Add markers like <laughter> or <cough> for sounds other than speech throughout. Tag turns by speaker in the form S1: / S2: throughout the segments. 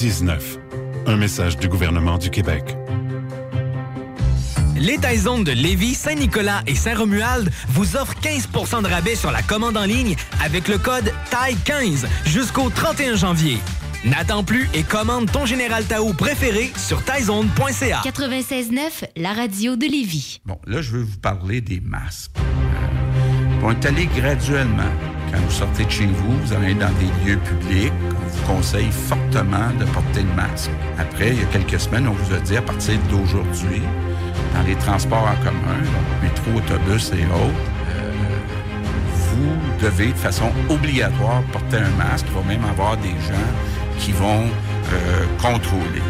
S1: 19. Un message du gouvernement du Québec.
S2: Les Taizones de Lévis, Saint-Nicolas et Saint-Romuald vous offrent 15 de rabais sur la commande en ligne avec le code TAI15 jusqu'au 31 janvier. N'attends plus et commande ton Général Tao préféré sur taizone.ca.
S3: 96.9, la radio de Lévis.
S4: Bon, là, je veux vous parler des masques. Euh, on est allé graduellement. Quand vous sortez de chez vous, vous allez dans des lieux publics. On vous conseille fortement de porter le masque. Après, il y a quelques semaines, on vous a dit à partir d'aujourd'hui, dans les transports en commun, donc métro, autobus et autres, euh, vous devez de façon obligatoire porter un masque. Il va même avoir des gens qui vont euh, contrôler.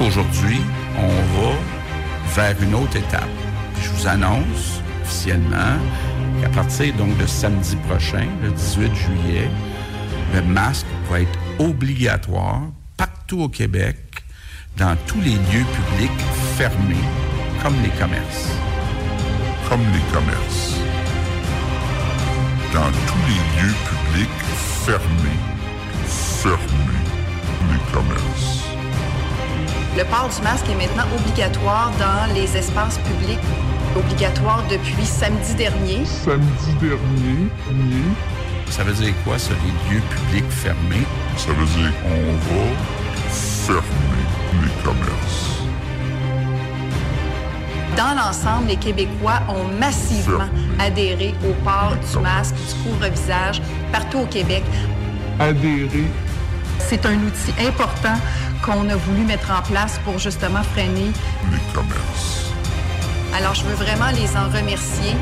S4: Aujourd'hui, on va vers une autre étape. Je vous annonce officiellement qu'à partir donc de samedi prochain, le 18 juillet, le masque va être obligatoire partout au Québec, dans tous les lieux publics fermés, comme les commerces. Comme les commerces.
S5: dans tous les lieux publics fermés. Fermés les commerces.
S6: Le port du masque est maintenant obligatoire dans les espaces publics. Obligatoire depuis samedi dernier.
S4: Samedi dernier, Ça veut dire quoi, ça, les lieux publics fermés? Ça veut dire qu'on va fermer les commerces.
S6: Dans l'ensemble, les Québécois ont massivement adhéré au port du masque, du couvre-visage, partout au Québec.
S7: adhérer.
S6: C'est un outil important qu'on a voulu mettre en place pour justement freiner.
S5: Les commerces.
S6: Alors, je veux vraiment les en remercier.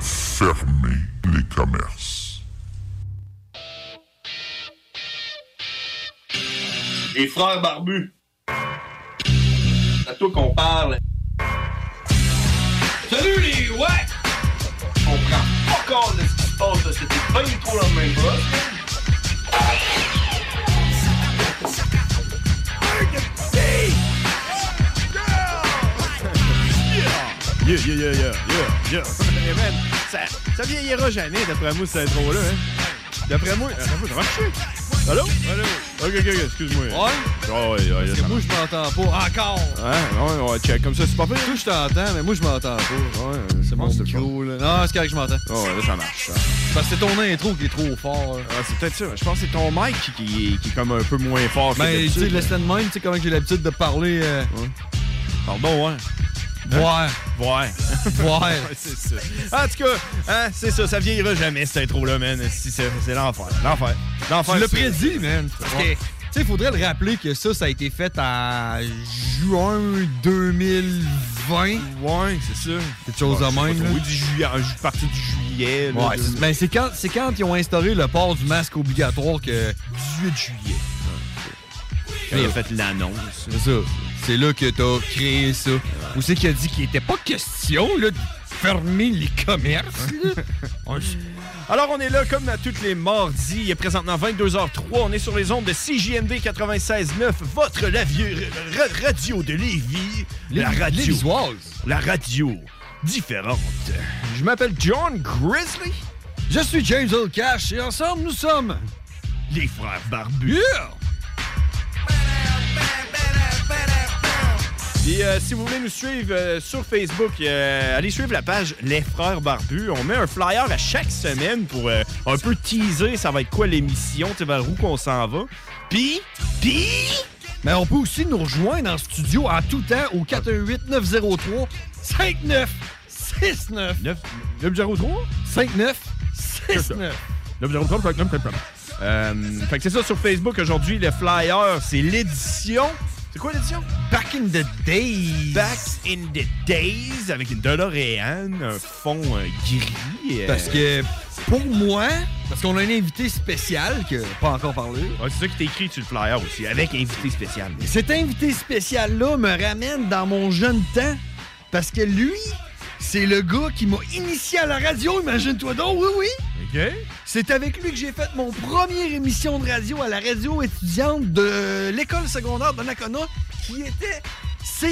S5: Fermer les commerces.
S8: Les frères barbus. C'est à toi qu'on parle. Salut les ouais! On prend pas compte de ce qui se passe, là. c'était pas du tout la même chose.
S9: Yeah, yeah, yeah, yeah, yeah, yeah. Eh ben, ça, ça vieillira jamais, d'après moi, cette intro-là. Hein. D'après moi, d'après moi, ça marche. Allô? Allô? Ok, ok, ok, excuse-moi. Ah Ouais? ouais, ouais, là, ça
S10: Moi, je m'entends pas. Encore!
S9: marche. Ouais, ouais, ouais, check. Comme ça, c'est pas pire.
S10: Toi, je t'entends, mais moi, je m'entends pas. Ouais, c'est mon micro, là. Non, c'est correct, je m'entends.
S9: Ouais, ouais, là, ça marche. ça.
S10: Parce que c'est ton intro qui est trop fort.
S9: Ah, c'est peut-être ça. Je pense que c'est ton mic qui, qui est, qui est comme un peu moins fort que
S10: Ben, tu
S9: d'habitude.
S10: sais, laisse le même, tu sais, comment j'ai l'habitude de parler. euh,
S9: Pardon, ouais.
S10: Boire. <laughs>
S9: Boire.
S10: Boire.
S9: Hein? <laughs> Ouais, c'est ça. En tout cas, hein, c'est ça. Ça vieillira jamais, cette intro-là, man. Si, C'est c'est l'enfer. L'enfer. L'enfer.
S10: Tu l'as
S9: c'est-
S10: prédit, man. Parce que, tu sais, il faudrait le rappeler que ça, ça a été fait en juin 2020.
S9: Ouais, c'est ça.
S10: Quelque chose de
S9: Ouais,
S10: même.
S9: je sais pas
S10: là.
S9: trop. Oui, du juillet, en ju- partie du juillet. là,
S10: Ouais,
S9: de-
S10: c'est- ben, c'est quand, c'est quand ils ont instauré le port du masque obligatoire que 18 juillet.
S9: Quand il a fait l'annonce.
S10: C'est ça. C'est là que t'as créé ça. Ou c'est qu'il a dit qu'il était pas question là, de fermer les commerces. <laughs> là. On-
S9: Alors, on est là comme à toutes les mardis. Il est présentement 22h03. On est sur les ondes de CJMD 96.9, votre lavieux- ra- ra- radio de Lévis. La
S10: Lévis-
S9: radio.
S10: Lévisoise.
S9: La radio différente. Je m'appelle John Grizzly.
S10: Je suis James Old Cash et ensemble nous sommes
S9: les frères barbus. Puis euh, si vous voulez nous suivre euh, sur Facebook, euh, allez suivre la page Les Frères Barbus. On met un flyer à chaque semaine pour euh, un peu teaser ça va être quoi l'émission, tu sais, vers où qu'on s'en va. Puis, puis...
S10: Mais on peut aussi nous rejoindre en studio en tout temps au 418 903 59 69
S9: 903
S10: 59 69
S9: Euh, fait que c'est ça sur Facebook aujourd'hui, le flyer, c'est l'édition. C'est quoi l'édition? Back in the Days. Back in the Days, avec une DeLorean, un fond euh, gris. euh,
S10: Parce que pour moi, parce qu'on a un invité spécial que pas encore parlé.
S9: Ouais, c'est ça qui t'est écrit sur le flyer aussi, avec invité spécial.
S10: Et cet invité spécial-là me ramène dans mon jeune temps parce que lui, c'est le gars qui m'a initié à la radio, imagine-toi donc, oui, oui.
S9: OK.
S10: C'est avec lui que j'ai fait mon première émission de radio à la radio étudiante de l'école secondaire de Nakona, qui était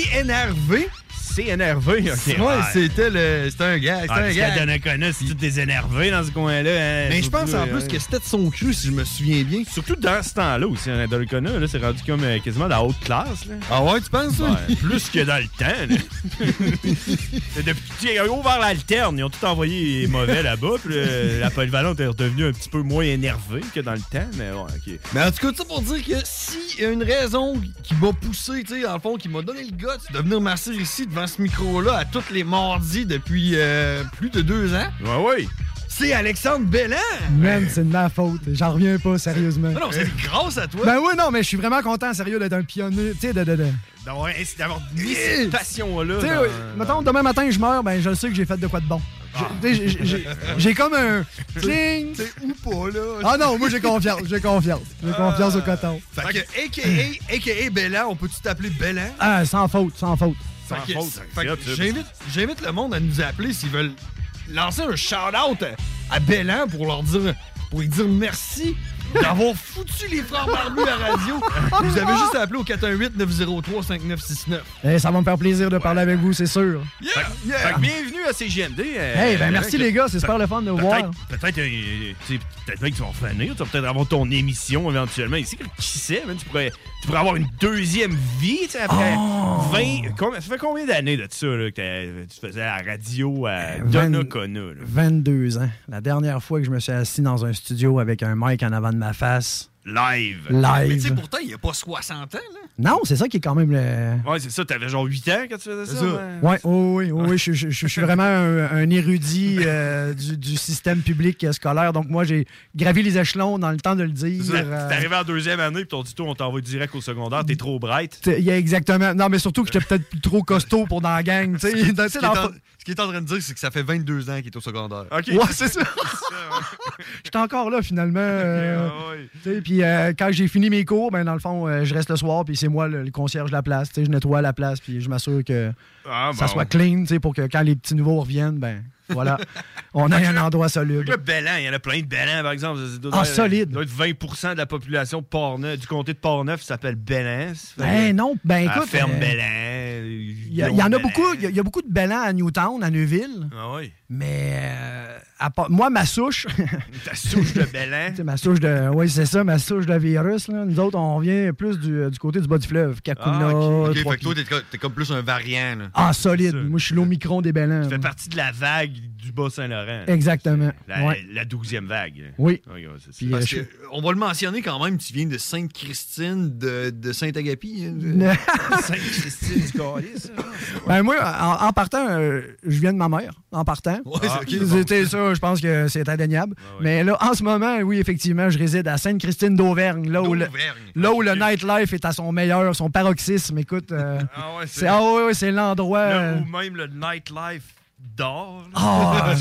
S10: CNRV.
S9: CNRV, ok.
S10: Ouais, c'était le, c'était un gars, c'était un gars.
S9: Ah, Donnacona, c'est tout des énervés dans ce coin-là. hein.
S10: Mais je pense en
S9: Surtout,
S10: plus
S9: euh,
S10: que c'était de son cru, si je me souviens bien.
S9: Surtout dans ce temps-là aussi, hein, dans le Donnacona, là, c'est rendu comme euh, quasiment la haute classe. Là.
S10: Ah ouais, tu penses, ça?
S9: Ouais, plus que dans le temps.
S10: <laughs>
S9: là. C'est Depuis qu'ils ont ouvert l'alterne, ils ont tout envoyé les mauvais là-bas. Puis euh, la polyvalente est redevenue un petit peu moins énervée que dans le temps. Mais ouais, ok.
S10: Mais en tout cas, tout ça pour dire que s'il y a une raison qui m'a poussé, tu sais, dans le fond, qui m'a donné le guts de venir m'asseoir ici devant ce micro-là à tous les mardis depuis euh, plus de deux ans.
S9: Ouais, ouais.
S10: C'est Alexandre Belland!
S11: Man, c'est de ma faute. J'en reviens pas, sérieusement.
S10: Ah non, c'est grâce à toi!
S11: Ben oui, non, mais je suis vraiment content, sérieux, d'être un pionnier. Tu sais, de. de, de-
S9: D'avoir d'avoir mis cette passion-là.
S11: Tu sais,
S9: dans-
S11: oui, mettons, demain matin, je meurs, ben je sais que j'ai fait de quoi de bon. J'ai- tu sais, j'ai- j'ai- J'ai comme un. Cling!
S10: C'est ou pas, là?
S11: Ah non, moi j'ai confiance, j'ai confiance. J'ai confiance au coton.
S10: <laughs> Fait que, a.k.a. AKA Belland, on peut-tu t'appeler Belland?
S11: Ah, sans faute, sans faute.
S10: Fait que-
S9: faute,
S10: fait que
S9: accepte,
S10: j'invite- J'invite le monde à nous appeler s'ils veulent lancer un shout-out à- à Bellan pour leur dire pour lui dire merci d'avoir foutu les frères barbus à radio. <laughs> Vous avez juste à appeler au 418-903-5969.
S11: Eh, ça va me faire plaisir de parler avec vous, c'est sûr.
S9: Fait que- fait que bienvenue à CGMD. euh,
S11: Hey, ben merci,
S9: euh,
S11: les gars, c'est
S9: peut-
S11: super le fun de vous
S9: peut-être-
S11: voir.
S9: Peut-être euh, tu sais, peut-être même qu'ils vont revenir, tu vas peut-être avoir ton émission éventuellement ici. Qui sait, man, tu, pourrais, tu pourrais avoir une deuxième vie tu sais, après
S11: Oh!
S9: 20. combien- ça fait combien d'années de ça là, que t'as- tu faisais la radio
S11: Euh,
S9: à Donnacona? là?
S11: 22 ans. La dernière fois que je me suis assis dans un studio avec un mic en avant de ma face.
S9: Live.
S11: Live.
S10: Mais tu sais, pourtant, il n'y a pas 60 ans, là.
S11: Non, c'est ça qui est quand même le.
S9: Ouais, c'est ça, t'avais genre 8 ans quand tu faisais ça. man?
S11: Ouais, oh oui, oh oui, je, je- je- je suis vraiment un, un érudit euh, du, du système public euh, scolaire. Donc, moi, j'ai gravi les échelons dans le temps de le dire.
S9: T'es
S11: euh,
S9: arrivé en deuxième année, puis t'as dit tout, on t'envoie direct au secondaire, t'es trop bright.
S11: t- y a exactement. Non, mais surtout que j'étais peut-être plus trop costaud pour dans la gang.
S10: <laughs>
S11: tu sais. Dans- tu
S10: Ce
S11: sais,
S10: qu'il est,
S11: dans-
S10: en- ce qu'il est en train de dire, c'est que ça fait 22 ans qu'il est au secondaire.
S9: OK.
S11: Ouais, c'est
S10: <laughs>
S11: ça. <laughs> J'étais encore là, finalement. euh, tu sais, Puis euh, quand j'ai fini mes cours, ben, dans le fond, euh, je reste le soir, puis c'est moi le, le concierge de la place. tu sais, Je nettoie la place, puis je m'assure que
S9: Ah,
S11: ça
S9: bon.
S11: soit clean tu sais, pour que quand les petits nouveaux reviennent, ben voilà, on a un endroit
S9: Fait
S11: solide.
S9: <laughs> que là, Bellan, il y en a plein de Bellan, par exemple. Ça doit
S11: Ah,
S9: être-
S11: solide.
S9: doit être 20 de la population de Portneuf- du comté de Portneuf s'appelle Bellan. Ça fait-
S11: Ben non, ben
S9: À
S11: écoute.
S9: Ferme
S11: euh,
S9: Bellan.
S11: Il y, a- il y en a beaucoup. Il y a- il y a beaucoup de Bellans à Newtown, à Neuville.
S9: Ah oui.
S11: Mais euh, à part- moi, ma souche.
S9: Ta souche de Bellan.
S11: c'est <laughs> ma souche de. Oui, c'est ça, ma souche de virus. là. Nous autres, on vient plus du, du côté du bas du fleuve. Kakuna.
S10: OK,
S11: Trois-
S10: fait que toi, t'es co- t'es comme plus un variant, là.
S11: Ah, solide. Moi, je suis l'Omicron des Bellans.
S9: Ça fait partie de la vague du Bas-Saint-Laurent.
S11: Exactement.
S9: La,
S11: Ouais.
S9: la 12e vague.
S11: Oui.
S9: Ah, Ouais, ouais, c'est ça.
S11: Puis,
S10: Parce
S11: euh,
S10: que, on va le mentionner quand même, tu viens de Sainte-Christine, de, de Sainte-Agapi.
S11: Non.
S10: Sainte-Christine du Carlis, ça.
S11: Ben, moi, en, en partant, euh, je viens de ma mère. En partant.
S10: Ouais,
S9: Ah,
S10: c'est- ok, bon.
S11: C'était ça, je pense que c'est indéniable. Mais là, en ce moment, oui, effectivement, je réside à Sainte-Christine d'Auvergne, là où, le, là où le nightlife est à son meilleur, son paroxysme. Écoute, euh,
S9: Ah ouais, c'est-
S11: c'est ah ouais, ouais, c'est l'endroit.
S9: Là
S11: euh,
S9: où même le nightlife dort. <laughs>
S11: Ah!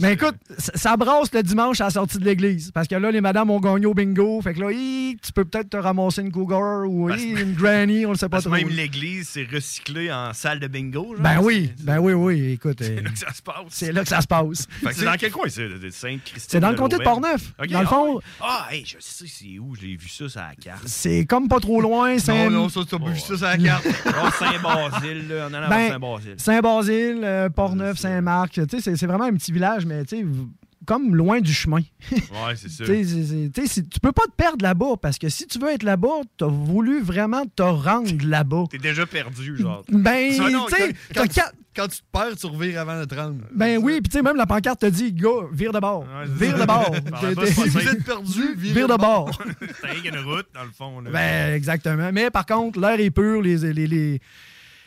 S11: Mais écoute, ça, ça brasse le dimanche à la sortie de l'église. Parce que là, les madames ont gagné au bingo. Fait que là, hi, tu peux peut-être te ramasser une cougar
S10: Ben,
S11: ou hi, une granny, on le sait pas
S9: Parce que
S11: trop.
S9: même
S11: là.
S9: l'église s'est recyclée en salle de bingo. genre.
S11: Ben oui, ben oui, oui, écoute. euh,
S9: C'est là que ça se passe.
S11: C'est là que ça se passe.
S9: Fait que c'est dans quel coin, c'est de- de Sainte-Christine?
S11: C'est dans le comté de
S9: Lauvergne?
S11: Portneuf.
S9: Ok,
S11: Dans le
S9: ah
S11: fond-
S9: ouais. Ah, hey, je sais c'est où, j'ai vu ça sur la carte.
S11: C'est comme pas trop loin. Saint-
S9: non,
S10: ça, t'as
S9: pas vu
S10: ça sur la
S9: <laughs>
S10: carte.
S9: Oh, Saint-Basile, là, en allant vers Saint-Basile.
S11: Ben, Saint-Basile, euh, Portneuf, Saint-Marc. Tu sais, c'est- c'est vraiment un petit village, mais tu sais, v- comme loin du chemin. <laughs>
S9: Ouais, c'est ça.
S11: Tu sais, c'est- c'est- tu sais, si- tu peux pas te perdre là-bas parce que si tu veux être là-bas, t'as voulu vraiment te rendre là-bas.
S9: T'es déjà perdu, genre.
S11: Ben,
S10: Ça, non,
S11: tu sais,
S10: quand,
S11: t'as
S10: quand tu,
S11: quatre-
S10: quand tu te perds, tu revires avant de te rendre.
S11: Ben oui, puis tu sais, même la pancarte te dit, gars, vire de bord. vire de
S9: <laughs>
S11: bord. T'es- t'es-
S10: Si vous êtes perdu, virez
S11: Vire de bord.
S9: T'as rien qu'une route, dans le fond. Là.
S11: Ben, exactement. Mais par contre, l'air est pur, les, les, les,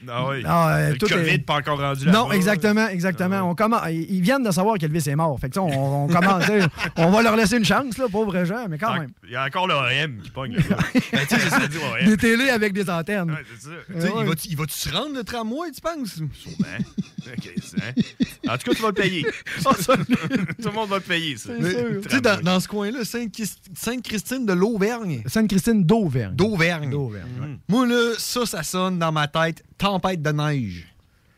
S9: Ah oui.
S11: Ah, euh,
S9: le
S11: tout
S9: COVID
S11: est-
S9: pas encore rendu là. Ah
S11: Non, exactement, exactement. On commence, ils ils viennent de savoir qu'Elvis est mort. Fait que, tu sais, on, on commence, tu sais, on va leur laisser une chance, là, pauvres gens, mais
S9: Ah,
S11: quand même.
S9: Il y a encore le OM qui pogne. là.
S11: <laughs>
S9: ben, tu sais, je dit OM.
S11: Des télés avec des antennes. Euh,
S9: c'est ça.
S10: Tu sais,
S11: Ouais.
S10: il va-tu- Il va-tu se rendre le tramway, tu penses?
S9: Sûrement. Ok, c'est- hein? En tout cas, tu vas
S11: <laughs>
S9: le payer.
S11: Oh,
S9: <laughs> Tout le monde va le payer, ça.
S10: Tu sais, dans, dans ce coin-là, Sainte-Christ- Sainte-Christine de l'Auvergne.
S11: Sainte-Christine d'Auvergne.
S10: D'Auvergne. Moi, là, ça, ça sonne dans ma tête tempête de neige.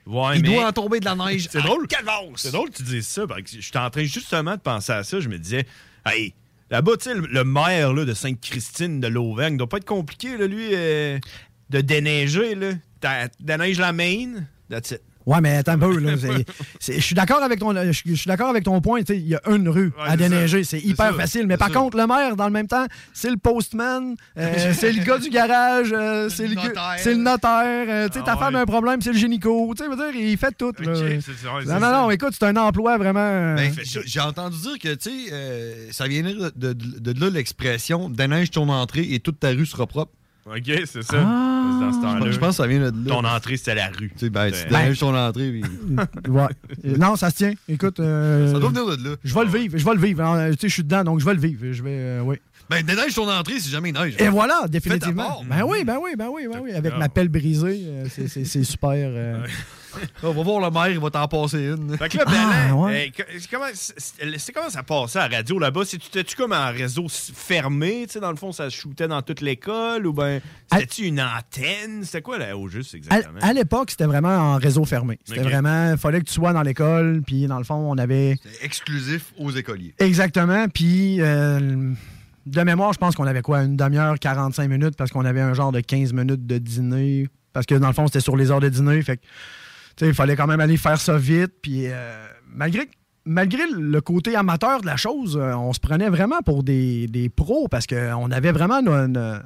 S9: Ouais,
S10: Il
S9: mais-
S10: doit en tomber de la neige.
S9: C'est
S10: à
S9: drôle.
S10: Calvasse.
S9: C'est drôle que tu dises ça. parce que J'étais en train justement de penser à ça. Je me disais, hey, là-bas, tu sais, le, le maire là, de Sainte-Christine de l'Auvergne, doit pas être compliqué, là, lui, euh, de déneiger. Là. T'as- Déneige la main, that's it.
S11: Ouais, mais attends un peu, là. c'est- c'est- Je suis d'accord avec ton, je suis- je suis d'accord avec ton point. tu sais, Il y a une rue à déneiger. C'est hyper
S10: ça,
S11: facile. Mais
S10: c'est
S11: par
S10: ça.
S11: contre, le maire, dans le même temps, c'est le postman, euh, c'est le gars du garage, euh, c'est le,
S10: notaire.
S11: gars- c'est le notaire. euh, tu sais, ta
S10: Ah
S11: femme a un problème, c'est le génico. Tu sais, je veux dire, il fait tout. là.
S10: c'est- ouais, c'est
S11: non, non,
S10: ça.
S11: non, écoute, c'est un emploi vraiment. euh,
S10: Ben, j- J'ai entendu dire que, tu sais, euh, ça vient de, de- de- de là l'expression déneige ton entrée et toute ta rue sera propre.
S9: OK, c'est ça.
S11: Ah!
S9: C'est dans ce temps-là.
S10: Je pense que ça vient de là.
S9: Ton entrée, c'était la rue.
S10: Tu sais, ben, tu
S9: Ben-
S10: déneiges ton entrée.
S11: <laughs>
S10: puis-
S11: ouais. Euh,
S10: <laughs>
S11: Non, ça se tient. Écoute. euh,
S10: Ça doit venir de là. Ah
S11: Je vais le vivre. Je vais le vivre. hein. Tu sais, je suis dedans, donc je vais le vivre. Je vais. euh, oui.
S10: Ben, déneige ton entrée si jamais il neige.
S11: Et voilà,
S10: Fais ta
S11: définitivement.
S10: part.
S11: Ben oui, ben oui, ben oui, ben oui. Avec ma pelle brisée, euh, c'est- c'est c'est super. euh,
S10: On va voir le maire, il va t'en passer une.
S9: Fait que là,
S11: Ah.
S10: Ah,
S9: Bellin, euh, co- c'est comment, c'est- c'est comment ça passait à la radio là-bas? C'est- C'était-tu comme un réseau s- fermé? Tu sais, dans le fond, ça se shootait dans toute l'école? Ou ben c'était-tu une antenne? C'était quoi, là, au juste,
S11: À,
S9: exactement?
S11: à l'époque, c'était vraiment en réseau fermé. C'était
S9: Ok.
S11: vraiment, fallait que tu sois dans l'école, puis dans le fond, on avait.
S10: Exclusif aux écoliers.
S11: Exactement, puis euh, de mémoire, je pense qu'on avait quoi, une demi-heure, 45 minutes, parce qu'on avait un genre de 15 minutes de dîner, parce que dans le fond, c'était sur les heures de dîner, fait que, tu sais, il fallait quand même aller faire ça vite, puis euh, malgré que- Malgré le côté amateur de la chose, euh, on se prenait vraiment pour des, des pros parce qu'on avait vraiment nos, nos-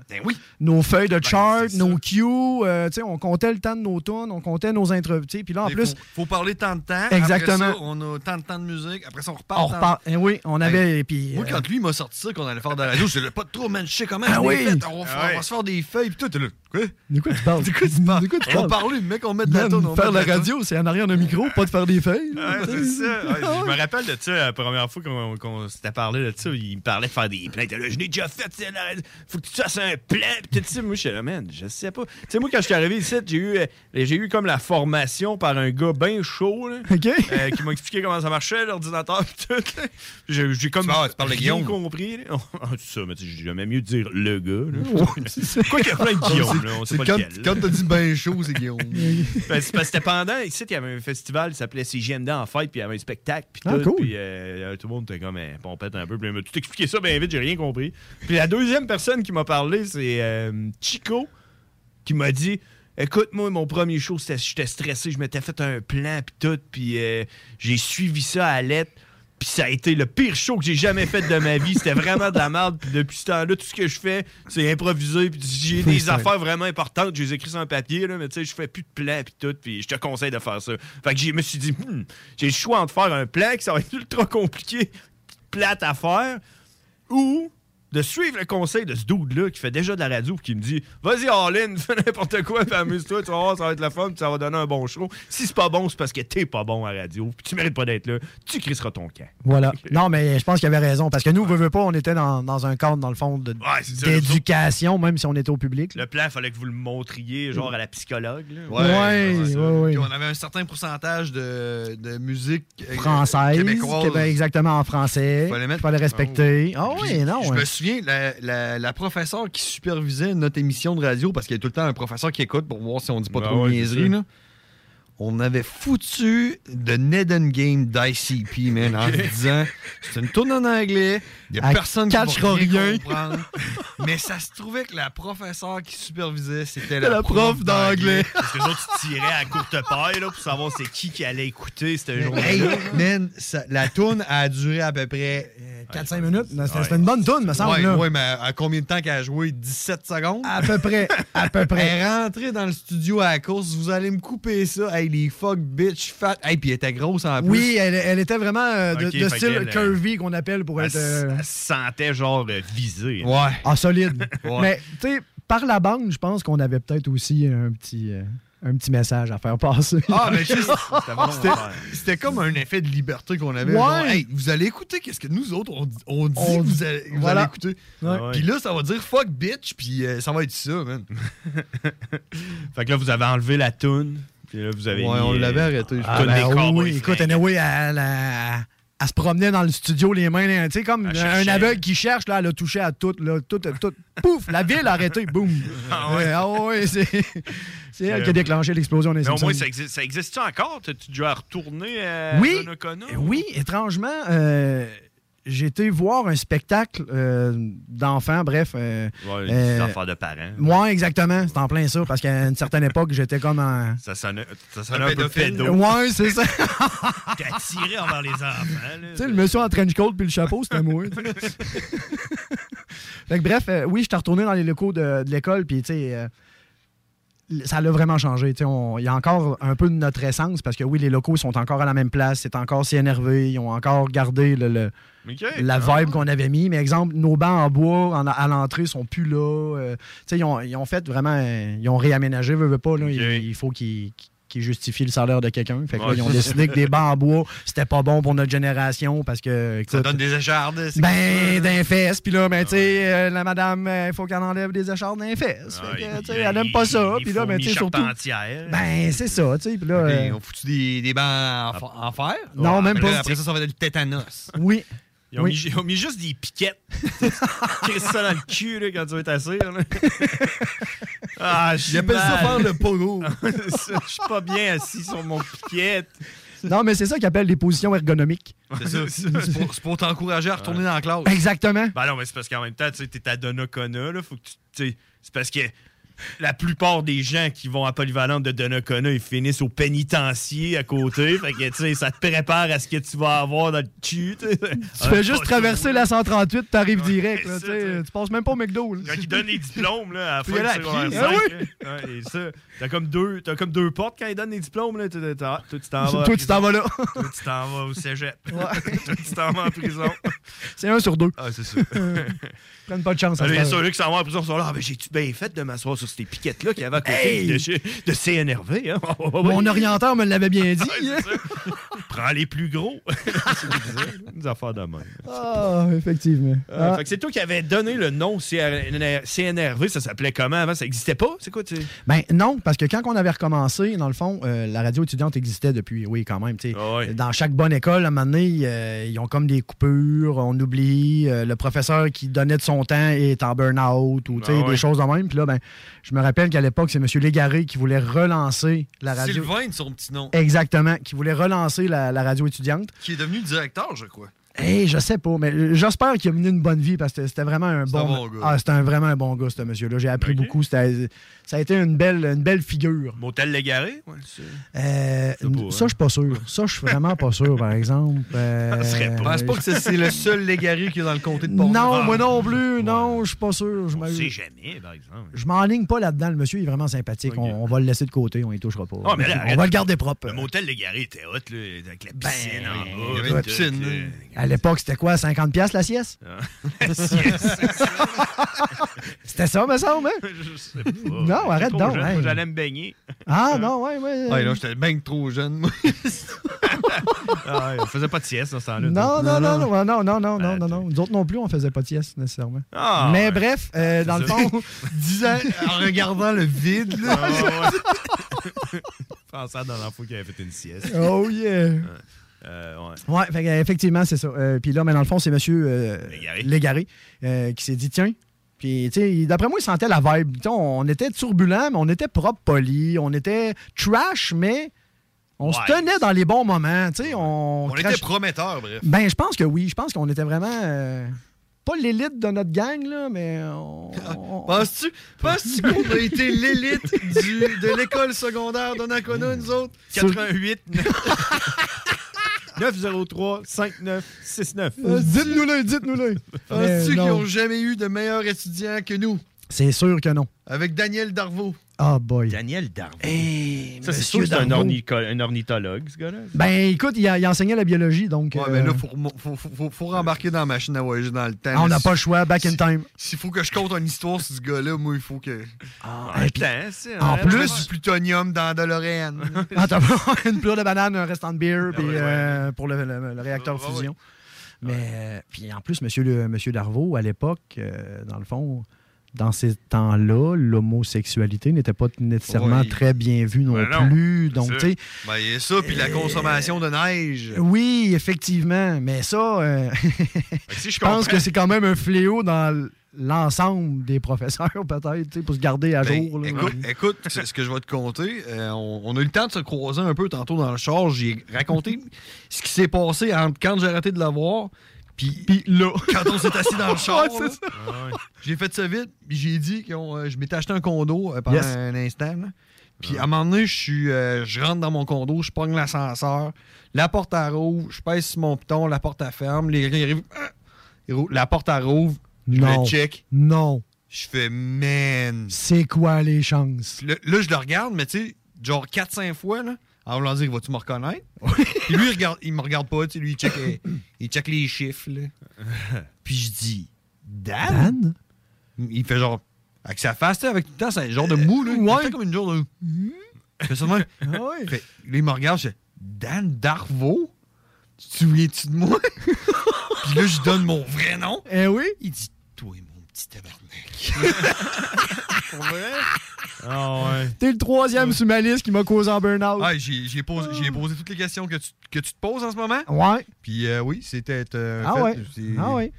S11: nos feuilles de chart, nos cues, euh, tu sais, on comptait le temps de nos tunes, on comptait nos intros. tu sais, Puis là, en
S10: Et
S11: plus,
S10: Faut, faut parler tant de temps.
S11: Exactement.
S10: Après ça, on a tant de temps de musique. Après ça, on repart.
S11: On
S10: tant-
S11: repart. Eh oui, on avait.
S10: Hey,
S11: et puis,
S10: moi,
S11: euh,
S10: quand lui m'a sorti ça, qu'on allait faire de la radio, je l'ai pas trop, man, je sais comment.
S11: Ah
S10: je l'ai
S11: oui.
S10: fait. on, va, faire-
S11: Ah ouais.
S10: on va se faire des feuilles, pis tout. T'es là, quoi?
S11: de quoi tu parles? De quoi tu parles?
S10: On va parler, mec, on met de la
S11: Même
S10: tonne. on
S11: faire
S10: met
S11: de la
S10: tonne.
S11: radio, c'est en arrière d'un micro, pas de faire des feuilles.
S9: Ouais, c'est ça. Ah Ouais, je me rappelle de ça, la première fois qu'on qu'on s'était parlé de ça, il me parlait de faire des plans. Il était là, je l'ai déjà fait, c'est la- faut que tu fasses un plan. Puis tout ça, moi, je suis là, man, je sais pas. Tu sais, moi, quand je suis arrivé ici, j'ai eu, euh, j'ai eu comme la formation par un gars bien chaud, là, euh, qui m'a expliqué comment ça marchait, l'ordinateur, puis tout. là. J'ai j'ai comme
S10: parles- tu parles de
S9: rien
S10: Guillaume.
S9: compris. là. <laughs> Ah, c'est ça, mais tu sais, j'aimais mieux dire le gars.
S11: <laughs>
S9: là.
S10: Ouais,
S9: Quoi qu'il y a plein
S11: Ah,
S9: de Guillaume, là, on sait
S10: C'est
S9: pas
S10: quand,
S9: lequel, là.
S10: quand t'as dit ben chaud, c'est <laughs> Guillaume.
S9: Ben, c'est parce que c'était pendant, ici, il y avait un festival qui s'appelait CGMD en fête, puis il y avait un spectacle, puis
S10: Ah,
S9: tout.
S10: cool.
S9: Puis euh, tout le monde était comme, eh, pompette un peu. Puis il m'a tout expliqué ça bien vite, j'ai rien compris. Puis la deuxième personne qui m'a parlé, c'est euh, Chico, qui m'a dit. Écoute, moi, mon premier show, c'était- j'étais stressé, je m'étais fait un plan, puis tout, puis euh, j'ai suivi ça à l'aide, puis ça a été le pire show que j'ai jamais fait de ma vie. C'était vraiment de la merde, puis depuis ce temps-là, tout ce que je fais, c'est improviser, puis j'ai des
S10: Freestyle.
S9: affaires affaires vraiment importantes, je les écris sur un papier, là, mais tu sais, je fais plus de plans puis tout, puis je te conseille de faire ça. Fait que je me suis dit, Hmm, j'ai le choix entre faire un plan, que ça va être ultra compliqué, plate à faire, ou de suivre le conseil de ce dude-là qui fait déjà de la radio puis qui me dit Vas-y, all-in, <laughs> fais n'importe quoi, puis amuse-toi, tu vas voir, ça va être la fun, puis ça va donner un bon show. Si c'est pas bon, c'est parce que t'es pas bon à la radio, puis tu mérites pas d'être là, tu crisseras ton camp.
S11: Voilà. Non, mais je pense qu'il avait raison. Parce que nous, veut, veut pas, on était dans, dans un cadre, dans le fond, de-
S9: Ouais, c'est ça,
S11: d'éducation, même si on était au public. là.
S9: Le plan, fallait que vous le montriez, genre à la psychologue. là.
S11: Ouais, ouais, ouais.
S10: Puis on avait un certain pourcentage de, de musique euh,
S11: Française,
S10: québécoise.
S11: Québec- exactement en français.
S10: Fallait
S11: Il
S10: mettre-
S11: fallait respecter. Ah
S10: Puis,
S11: oui, non.
S10: Je
S11: ouais.
S10: me souviens, la, la- la professeure qui supervisait notre émission de radio, parce qu'il y a tout le temps un professeur qui écoute pour voir si on dit pas
S9: Ben
S10: trop
S9: ouais,
S10: de
S9: c'est
S10: niaiseries,
S9: sûr.
S10: là. on avait foutu de Ned and Game d'ICP, man, en se disant c'est une tourne en anglais, il y a
S11: Elle
S10: personne qui va
S11: catchera
S10: rien
S11: rien. <laughs>
S10: comprendre. Mais ça se trouvait que la professeure qui supervisait, c'était
S9: C'était
S10: la, prof d'anglais.
S9: <laughs> Parce que les autres, ils tiraient à courte paille là, pour savoir c'est qui qui allait écouter cette journée.
S10: Hey, man, ça- la tourne a duré à peu près euh,
S11: 4-5 minutes. Non, C'était c'était une bonne toune, me semble.
S10: Ouais,
S11: là.
S10: ouais, mais à combien de temps qu'elle a joué 17 secondes
S11: À peu près. À peu près.
S10: Elle est rentrée dans le studio à la course, vous allez me couper ça. Hey, les fuck bitch fat. Hey, puis elle était grosse en plus.
S11: Oui, elle, elle était vraiment euh, de,
S10: Ok,
S11: de
S10: fait
S11: style
S10: qu'elle, euh,
S11: curvy qu'on appelle pour
S9: Elle
S11: être.
S9: s-
S11: euh,
S9: elle se sentait genre euh, visée.
S10: Ouais.
S11: Ah, solide. <laughs>
S9: <laughs> Ouais.
S11: Mais, tu sais, par la bande, je pense qu'on avait peut-être aussi un petit. euh, un petit message à faire passer.
S12: Ah, mais tu sais,
S11: <laughs>
S9: c'était bon,
S12: c'était-
S9: ouais.
S12: c'était comme un effet de liberté qu'on avait.
S11: Ouais.
S12: Genre, Hey, vous allez écouter qu'est-ce que nous autres, on, dit- on dit
S11: On
S12: que
S11: dit-
S12: vous allez, vous
S11: voilà.
S12: allez écouter.
S11: Ouais.
S12: Puis là, ça va dire fuck bitch, puis euh, ça va être ça, man.
S9: <laughs> Fait que là, vous avez enlevé la toune. Puis là, vous avez.
S12: Ouais,
S9: mis,
S12: on
S9: euh,
S12: l'avait arrêté, je
S9: Ah,
S12: pense.
S9: ben
S12: Ben oui,
S9: des cowboys
S11: Écoute,
S9: fringants.
S11: anyway, elle, elle- elle se promenait dans le studio les mains, là, tu sais, comme un
S9: cherchait.
S11: aveugle qui cherche, là, elle a touché à tout, là, tout, tout, pouf, la ville a arrêté, boum.
S9: Ah ouais.
S11: Euh, Ah ouais, c'est c'est elle qui a
S9: Euh,
S11: déclenché l'explosion des
S9: Mais au
S11: Simpsons.
S9: moins, euh, ça existe. Ça existe encore? T'as-tu déjà retourné à
S11: Oui. Eh
S9: Donnacona?
S11: Oui, étrangement, euh, j'ai été voir un spectacle euh, d'enfants, bref. euh,
S9: Ouais, des
S11: euh,
S9: affaires de parents.
S11: Ouais, exactement, c'est en plein ça, parce qu'à une certaine époque, j'étais comme en...
S9: Ça sonnait, ça sonnait un, peu pédo.
S11: Ouais, c'est ça.
S9: <laughs> T'es attiré envers les enfants, là.
S11: Tu sais, le monsieur en trench coat puis le chapeau, c'était moi. tu sais. fait que bref, euh, oui, j'étais retourné dans les locaux de, de l'école, puis tu sais, euh, l- ça l'a vraiment changé. Tu sais, on- Il y a encore un peu de notre essence, parce que oui, les locaux sont encore à la même place, c'est encore si énervé, ils ont encore gardé le- le-
S9: <laughs> Ok. Ah.
S11: la
S12: ah.
S11: vibe qu'on avait mis. Mais exemple, nos bancs en bois en- à l'entrée sont plus là. euh, tu sais, ils ont, ils ont fait vraiment, euh, ils ont réaménagé, veux, veux pas, là, il, il faut qu'ils qu'ils justifient le salaire de quelqu'un. Fait que là,
S12: Ouais.
S11: ils ont décidé que des bancs en bois, c'était pas bon pour notre génération parce que.
S12: Ça
S11: écoute,
S12: donne des échardes. c'est
S11: ben, d'un fesses. Puis là, ben, tu sais, euh, la madame, il faut qu'elle enlève des écharpes d'un fesses. Fait que, tu sais, elle aime pas ça. Puis là, ben, tu sais, surtout. Ben, c'est ça, tu sais. Puis là.
S12: Ils
S11: euh,
S12: ont foutu des, des bancs en, fa- en fer.
S11: Non,
S12: Ouais,
S11: même
S12: mais
S11: pas.
S12: là, après ça, ça va être le tétanos.
S11: Oui.
S9: Ils ont,
S11: Oui.
S9: mis, ils ont mis juste des
S11: <laughs>
S9: piquettes. Qu'est-ce ça dans le cul là, quand tu veux t'asseoir?
S11: <laughs>
S9: là. ah, je suis
S12: Ils appellent ça
S9: mal.
S12: faire le pogo.
S9: <laughs> C'est ça, je suis pas bien assis sur mon piquette.
S11: Non, mais c'est ça qu'ils appellent des positions ergonomiques. <laughs>
S9: C'est ça.
S12: <laughs> C'est pour, c'est pour t'encourager à retourner dans la classe.
S11: Exactement.
S9: Ben non, mais c'est parce qu'en même temps, tu sais, t'es à Donnacona, là, faut que tu... tu sais, C'est parce que la plupart des gens qui vont à Polyvalente de Donnacona, ils finissent au pénitencier à côté. <laughs> fait que, tu sais, ça te prépare à ce que tu vas avoir dans le cul, tu sais. Ah,
S11: Tu fais juste traverser la 138, t'arrives direct. là, tu sais, tu passes même pas au McDo. là.
S9: Quand ils donnent les diplômes, là, à la
S11: Faut
S9: fin
S11: y
S9: du
S11: aller à
S9: secondaire
S11: pied.
S9: 5,
S11: Ah
S9: là. Ouais, et ça, t'as comme, deux- t'as comme deux portes quand ils donnent les diplômes, là. t'as- t'as- t'as- Toi,
S11: <laughs>
S9: tu t'en vas. à
S11: Toi, tu t'en vas là.
S9: Toi, tu t'en vas au cégep. <laughs> Toi, tu t'en vas en prison.
S11: C'est un sur deux.
S9: Ah,
S11: <laughs>
S9: c'est ça.
S11: Prenne pas de chance. hein. à
S9: Ah, Bien
S11: ce
S9: sûr, ceux qui s'en vont en prison sont là. Ah, ben, j'ai-tu bien fait de m'asseoir sur ces piquettes-là qu'il y avait à côté
S11: Hey!
S9: de, chez- de
S11: <laughs>
S9: s'énerver, hein?
S11: Mon orienteur me l'avait bien
S9: <laughs>
S11: dit. hein.
S9: Prends les plus gros. <laughs> c'est bizarre, là, des affaires de même.
S11: Ah, effectivement.
S9: Ah,
S11: Ah.
S9: fait que c'est toi qui avais donné le nom CR- CNRV, ça s'appelait comment avant? Ça n'existait pas? C'est quoi? tu-
S11: Ben non, parce que quand on avait recommencé, dans le fond, euh, la radio étudiante existait depuis, oui, quand même. tu sais.
S12: Ah
S11: Dans chaque bonne école, à un moment donné, euh, ils ont comme des coupures, on oublie, euh, le professeur qui donnait de son temps est en burn-out ou tu sais,
S12: Ah ouais.
S11: des choses de même. Puis là, ben, je me rappelle qu'à l'époque, c'est M. Légaré qui voulait relancer la radio.
S12: Sylvain, de son petit nom.
S11: Exactement, qui voulait relancer la- la radio étudiante.
S12: Qui est devenu directeur, je crois.
S11: Hey, je sais pas, mais j'espère qu'il a mené une bonne vie parce que c'était vraiment un
S12: C'est un
S11: bon.
S12: bon gars.
S11: Ah, c'était un- vraiment un bon gars, ce monsieur-là. J'ai appris beaucoup. C'était- Ça a été une belle, une belle figure.
S9: Motel Légaré? Ouais, c'est-
S11: Euh,
S9: pas, hein.
S11: ça, je suis pas sûr. Ça, je suis vraiment pas sûr, par
S9: <laughs>
S11: exemple. Euh,
S12: Je pense pas que c'est- c'est
S11: <laughs>
S12: le seul légaré qui est dans le comté de pont
S11: Non, moi non plus. Non, je suis pas sûr. Je
S9: On
S11: m'a-
S9: sait
S11: Eh,
S9: jamais, par exemple.
S11: Je m'enligne pas là-dedans. Le monsieur il est vraiment sympathique. On, on va le laisser de côté. On y touchera pas.
S9: Ah, mais là,
S11: on
S9: arrête.
S11: va le garder propre. Ben,
S9: Le motel Légaré était hot, là, avec la piscine en bas.
S12: il y avait une
S9: tout,
S12: piscine,
S9: là.
S11: À l'époque, c'était quoi, 50$ piastres la sieste?
S9: Ah. <laughs> La sieste.
S11: <laughs> C'était ça, me semble, hein?
S9: Je sais pas.
S11: <laughs> Non, arrête
S9: Trop
S11: donc, hein.
S9: jeune,
S11: hey.
S9: moi, J'allais me Euh. baigner.
S11: Ah, non, ouais, ouais.
S12: Ouais, là, j'étais bien trop jeune,
S11: <laughs>
S12: moi.
S9: Ah, ouais, on faisait pas de sieste dans ce temps-là.
S11: Non,
S9: Ah, donc. Ben,
S11: non, non, non, non, non, non, non, non, non. Nous autres non plus, on faisait pas de sieste nécessairement.
S9: Ah,
S11: Mais
S9: ouais.
S11: bref, euh, dans le
S9: ça.
S11: fond, <laughs>
S12: 10 ans en regardant le vide, là.
S9: Ah,
S11: <laughs>
S9: ouais. Pensant dans l'info qu'il avait fait une sieste.
S11: oh yeah.
S9: Euh, ouais.
S11: Ouais, fait que, euh, effectivement, c'est ça. Euh, puis là, mais dans le fond, c'est monsieur euh,
S9: Légaré.
S11: Légaré euh, qui s'est dit tiens. Puis, tu sais, il- d'après moi, il sentait la vibe. Tu sais, on était turbulent, mais on était propre, poli. On était trash, mais on se
S12: Ouais.
S11: tenait dans les bons moments. Tu sais, on.
S12: On
S11: crachait-
S12: était prometteurs, bref.
S11: Ben, je pense que oui. Je pense qu'on était vraiment. euh, pas l'élite de notre gang, là, mais on.
S10: Ah.
S11: on-
S12: Penses-tu
S11: <laughs>
S12: penses qu'on a été l'élite du- de l'école secondaire d'Onacona, nous autres?
S9: 88
S11: <laughs>
S9: 903 5969.
S11: Euh, Dites-nous-le, dites-nous-le. Mais
S12: Penses-tu qu'ils
S11: non.
S12: n'ont jamais eu de meilleurs étudiants que nous?
S11: C'est sûr que non.
S10: Avec Daniel Darvaux. Eh,
S11: Ah boy.
S9: Daniel Darvaux. ça, c'est
S11: Monsieur
S9: sûr que c'est un,
S11: Darvaux.
S9: ornico- un ornithologue, ce gars-là.
S11: Ben écoute, il, a- il enseignait la biologie, donc.
S10: Ouais,
S11: euh, Ah,
S10: mais là, faut, remo- faut, faut- faut- faut rembarquer dans la machine à voyager dans le temps.
S11: on n'a
S10: Si-
S11: pas le choix, back in time.
S10: S'il faut que je compte une histoire sur ce gars-là, moi, il faut que.
S9: Ah,
S11: et puis- en
S10: en plus.
S11: plus-
S10: du plutonium dans de Lorraine.
S11: Ah,
S9: <laughs>
S11: t'as pas <laughs> une pleure de banane, un restant de
S10: Ah
S11: bière, puis euh, pour le, le- le réacteur fusion. Mais euh, puis en plus, monsieur, le- monsieur Darvaux, à l'époque, euh, dans le fond, dans ces temps-là, l'homosexualité n'était pas nécessairement
S10: Oui.
S11: très bien vue non
S10: Ben non,
S11: plus.
S10: c'est
S11: Donc,
S10: ça.
S11: tu sais,
S10: Ben, il y a ça, puis
S9: Euh,
S10: la consommation de neige.
S11: oui, effectivement, mais ça, euh,
S10: Ben,
S11: <laughs>
S10: si je
S11: je pense
S10: comprends-
S11: que c'est quand même un fléau dans l'ensemble des professeurs, <laughs> peut-être, tu sais, pour se garder à
S10: Ben,
S11: jour. là.
S10: écoute, écoute, c'est ce que je vais te conter. Euh, on, on a eu le temps de se croiser un peu tantôt dans le char. J'ai raconté ce qui s'est passé entre quand j'ai arrêté de la voir, puis là. Quand on s'est assis dans le
S2: <laughs>
S10: char.
S2: Ouais, c'est
S10: là. Ah
S2: ça.
S10: J'ai fait ça vite, puis j'ai dit que euh, je m'étais acheté un condo euh, pendant
S2: Yes.
S10: un instant. là. Puis à un moment donné, je suis, euh, je rentre dans mon condo, je pogne l'ascenseur, la porte à rouvre, je pèse sur mon piton, la porte à ferme, les, les- ah! Il rouvre- la porte à rouvre, je
S11: non.
S10: le check,
S11: Non.
S10: je fais man.
S11: C'est quoi les chances?
S10: Puis Là, là, je le regarde, mais tu sais, genre 4-5 fois, là, en voulant dire, vas-tu me reconnaître? Puis lui, il, regarde, il me regarde pas, tu sais, lui, il check, euh, il check les chiffres, là. Puis je dis, Dan? Il fait genre, avec sa face, tu sais, avec tout le temps, c'est un genre de mou, là. Il fait comme une genre de. Il fait ça de même. Fait, là, il me regarde, je fais, Dan Darvaux? Tu te souviens-tu de moi? Puis là, je donne mon vrai nom.
S11: Eh oui?
S10: Il dit, toi, mon petit tabarnak.
S9: Pour vrai? Ah ouais.
S11: T'es le troisième sur ma liste qui m'a causé un burn-out.
S10: Ah, j'ai j'ai posé, j'ai posé toutes les questions que tu, que tu te poses en ce moment.
S11: Oh. Ouais.
S10: Puis euh, oui, c'était. euh,
S11: Ah
S10: fait-
S11: ouais.
S10: c'est-
S11: Ah ouais.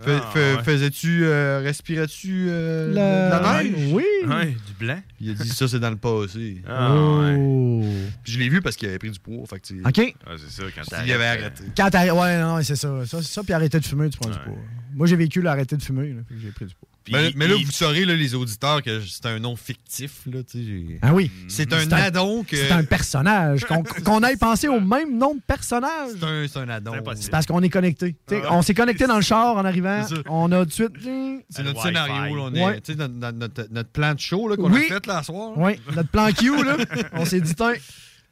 S10: Fais-
S9: Ah
S10: fais-
S9: ouais.
S10: Faisais-tu, euh, respirais-tu euh,
S11: Le-
S10: de la neige?
S11: Oui.
S9: Ouais, du blanc.
S10: Il a dit ça, c'est dans le passé.
S9: Ah
S11: Oh.
S10: Puis je l'ai vu parce qu'il avait pris du poids. Fait que, tu sais,
S11: OK.
S9: Ah, c'est ça, quand
S10: Il avait arrêté.
S11: Quand t'arrêtes- Ouais, non, non, c'est ça. Ça, c'est ça, puis arrêter de fumer, tu prends du poids. Moi, j'ai vécu l'arrêter de fumer, là, fait que j'ai pris du poids.
S10: mais, mais là, vous saurez, là, les auditeurs, que c'est un nom fictif. Là, tu sais, j'ai- Mm.
S11: Ah oui.
S10: C'est un addon que.
S11: C'est un personnage. Qu'on qu'on aille penser au même nom de personnage.
S10: <laughs> C'est un, c'est un addon.
S11: C'est parce qu'on est connecté. Tu sais, On s'est connecté dans le char en arrivant.
S10: C'est ça.
S11: On a tout de suite. Ding.
S10: C'est
S11: Le
S10: notre
S11: Wi-Fi.
S10: scénario. Là, on
S11: Ouais.
S10: est, tu sais, notre, notre- notre plan de show là, qu'on
S11: Oui.
S10: a fait là, ce soir.
S11: Oui, notre plan Q,
S10: <laughs>
S11: là. On s'est dit, tiens,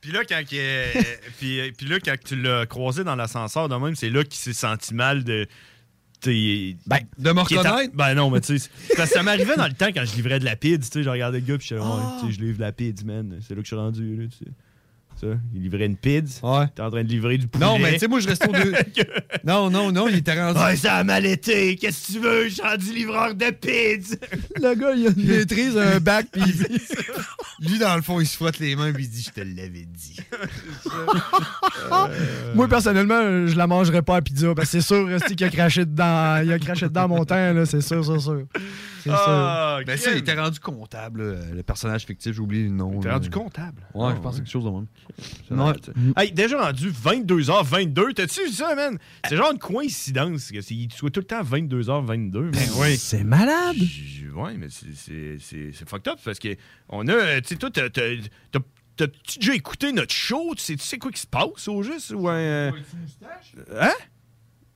S9: Puis là, quand, qu'il est- puis, puis là, quand tu l'as croisé dans l'ascenseur, de même, c'est là qu'il s'est senti mal de. Ben,
S10: de me
S9: reconnaître? Ben non, mais tu sais. c'est- parce que ça m'arrivait dans le temps quand je livrais de la pide, tu sais, je regardais le gars, puis je disais, ouais,
S10: Ah.
S9: tu sais, je livre la pide, man. C'est là que je suis rendu, là, tu sais. Ça, il livrait une pide.
S10: Ouais.
S9: T'es en train de livrer du poulet.
S10: Non, mais tu sais, moi, je restais au
S9: <laughs>
S10: deux. non, non, non, il était rendu.
S9: Ouais, ça a mal été. Qu'est-ce que tu veux? Je suis rendu livreur de pizza.
S11: <laughs> le gars, il a une
S10: maîtrise, un bac, puis il- <laughs>
S9: <laughs>
S10: Lui, dans le fond, il se frotte les mains, puis il dit Je te l'avais <laughs> dit.
S11: Ah! Moi, personnellement, euh, je la mangerais pas à pizza. Parce que c'est sûr, Rusty, qu'il a craché dedans. Il a craché dedans mon temps, là. C'est sûr, c'est sûr. C'est sûr.
S10: Ben, ça, il était rendu comptable, là, le personnage fictif, j'ai oublié le nom. Il
S9: était rendu comptable?
S10: Ouais,
S9: Ah,
S10: je pense
S9: ouais.
S10: que c'est
S9: Mm.
S10: quelque chose de même. C'est
S9: Non,
S10: vrai, tu sais.
S9: hey, déjà rendu 22h22. T'as-tu vu ça, man? C'est genre une coïncidence. Que c'est- il soit tout le temps 22h22. Ben
S11: C'est malade.
S9: Ouais, mais c'est- c'est c'est- c'est fucked up parce que on a. euh, Tu sais, toi, t'as- t'as- t'as- t'as-tu déjà écouté notre show? Tu sais, tu sais quoi qui se passe au juste? Ou un. euh, Hein?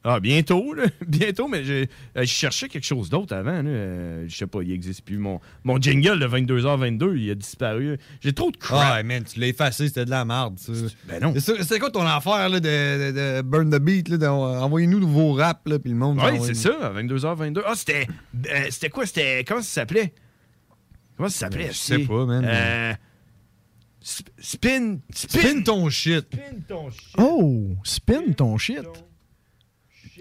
S9: Ah, bientôt, là. <laughs> Bientôt, mais je, euh, je cherchais quelque chose d'autre avant. Là. Euh, je sais pas, il existe plus. Mon, mon jingle de 22h22, il a disparu. J'ai trop de crap.
S10: Ah, man, tu l'as effacé, c'était de la merde, ça.
S9: Ben non.
S10: C'est sûr- C'était quoi ton affaire là, de, de- de Burn the Beat? là, de- Envoyez-nous vos raps, là, puis le monde.
S9: Oui,
S10: envoie-
S9: c'est ça, à 22h22. Ah, c'était. euh, c'était quoi? C'était. Comment ça s'appelait? Comment ça s'appelait?
S10: Ben, Je sais
S9: c'est-
S10: pas, man.
S9: Euh, sp- spin, spin.
S10: ton shit.
S9: Spin ton shit.
S11: Oh, spin ton shit.
S10: Tu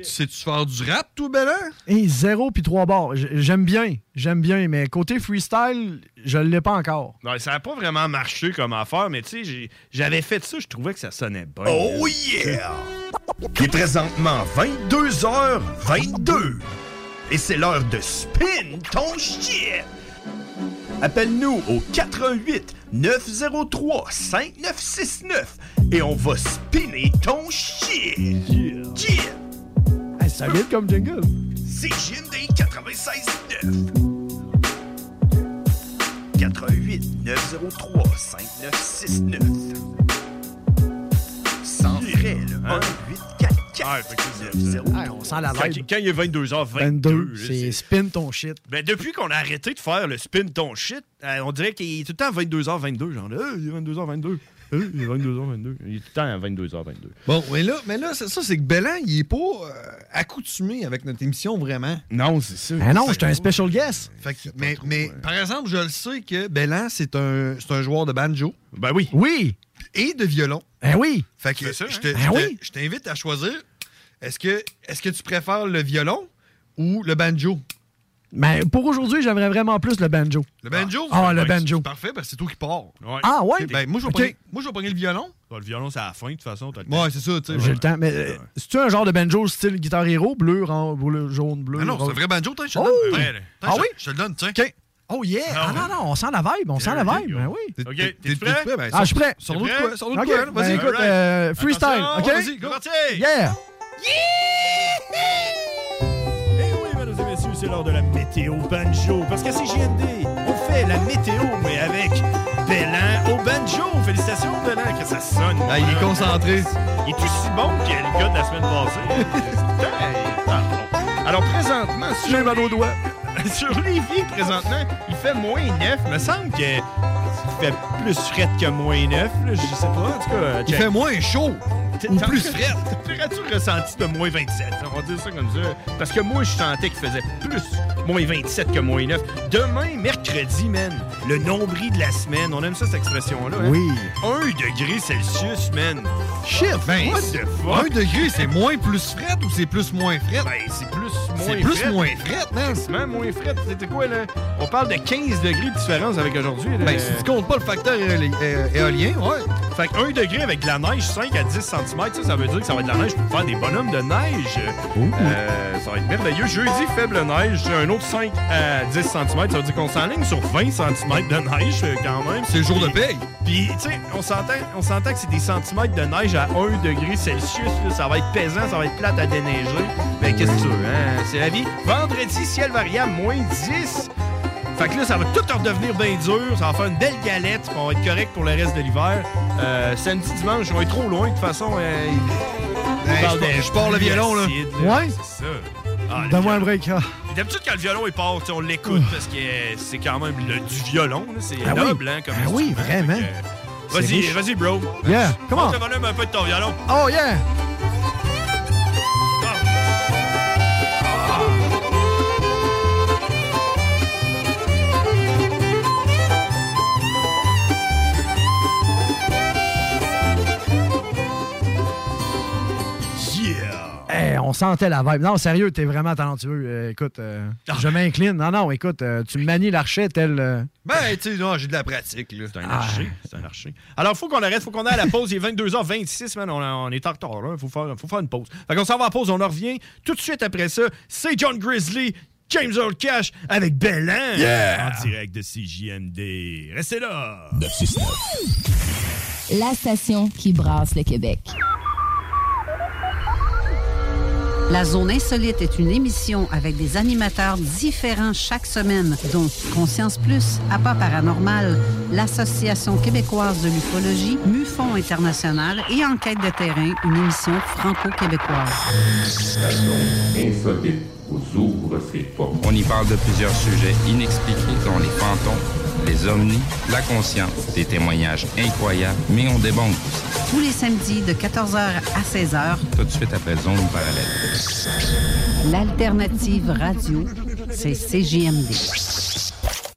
S10: Sais-tu faire du rap, tout
S9: hein?
S10: Bellin?
S11: Et zéro puis trois bars. J- J'aime bien. J'aime bien. Mais côté freestyle, je l'ai pas encore.
S9: Ouais, ça n'a pas vraiment marché comme affaire, mais tu sais, j'ai- j'avais fait ça, je trouvais que ça sonnait bien.
S2: Oh yeah! Il est présentement 22h22. Et c'est l'heure de spin ton shit! Appelle-nous au 88 903 5969 et on va spinner ton shit! Yeah!
S11: Hey, ça vient comme jingle.
S2: C'est JMD 96.9. 88 903 5969. Sans vrai, le 1 8 4
S9: heures. Fait que c'est zéro.
S11: Ouais, on sent la
S9: Quand-
S11: vibe.
S9: Quand il est 22h22.
S11: 22,
S9: là,
S11: c'est spin ton shit.
S9: Ben, depuis qu'on a arrêté de faire le spin ton shit, euh, on dirait qu'il est tout le temps à 22h22. Genre, là, il est 22h22. Euh, il est 22h22. Il est tout le temps à 22h22.
S10: Bon, mais là, mais là c'est ça, c'est que Bellan, il est pas euh, accoutumé avec notre émission vraiment.
S9: Non, c'est ça.
S11: Ah non, j'étais un special guest.
S10: Fait que- mais, mais par exemple, je le sais que Bellan, c'est un, c'est un joueur de banjo.
S9: Ben oui.
S11: Oui.
S10: Et de violon.
S11: Ben oui.
S10: Fait que je te-
S11: hein?
S10: je
S11: Ben
S10: te-
S11: oui.
S10: je t'invite à choisir. Est-ce que, est que tu préfères le violon ou le banjo?
S11: Mais Ben, pour aujourd'hui, j'aimerais vraiment plus le banjo.
S10: Le banjo?
S11: Ah,
S10: c'est-
S11: le
S10: c'est-
S11: banjo.
S10: ben, c'est Parfait, parce que c'est toi qui pars.
S11: Ah, ouais?
S10: Ben, moi, je vais
S11: Ok.
S10: prendre- moi, je vais prendre le violon.
S9: le violon, c'est à la fin, de toute façon.
S10: Ouais, c'est ça, tu sais.
S11: J'ai le temps. Mais euh, c'est-tu un genre de banjo style guitare héros, bleu, ran- bleu, jaune, bleu?
S10: Ah Non, non, c'est un
S11: rose?
S10: vrai banjo, t'as, je te
S11: Oh!
S10: le donne. Vrai, là. T'as,
S11: Ah
S10: je-
S11: oui?
S10: Je te le donne, tiens.
S11: Oh yeah! Ah, non, non, on sent la vibe, on sent la vibe. Ben oui.
S10: OK, t'es prêt? Ben,
S11: Ah, je suis prêt.
S10: Sors-nous de quoi? Sors-nous de
S11: Ok,
S10: quoi? là? Vas-y,
S11: ben, écoute, euh, freestyle, ok?
S10: Attention, Vas-y, go.
S11: Yeah!
S9: Eh oui, mesdames et messieurs, c'est l'heure de la météo banjo. Parce qu'à CGND, on fait la météo, mais avec Bélin au banjo. Félicitations, Bélin, que ça sonne.
S10: Ah, il est concentré.
S9: Il est aussi bon que le gars de la semaine passée.
S10: <laughs>
S9: Putain, ah, bon. Alors, présentement, si j'ai mal au doigt. <laughs> sur Lévis, présentement, il fait moins 9. Il me semble que il fait plus fret que moins 9. là. Je sais pas, en tout
S12: Euh,
S9: cas.
S10: Il
S9: check.
S10: fait moins chaud. Ou
S9: Tant-
S10: plus frais.
S9: Température ressentie de moins 27. On va dire ça comme ça. Parce que moi, je sentais qu'il faisait plus moins 27 que moins 9. Demain, mercredi, man, le nombril de la semaine. On aime ça, cette expression-là. hein?
S10: Oui.
S9: 1 degré Celsius, man.
S10: Shit, ben,
S9: What the fuck?
S10: 1 degré, c'est moins plus fret ou c'est plus moins fret?
S9: Ben, c'est plus moins
S10: C'est plus
S9: fret.
S10: moins fret, man.
S9: Quasiment moins fret. C'était quoi, là? On parle de 15 degrés de différence avec aujourd'hui. là.
S10: Ben, si tu comptes pas le facteur éoli- euh, éolien, ouais.
S9: Fait que 1 degré avec de la neige, 5 à 10 cm, ça, ça veut dire que ça va être de la neige pour faire des bonhommes de neige. Euh, ça va être merveilleux. Jeudi, faible neige, un autre 5 à 10 cm, ça veut dire qu'on s'enligne sur 20 cm de neige euh, quand même.
S10: C'est le jour de
S9: Puis-
S10: paye.
S9: Puis, tu sais, on s'entend on s'entend que c'est des centimètres de neige à 1 degré Celsius. là. ça va être pesant, ça va être plate à déneiger. Mais qu'est-ce que tu veux, hein? C'est la vie. Vendredi, ciel variable, moins 10. Fait que là, ça va tout redevenir bien dur. Ça va faire une belle galette. puis On va être correct pour le reste de l'hiver. Euh, samedi, dimanche, on est trop loin. De toute façon, euh, il- il
S10: Hey,
S9: parle
S10: Ben, je pars-
S9: de-
S10: je pars le violon, là.
S9: acide,
S11: Ouais.
S9: C'est ça. Ah, le
S11: Donne-moi un
S9: violon.
S11: break. ah.
S9: Puis D'habitude, quand le violon il part, tu sais, on l'écoute parce que euh, c'est quand même le, du violon. là. C'est
S11: Ah oui.
S9: noble, hein, comme
S11: Ah oui,
S9: instrument.
S11: vraiment.
S9: Fait que, euh,
S11: C'est
S9: Vas-y,
S11: riche.
S9: vas-y, bro.
S11: Yeah, come
S9: Monte
S11: on.
S9: le volume un peu de ton violon.
S11: Oh yeah!
S9: Yeah!
S11: Hey, Eh, on sentait la vibe. Non, sérieux, t'es vraiment talentueux. Euh, écoute, euh, je m'incline. Non, non, écoute, euh, tu manies l'archet tel. euh,
S10: Ben, tu sais, non, j'ai de la pratique, là.
S9: C'est un
S11: Ah.
S9: archer. C'est un archer. Alors, faut qu'on arrête, faut qu'on aille à la pause. Il est 22h26, man. On, on est en retard, hein. Faut faire, faut faire une pause. Fait qu'on s'en va en pause, on en revient. Tout de suite après ça, c'est John Grizzly, James Earl Cash avec Ah, Bellin.
S13: Yeah!
S9: En direct de CJMD. Restez là!
S3: La station qui brasse le Québec.
S14: La Zone Insolite est une émission avec des animateurs différents chaque semaine, dont Conscience Plus, Appa Paranormal, l'Association québécoise de l'ufologie, MUFON International et Enquête de terrain, une émission franco-québécoise.
S15: insolite vous ouvre ses portes.
S16: On y parle de plusieurs sujets inexpliqués, dont les fantômes, les ovnis, la conscience, des témoignages incroyables, mais on débonde aussi,
S14: Tous les samedis de 14h à 16h,
S16: tout de suite après Zone Parallèle.
S14: l'alternative radio, c'est CJMD.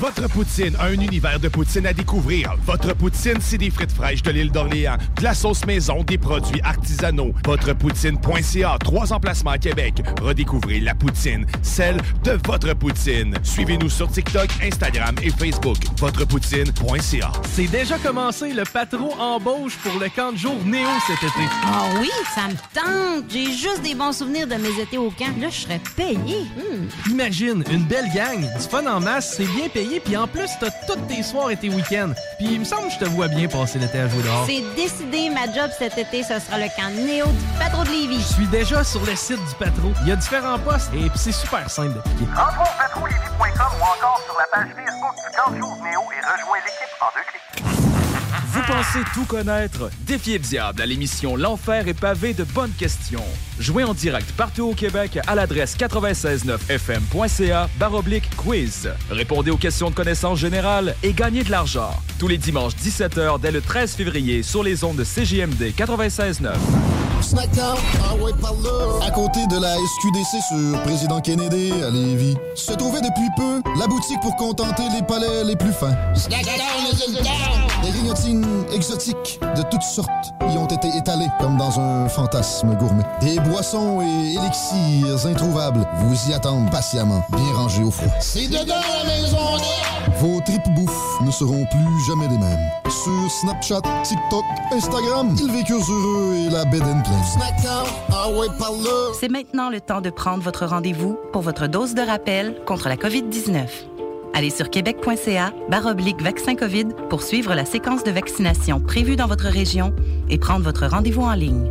S17: Votre poutine a un univers de poutine à découvrir. Votre poutine, c'est des frites fraîches de l'île d'Orléans, de la sauce maison, des produits artisanaux. Votrepoutine.ca, trois emplacements à Québec. Redécouvrez la poutine, celle de votre poutine. Suivez-nous sur TikTok, Instagram et Facebook. Votrepoutine.ca.
S18: C'est déjà commencé, le patron embauche pour le camp de jour Néo cet été.
S19: Ah oui, ça me tente. J'ai juste des bons souvenirs de mes étés au camp. Là, je serais payé.
S18: Imagine, une belle gang, du fun en masse, c'est bien payé, puis en plus, t'as toutes tes soirs et tes week-ends. Puis il me semble que je te vois bien passer l'été à jouer dehors.
S19: C'est décidé, ma job cet été, ce sera le camp Néo du Patro de Lévis.
S18: Je suis déjà sur le site du patro. Il y a différents postes et puis c'est super simple d'appliquer.
S20: Rentre au patrouillevis.com ou encore sur la page Facebook du Camp Jour Néo et rejoins l'équipe en deux clics.
S21: Vous pensez tout connaître? Défiez le diable à l'émission L'Enfer est pavé de bonnes questions. Jouez en direct partout au Québec à l'adresse 969fm.ca baroblique quiz. Répondez aux questions de connaissance générale et gagnez de l'argent. Tous les dimanches 17h dès le 13 février sur les ondes de CGMD 969.
S22: Snackdown, ah ouais, par là. À côté de la SQDC sur Président Kennedy à Lévis, se trouvait depuis peu la boutique pour contenter les palais les plus fins. Des grignotines exotiques de toutes sortes y ont été étalées comme dans un fantasme gourmet. Des boissons et élixirs introuvables vous y attendent patiemment, bien rangés au froid.
S23: C'est dedans la maison
S22: Vos tripes bouffes ne seront plus jamais les mêmes. Sur Snapchat, TikTok, Instagram, ils vécurent heureux et la bed and pleine.
S24: C'est maintenant le temps de prendre votre rendez-vous pour votre dose de rappel contre la COVID-19. Allez sur québec.ca baroblique vaccin COVID pour suivre la séquence de vaccination prévue dans votre région et prendre votre rendez-vous en ligne.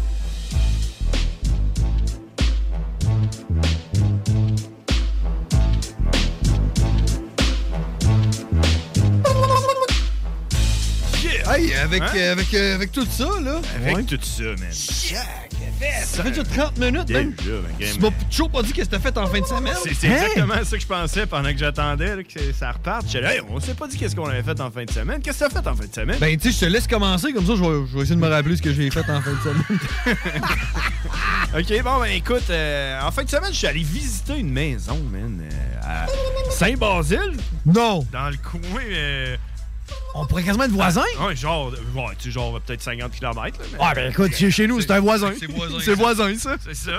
S12: Hey, avec,
S9: Hein?
S12: euh, avec, euh, avec tout ça, là.
S9: Avec tout ça, man.
S12: Ça fait déjà 30 minutes,
S9: Déjà,
S12: même.
S9: man,
S12: Tu
S9: game.
S12: m'as toujours pas dit qu'est-ce que t'as fait en fin de semaine. Hein?
S9: C'est c'est exactement ça que je pensais pendant que j'attendais là, que c'est- ça reparte. J'étais là, Hey, on s'est pas dit qu'est-ce qu'on avait fait en fin de semaine. Qu'est-ce que t'as fait en fin de semaine?
S12: Ben, tu sais, je te laisse commencer, comme ça, je vais, je vais essayer de me rappeler ce que j'ai fait en fin de
S9: <laughs>
S12: semaine.
S9: OK, bon, ben écoute, euh, en fin de semaine, je suis allé visiter une maison, man, euh, à Saint-Basile.
S12: Non!
S9: Dans le coin, euh, Ah,
S12: On pourrait quasiment être voisins.
S9: Ouais, genre, ouais, tu sais, genre peut-être 50 km. Là, mais-
S12: Ah, ben, écoute, c'est chez nous, c'est un voisin.
S9: C'est voisin.
S12: C'est voisin, ça.
S9: C'est ça.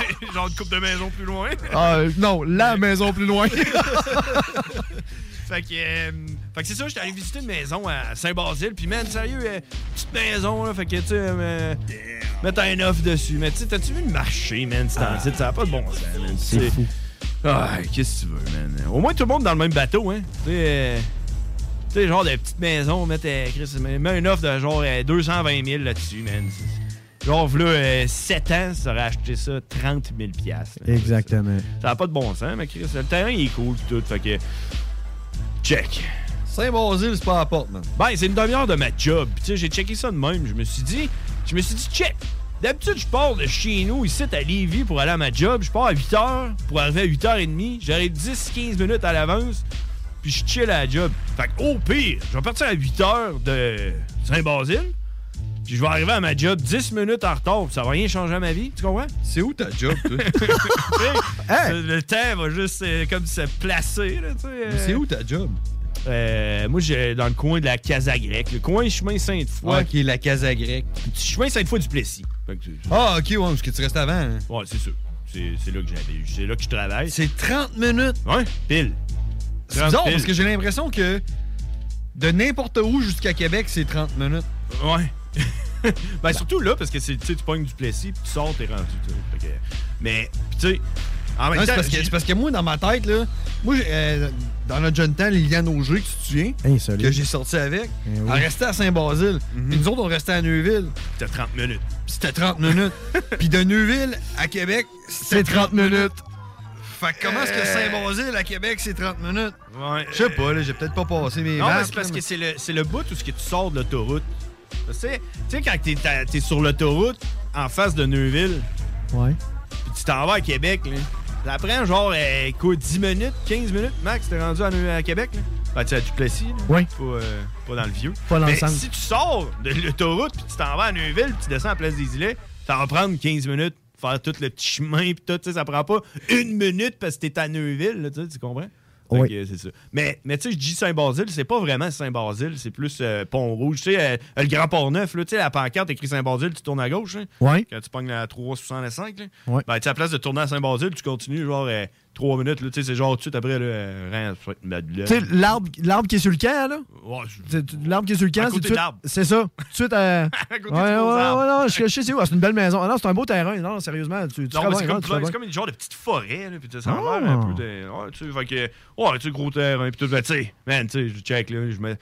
S9: <laughs> C'est genre une coupe de maison plus loin.
S12: Ah, euh, non, la maison plus loin.
S9: <laughs> Fait que, euh, fait que c'est ça, j'étais allé visiter une maison à Saint-Basile. Puis, man, sérieux, euh, petite maison, là. Fait que, tu sais, euh, mettre un offre dessus. Mais, tu sais, t'as-tu vu le marché, man, c'est temps-ci? Ça n'a pas de bon sens, man.
S12: Ah. C'est
S9: Tu sais.
S12: fou.
S9: Ah, qu'est-ce que tu veux, man? Au moins, tout le monde dans le même bateau, hein. Tu sais, euh, tu sais, genre, des petites maisons, mettre, euh, Chris, mets mets une offre de genre euh, 220 000 là-dessus, man. C'est- Genre, là, 7 ans, ça aurait acheté ça 30 000 piastres. là.
S11: <laughs> Exactement.
S9: Ça n'a pas de bon sens, mais Chris, le terrain, il est cool, pis tout. Fait que, check.
S12: Saint-Basile, c'est pas à porte, man.
S9: Ben, c'est une demi-heure de ma job. Puis, Tu sais, j'ai checké ça de même. Je me suis dit, je me suis dit, check. D'habitude, je pars de chez nous, ici, à Lévis, pour aller à ma job. Je pars à 8h pour arriver à 8h30. J'arrive 10-15 minutes à l'avance. Puis je chill à la job. Fait que, au pire, je vais partir à 8h de Saint-Basile. Puis je vais arriver à ma job 10 minutes en retard. puis Ça va rien changer à ma vie. Tu comprends?
S12: C'est où ta job,
S9: <laughs>
S12: toi?
S9: Le temps va juste euh, comme se placer. Là, tu sais, euh.
S12: C'est où ta job?
S9: Euh, moi, j'ai dans le coin de la Casa Grecque, le coin chemin Sainte-Foy.
S12: Ah, Ok, la Casa Grecque.
S9: Chemin Sainte-Foy du Plessis.
S12: Ah, ok, ouais, parce que tu restes avant. hein.
S9: Ouais, c'est sûr. C'est c'est là que j'avais. C'est là que je travaille.
S12: C'est 30 minutes.
S9: Ouais, pile.
S12: C'est
S9: 30
S12: bizarre
S9: pile.
S12: parce que j'ai l'impression que de n'importe où jusqu'à Québec, c'est 30 minutes. <laughs>
S9: Ouais. ben, surtout là, parce que c'est, tu sais, tu pognes du Plessis, puis tu sors, t'es rendu. tu sais. Fait que- Mais, puis tu sais, en même
S12: Non,
S9: temps.
S12: c'est parce, que-
S9: Ah, j'ai-
S12: c'est parce que moi, dans ma tête, là, moi, j'ai- euh, dans notre jeune temps, Liliane Auger, que tu te souviens, que j'ai sorti avec,
S9: Eh oui. Mhm.
S12: elle restait à Saint-Basile. Puis nous autres, on restait à Neuville.
S9: C'était 30 minutes.
S12: C'était 30
S9: <laughs>
S12: minutes. Puis de Neuville à Québec, c'était 30 minutes. Fait que comment est-ce que
S9: Euh.
S12: Saint-Basile à Québec, c'est 30 minutes?
S9: Ouais.
S12: Je sais pas, là, j'ai peut-être pas passé mes
S9: Non, mais
S12: marques,
S9: c'est parce
S12: là,
S9: que c'est le, c'est le bout où ce que tu sors de l'autoroute. Tu sais, tu sais, quand t'es, à- t'es sur l'autoroute, en face de Neuville,
S11: Ouais.
S9: puis tu t'en vas à Québec, là. Ça prend genre, euh, écoute, 10 minutes, 15 minutes, max, t'es rendu à, Neu- à Québec, là. Ben, tu sais, à Duplessis, là.
S11: Oui.
S9: Pas, euh, pas dans le vieux.
S11: Pas dans le
S9: Mais
S11: centre.
S9: si tu sors de l'autoroute, puis tu t'en vas à Neuville, puis tu descends à la Place des Îlets, ça va prendre 15 minutes, faire tout le petit chemin, puis tout, tu sais, ça prend pas une minute parce que t'es à Neuville, là, tu sais, tu comprends? Fait
S11: Oui.
S9: que c'est ça. Mais, mais tu sais, je dis Saint-Basile, c'est pas vraiment Saint-Basile, c'est plus euh, Pont-Rouge. Tu sais, euh, le Grand Port-Neuf, là, tu sais, la pancarte écrit Saint-Basile, tu tournes à gauche. hein,
S11: Ouais.
S9: Quand tu pognes la 365. Là.
S11: Ouais.
S9: Ben, tu sais, à la place de tourner à Saint-Basile, tu continues genre euh, trois minutes. là, Tu sais, c'est genre tout de suite après, là, euh, Reims, ouais, Madeleine.
S11: Tu sais, l'arbre l'arbre qui est sur le camp, là.
S9: Ouais, je-
S11: C'est- tu- L'arbre qui est sur le
S9: À
S11: camp, c'est
S9: côté
S11: tout de
S9: de
S11: suite-
S9: l'arbre.
S11: C'est ça. Tout de suite
S9: <laughs>
S11: à. ouais, ouais, ouais, non, je, je sais c'est où. Ah, C'est une belle maison. Ah, non, c'est un beau terrain. Non, sérieusement. Tu, tu feras
S9: Non, mais
S11: bien,
S9: c'est
S11: non,
S9: comme,
S11: tu feras
S9: c'est
S11: bien.
S9: comme une genre de petite forêt, là, puis tu sais, ça
S11: Ah.
S9: a l'air un peu de. Ouais, tu sais, fait que. Ouais, tu sais, gros terrain, puis tout. ben, tu sais, man, tu sais, je check, là, je me.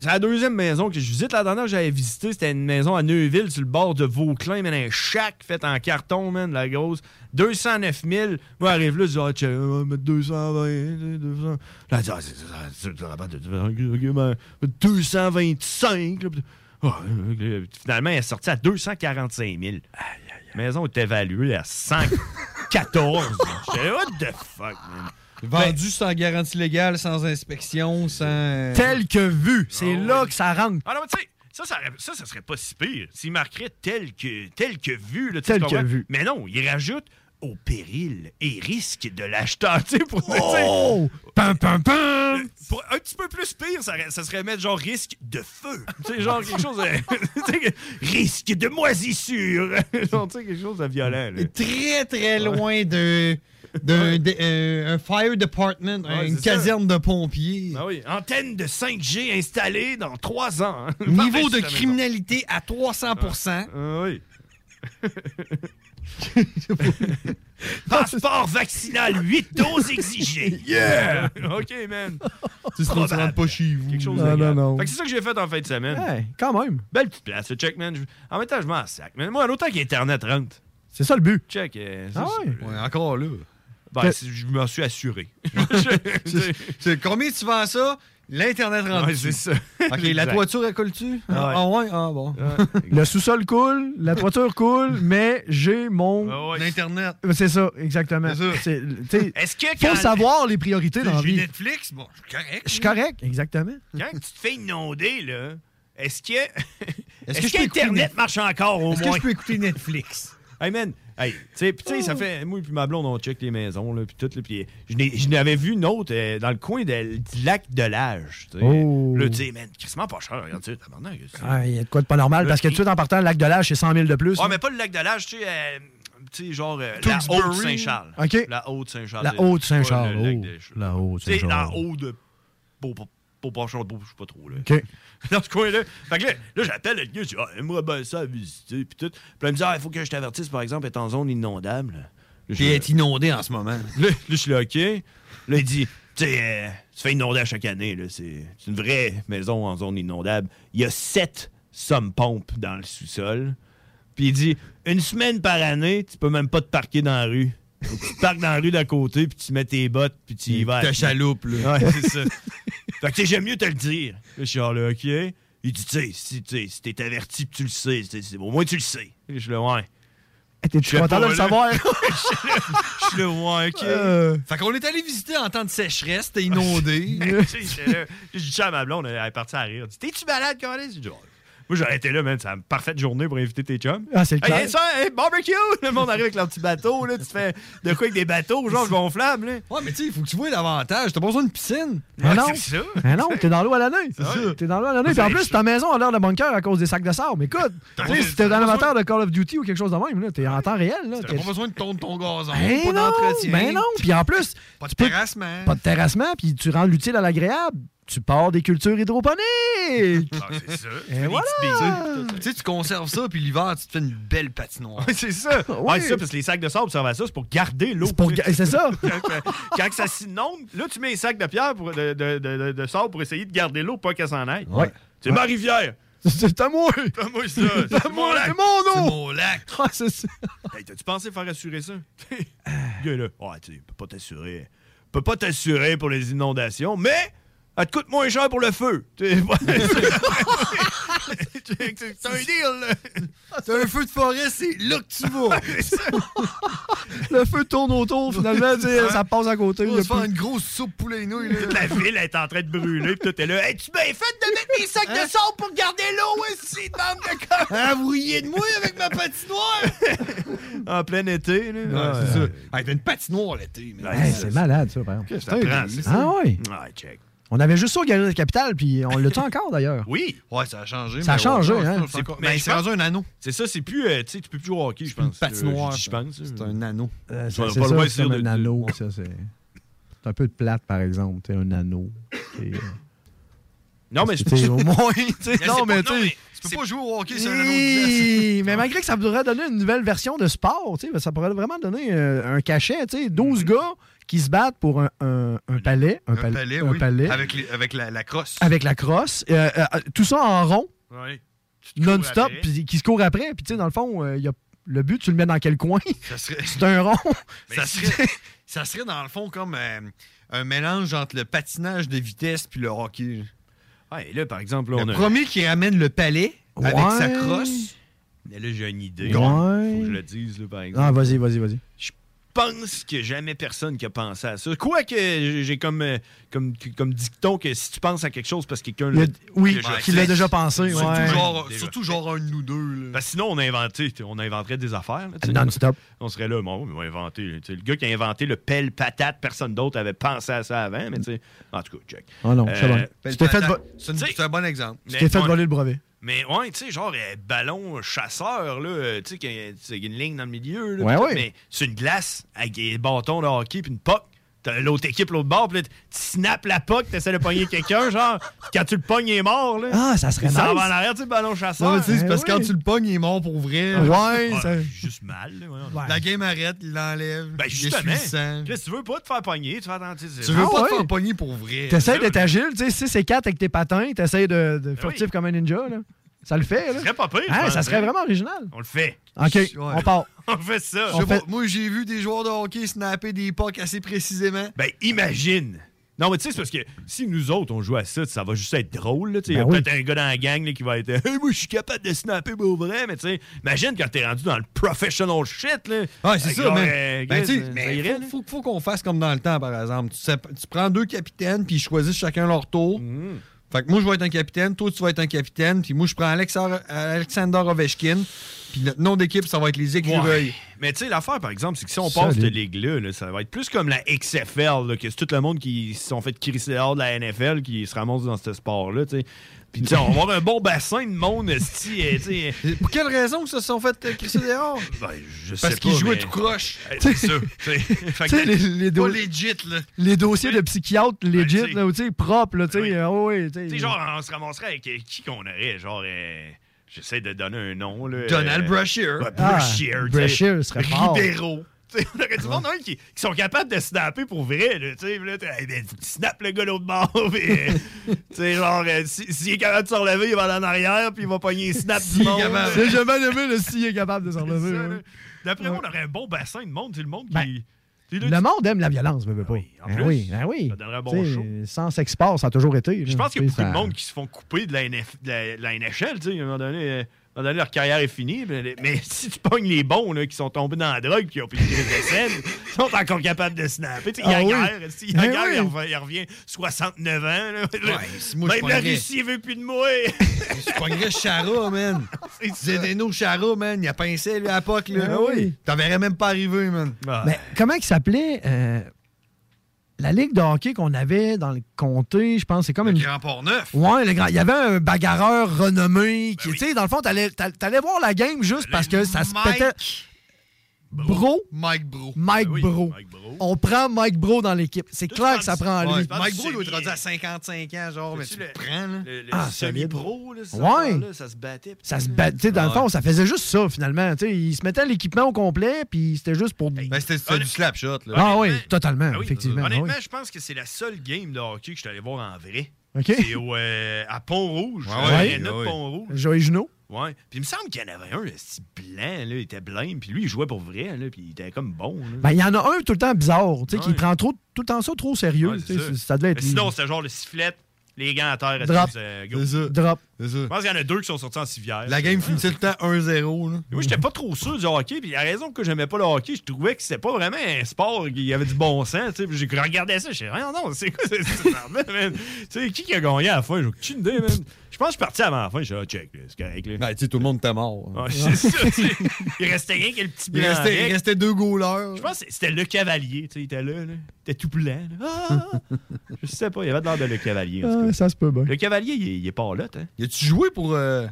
S9: C'est la deuxième maison que je visite. La dernière que j'avais visitée, c'était une maison à Neuville, sur le bord de Vauclin, man, un shack fait en carton, man, la grosse. 209 000. Moi, arrive là, je dis, ah, tiens, on va mettre 220, hein, 200. Là, elle dit, ah, ben, c'est- c'est- c'est- ça rabat de- de- de- de- 225, là, puis- Ah, euh, Finalement, elle est sortie à 245 000. La maison est évaluée à 114.
S11: <laughs>
S9: J'étais, what the fuck, man? Ben,
S12: Vendu sans garantie légale, sans inspection, sans. euh,
S11: Tel que vu. C'est là que ça rentre.
S9: Ah non, mais tu sais, ça, ça, aurait- ça, ça serait pas si pire. S'il marquerait tel que, tel que vu. Là, tu sais,
S11: Tel
S9: tu comprends?
S11: que vu.
S9: Mais non, il rajoute au péril et risque de l'acheteur. <laughs> Tu sais, pour
S11: Oh! Pam, pam, pam!
S9: tu sais, pour un petit peu plus pire, ça, aurait- ça serait mettre genre risque de feu. <laughs> Tu sais, genre quelque chose. de- <laughs> tu sais, que- risque de moisissure. <laughs> genre, tu sais, quelque chose de violent. là.
S12: Très, très loin de. d'un- de- euh, un fire department,
S9: Ouais,
S12: une
S9: c'est ça.
S12: caserne de pompiers.
S9: Ah oui, antenne de 5G installée dans 3 ans. hein.
S12: Niveau
S9: Parfait,
S12: de
S9: justement.
S12: criminalité à 300
S9: Ah
S11: <laughs>
S9: oui. Passeport vaccinal, 8
S11: <laughs>
S9: doses exigées.
S12: Yeah!
S9: <laughs> OK, man.
S12: Tu sais, sinon, tu rentres pas chez vous.
S9: Oh, Quelque chose
S11: Non,
S9: de
S11: non,
S9: grave.
S11: non.
S9: Fait que c'est ça que j'ai fait en fin de semaine.
S11: Hey, quand même.
S9: Belle petite place, le check, man. Je- En même temps, je m'en sac, man. Moi, en autant qu'Internet rentre.
S11: C'est ça le but.
S9: Check. euh,
S11: Ah
S9: c'est
S11: ouais?
S9: ça.
S12: encore là.
S9: Ben, c'est- je m'en suis assuré.
S12: C'est- c'est- combien tu vends ça? L'Internet rentre.
S9: Ouais, c'est ça.
S12: OK, la
S9: Exact.
S12: toiture, elle colle-tu?
S11: Ah
S12: Ah,
S11: ouais.
S12: ouais? Ah bon. <laughs>
S11: Le sous-sol coule, la toiture coule, mais j'ai mon. Euh,
S12: L'Internet.
S11: C'est ça, exactement. C'est- tu sais,
S9: Est-ce que
S11: faut
S9: quand-
S11: savoir les priorités dans la
S9: J'ai
S11: vie.
S9: Netflix, bon, je suis correct.
S11: Je suis correct, exactement.
S9: Quand tu te fais inonder, là, est-ce que. Est-ce
S12: que je peux
S9: qu'Internet
S12: écouter-
S9: marche encore au
S12: Est-ce que
S9: moins?
S12: je peux écouter Netflix? Oh.
S9: Hey man, hey, tu sais, pis tu sais, ça fait. Moi, puis ma blonde, on check les maisons, là, puis tout, là, puis je n'ai- je n'avais vu une autre euh, dans le coin de, du lac de l'âge. tu sais.
S11: Oh.
S9: Là, tu sais, man, crissement pas cher, regarde, tu sais, tabarnak, c'est-
S11: Ah, Il y a de quoi de pas normal, parce que tout de suite, en partant, le lac de l'âge, c'est 100 000 de plus.
S9: Ouais,
S11: là.
S9: Ah, mais pas le lac de l'âge, tu sais, euh, tu sais, genre euh, la
S11: Tewksbury.
S9: haute Saint-Charles.
S11: OK.
S9: La haute Saint-Charles.
S11: La haute Saint-Charles.
S9: Pas le lac
S11: oh,
S9: de-
S11: La haute
S9: Tu sais,
S11: Saint-Charles.
S9: en haut de Beauport-Charles, je sais pas trop, là.
S11: OK.
S9: <laughs> dans ce coin-là. Fait que là, là, j'appelle le gars, je dis, ah, aimerais bien ça à visiter, puis tout. Puis là, il me dit, ah, il faut que je t'avertisse, par exemple, est en zone inondable. Puis
S12: est inondé en ce moment.
S9: <laughs> Là, là, je suis là, OK. Là, il dit, tu sais, euh, tu fais inonder à chaque année, là. C'est c'est une vraie maison en zone inondable. Il y a sept sommes-pompes dans le sous-sol. Puis il dit, une semaine par année, tu peux même pas te parquer dans la rue. Faut que tu te parques dans la rue d'à côté, puis tu mets tes bottes, puis tu y vas.
S12: Ta chaloupe, là.
S9: Ouais, c'est ça. fait que tu sais, j'aime mieux te le dire. Là, je suis genre là, OK. Il dit, tu sais, si tu sais, si t'es averti, puis tu le sais, c'est- c'est- au moins tu le sais. Je suis là, ouais.
S11: Hey, Eh, T'es-tu content de le savoir?
S9: <laughs> Je suis là, ouais, OK.
S11: Euh.
S12: Fait qu'on est allé visiter en temps de sécheresse, c'était inondé.
S9: <laughs> Tu sais, j'étais là. J'ai dit ça à ma blonde, elle est partie à rire. Elle dit T'es-tu malade, Carlis J'ai dit Ouais. Moi, j'aurais été là, man. C'est la parfaite journée pour inviter tes chums.
S11: Ah, c'est le
S9: Hey,
S11: clair.
S9: hey, ça, hey, barbecue! <laughs> Le monde arrive avec leur petit bateau, là. Tu te fais de quoi avec des bateaux, genre gonflables, là. Ah,
S10: Ouais, mais tu sais, il faut que tu vois davantage. T'as pas besoin d'une piscine.
S11: Mais Ah non,
S10: Ah, c'est ça.
S11: mais non, t'es dans l'eau à l'année.
S10: C'est ça.
S11: T'es dans l'eau à l'année. Puis en
S10: Ben,
S11: plus,
S10: je-
S11: ta maison a l'air de bunker à cause des sacs de sable. Mais écoute,
S10: T'as
S11: tu sais,
S10: pas-
S11: si t'es un amateur de Call of Duty ou quelque chose de même, là, t'es en temps réel. Là,
S10: T'as
S11: T'es-
S10: pas besoin de tondre ton gazon.
S11: Ben
S10: pas
S11: non,
S10: d'entretien.
S11: ben non. Puis en plus,
S10: Pas de
S11: tu peux-
S10: terrassement.
S11: pas de terrassement, puis tu rends l'utile à l'agréable. Tu pars des cultures hydroponiques.
S9: Ah,
S10: Ah, c'est
S11: <laughs>
S10: ça.
S11: Et voilà.
S10: Tu sais, tu conserves ça, puis l'hiver, tu te fais une belle patinoire.
S9: Ouais, c'est ça. Ouais,
S10: Ouais.
S9: c'est ça, parce que les sacs de sable servent à ça, c'est pour garder l'eau.
S11: ga- Ah c'est ça.
S9: <laughs> quand, quand que ça s'inonde, là, tu mets les sacs de pierre pour, de, de- de- de- de sable pour essayer de garder l'eau, pas qu'elle s'en aille.
S11: Ouais.
S9: C'est ma rivière.
S11: C'est à moi.
S9: C'est moi, ça. C'est mon lac.
S11: C'est mon eau.
S9: lac.
S11: Ah, c'est ça.
S9: Hey, t'as-tu pensé faire assurer ça? <laughs> Le gars, là, ouais, tu sais, peut pas t'assurer. Peut pas t'assurer pour les inondations, mais elle te coûte moins cher pour le feu. <laughs> Tu sais, <laughs> C'est un deal, là.
S11: <laughs>
S10: T'as un feu de forêt, c'est là que tu
S9: <laughs>
S10: vas.
S11: Le feu tourne autour, finalement, tu sais, ça passe à côté.
S10: On
S11: y a
S10: va se faire
S11: plus-
S10: une grosse soupe poulet nouilles.
S9: Toute
S25: <laughs>
S9: la ville est en train de brûler, pis tout est là. Hey, tu m'as fait de mettre mes sacs de sable pour garder l'eau ici, bande de con!
S10: Ah, Hein? vous riez de moi avec ma patinoire!
S9: En plein été, là.
S10: Ouais, c'est ça. Hey, t'as une patinoire l'été, mais.
S11: Hey, c'est malade, ça, par exemple.
S10: Qu'est-ce que ça prend, ça?
S11: Ah, oui.
S9: Ouais, check.
S11: On avait juste ça au Galerie de Capitale, puis on l'a-tu encore, d'ailleurs?
S9: Oui.
S10: Ouais, ça a changé.
S11: Ça a
S10: mais
S11: changé,
S10: ouais,
S11: hein.
S10: c'est- c'est- Mais c'est rendu un anneau.
S9: C'est ça, c'est plus. euh, tu sais, tu peux plus jouer au hockey, je pense.
S10: une patinoire,
S9: Euh, Je pense. C'est
S10: un anneau.
S11: Euh,
S9: On
S11: C'est
S9: a
S11: c'est
S9: pas le droit
S11: ça,
S9: de
S11: c'est
S9: dire
S11: comme
S9: de-
S11: un anneau. ça, C'est c'est un peu de plate, par exemple. tu sais, Un anneau. C'est, euh,
S9: Non, mais
S11: c'est,
S9: je
S11: tu sais, au moins, tu
S9: <laughs>
S11: sais,
S10: Mais
S11: non,
S10: c'est
S11: mais
S10: pas-
S11: tu sais,
S10: Tu peux pas jouer au hockey sur un anneau de glace.
S11: Hi, <laughs> Mais malgré que ça pourrait donner une nouvelle version de sport, tu sais, ben, ça pourrait vraiment donner euh, un cachet. tu sais, 12 gars qui se battent pour un, un- un palais. Un,
S10: Un
S11: pal-
S10: palais,
S11: un
S10: oui.
S11: palais,
S10: Avec, les- avec la, la crosse.
S11: avec la crosse. euh, euh, tout ça en rond.
S10: Ouais.
S11: non-stop,
S10: après.
S11: puis qui se court après. Puis, tu sais, dans le fond, euh, y a le but, tu le mets dans quel coin?
S10: <laughs> Ça serait-
S11: C'est un rond.
S10: <laughs> Mais ça, serait, <laughs> ça serait, dans le fond, comme euh, un mélange entre le patinage de vitesse puis le hockey.
S9: Ouais, et là, par exemple,
S10: le premier qui ramène le palais avec sa crosse.
S9: Mais là, j'ai une idée.
S11: Ouais.
S9: Faut que je le dise, là, par exemple.
S11: Ah, vas-y, vas-y, vas-y.
S9: pense que jamais personne qui a pensé à ça. Quoique j'ai j'ai comme, euh, comme, comme dicton que si tu penses à quelque chose parce que quelqu'un
S11: Il y a-
S9: l'a
S11: oui,
S9: déjà
S11: qu'il l'a
S9: fait.
S11: déjà pensé,
S9: Surtout
S11: ouais.
S9: genre-
S10: Déjà.
S9: surtout
S10: genre un de nous deux. là.
S9: Parce que Ben, sinon, on, a inventé, on inventerait des affaires. là, tu sais.
S11: Non-stop.
S9: On serait là, bon, ils vont inventer. là, tu sais, Le gars qui a inventé le pelle patate, personne d'autre avait pensé à ça avant. Mais tu sais, en tout cas, check. Euh,
S11: Ah non, c'est bon.
S9: Pelle
S11: Tu t'es fait,
S9: patate.
S11: vo-
S10: C'est une- c'est un bon exemple.
S11: tu t'es fait voler le brevet.
S9: Mais ouais, tu sais, genre euh, ballon chasseur, là, euh, tu sais, qu'il y a- tu sais, qu'il y a une ligne dans le milieu, là,
S11: Ouais,
S9: pis tout,
S11: ouais.
S9: mais c'est une glace avec des bâtons de hockey puis une puck. T'as l'autre équipe, l'autre bord, puis là, tu snaps la puck, t'essaies de pogner quelqu'un, genre, quand tu le pognes, il est mort, là.
S11: Ah, ça serait
S9: Il s'en
S11: nice.
S9: va en arrière, tu sais, ballon chasseur.
S10: Non, mais tu sais, c'est parce que quand
S9: Ah, ben oui.
S10: tu le pognes, il est mort pour vrai.
S9: Ouais, Ah, ça- juste mal.
S10: La game arrête, il l'enlève.
S9: Ben,
S10: il
S9: justement,
S10: est sur le sang.
S9: Chris, tu veux pas te faire pogner, tu Ben fais attention.
S10: Tu veux
S11: Ah
S10: pas
S11: ouais.
S10: te faire pogner pour vrai.
S11: T'essayes d'être agile, tu sais, 6 et 4 avec tes patins, t'essayes de, de furtif comme un ninja, là. Ça le fait, là.
S10: serait pas pire, je
S11: Hein, ça
S10: pense,
S11: serait
S10: hein.
S11: vraiment original.
S9: On le fait.
S11: OK,
S10: Ouais.
S11: on part.
S9: On fait ça.
S10: Je sais pas, moi, j'ai vu des joueurs de hockey snapper des pucks assez précisément.
S9: Ben, imagine! Non, mais tu sais, c'est parce que si nous autres, on joue à ça, ça va juste être drôle. là, tu sais. Il y a
S10: Ben oui.
S9: peut-être un gars dans la gang là, qui va être Hey, moi, je suis capable de snapper pour vrai, mais tu sais, imagine quand t'es rendu dans le professional shit. Là,
S10: Ouais, c'est
S9: Avec
S10: ça,
S9: genre,
S10: mais.
S9: euh,
S10: Ben,
S9: Chris,
S10: tu sais,
S9: ça
S10: mais
S9: irait,
S10: faut, faut- faut qu'on fasse comme dans le temps, par exemple. Tu, sais- tu prends deux capitaines, puis ils choisissent chacun leur tour.
S9: Mm.
S10: Fait que moi, je vais être un capitaine, toi, tu vas être un capitaine, puis moi, je prends Alexar- Alexander Ovechkin, puis notre nom d'équipe, ça va être les écureuils.
S9: Ouais. Mais tu sais, l'affaire, par exemple, c'est que si on passe
S10: Solide.
S9: cette ligue-là, là, ça va être plus comme la XFL, là, que c'est tout le monde qui se sont fait crisser hors de la NFL qui se ramasse dans ce sport-là. tu sais. Puis tu sais, on va avoir un bon bassin de monde. esti, euh, tu sais. Ben,
S10: Pour quelle raison ils se sont fait euh, crisser dehors?
S9: Je
S10: Parce
S9: sais
S10: qu'ils
S9: pas,
S10: jouaient
S9: mais-
S10: tout croche.
S9: Eh, C'est ça.
S10: <laughs>
S9: tu sais. Fait que-
S11: Tu sais, les- les
S10: Pas
S11: dos-
S10: legit, là.
S11: Les dossiers de psychiatre legit,
S9: tu sais.
S11: là, où, tu sais, propre, là, tu sais, euh, ouais, ouais, tu
S9: Tu
S11: sais.
S9: sais, genre, on se ramasserait avec euh, qui qu'on aurait, genre, euh, j'essaie de donner un nom, là.
S10: Donald
S9: euh,
S10: Brashear.
S9: ouais,
S11: Ah,
S9: Brashear, tu sais.
S11: Brashear serait fort.
S9: Ribeiro. Tu sais, on aurait du monde, hein, qui, qui sont capables de snapper pour vrai, là, tu sais. Là, t'es, hey, ben, faut que tu snappes le gars l'autre bord, <laughs> puis, euh, tu sais, genre, euh, si- s'il est capable de se relever, il va aller en arrière, puis il va pogner les snaps du monde. là.
S11: C'est jamais aimé le s'il est capable de s'en
S9: C'est
S11: relever.
S9: ça,
S11: ouais.
S9: là. D'après moi, on aurait un bon bassin de monde, tu sais, le monde qui... tu sais, là,
S11: Le monde aime la violence, mais veut pas.
S9: en
S11: Ben
S9: plus,
S11: oui, ben oui.
S9: ça donnerait un bon
S11: Tu sais,
S9: show.
S11: Sans sexe-sport, ça a toujours été.
S9: Je pense qu'il y a beaucoup de monde qui se font couper de la, NF de la- de la NHL, tu sais, à un moment donné. euh, à un moment donné, leur carrière est finie, mais, mais <laughs> si tu pognes les bons là, qui sont tombés dans la drogue et qui ont pris des
S11: <laughs>
S9: scène, ils sont encore capables de snapper. Tu sais, Il y a
S26: Ah oui.
S9: guerre,
S11: Eh
S9: il y a
S26: Mais
S9: guerre,
S26: oui.
S9: il revient- il revient 69 ans. là.
S10: moi, je
S9: Même la
S10: prendrais-
S9: Russie Ben, veut plus de moi. Ah,
S10: Je pognerais <laughs> Chara,
S9: <laughs>
S10: man. Zedeno Chara, man. Il a pincé, lui, à POC, là.
S11: Ah oui.
S10: T'en verrais même pas arriver, man.
S9: Bah.
S11: Mais comment il s'appelait euh, la ligue de hockey qu'on avait dans le comté, je pense, c'est comme une.
S10: Grand Port Neuf.
S11: Ouais, le grand- il y avait un bagarreur
S10: Ben
S11: renommé qui, tu sais, dans le fond, t'allais, t'all- t'allais voir la game juste parce que ça se
S10: Mike
S11: pétait. Bro.
S10: Mike Bro. Ben
S11: Mike, Bro. On prend Mike Bro dans l'équipe. C'est clair que ça prend
S10: Ouais,
S11: lui.
S10: Mike Bro, il est rendu à 55 ans, genre, mais tu le prends, là.
S11: Ah, solide.
S9: semi-pro, là, ce
S11: Ouais.
S9: genre-là, ça se battait. puis
S11: Ça se bat, tu sais, dans le fond, ça faisait juste ça, finalement. Tu sais, il se mettait l'équipement au complet, puis c'était juste pour.
S10: Ben, c'était c'était du slap shot, là.
S11: Ah oui, totalement,
S9: Ah oui,
S11: effectivement. ah oui.
S9: Honnêtement, je pense que c'est la seule game de hockey que je suis allé voir en vrai.
S11: OK.
S9: C'est au, euh, à Pont-Rouge.
S11: Ouais,
S9: à l'aréna
S11: ouais,
S9: de
S11: ouais.
S9: Pont-Rouge.
S11: Joey Junot.
S9: Ouais. Puis il me semble qu'il y en avait un, si blanc, là, il était blême. Puis lui, il jouait pour vrai, là, puis il était comme bon. là.
S11: Ben, il y en a un tout le temps bizarre, tu sais, qui
S9: Ouais.
S11: prend trop, tout le temps ça trop sérieux.
S9: Ouais,
S11: tu
S9: c'est
S11: sais,
S9: ça.
S11: ça. devait être.
S9: Mais sinon, c'était genre le sifflet, les gants à terre.
S11: Drop.
S9: c'est, euh, go.
S11: C'est ça. Drop.
S9: Je pense qu'il y en a deux qui sont sortis en civière.
S10: La game finissait le temps 1-0, là.
S9: Mais Moi, j'étais pas trop sûr du hockey, puis la raison que j'aimais pas le hockey, je trouvais que c'était pas vraiment un sport qui avait du bon sens. tu sais. Puis J'ai regardé ça, je sais rien, non, c'est quoi cette affaire-là, <laughs> man? Tu sais, qui qui a gagné à la fin? J'ai aucune idée, man. Je pense que je suis parti avant la fin, je suis là, check, là, c'est correct. Là.
S10: Ben, tu sais, tout le monde était mort.
S9: Ouais,
S11: <laughs>
S9: c'est ça, tu sais. Il restait rien que le petit
S10: Il
S9: blanc.
S10: restait,
S9: avec.
S10: il restait deux goalers.
S9: Je pense que c'était le cavalier, tu sais, il était là, là. Il était tout blanc. là. Ah! je sais pas, il avait de l'air de le cavalier. en tout
S11: Ah, ça se peut bien.
S9: cas. Le cavalier, il est, il est pas là, hein?
S10: Y a-tu joué pour.
S9: euh,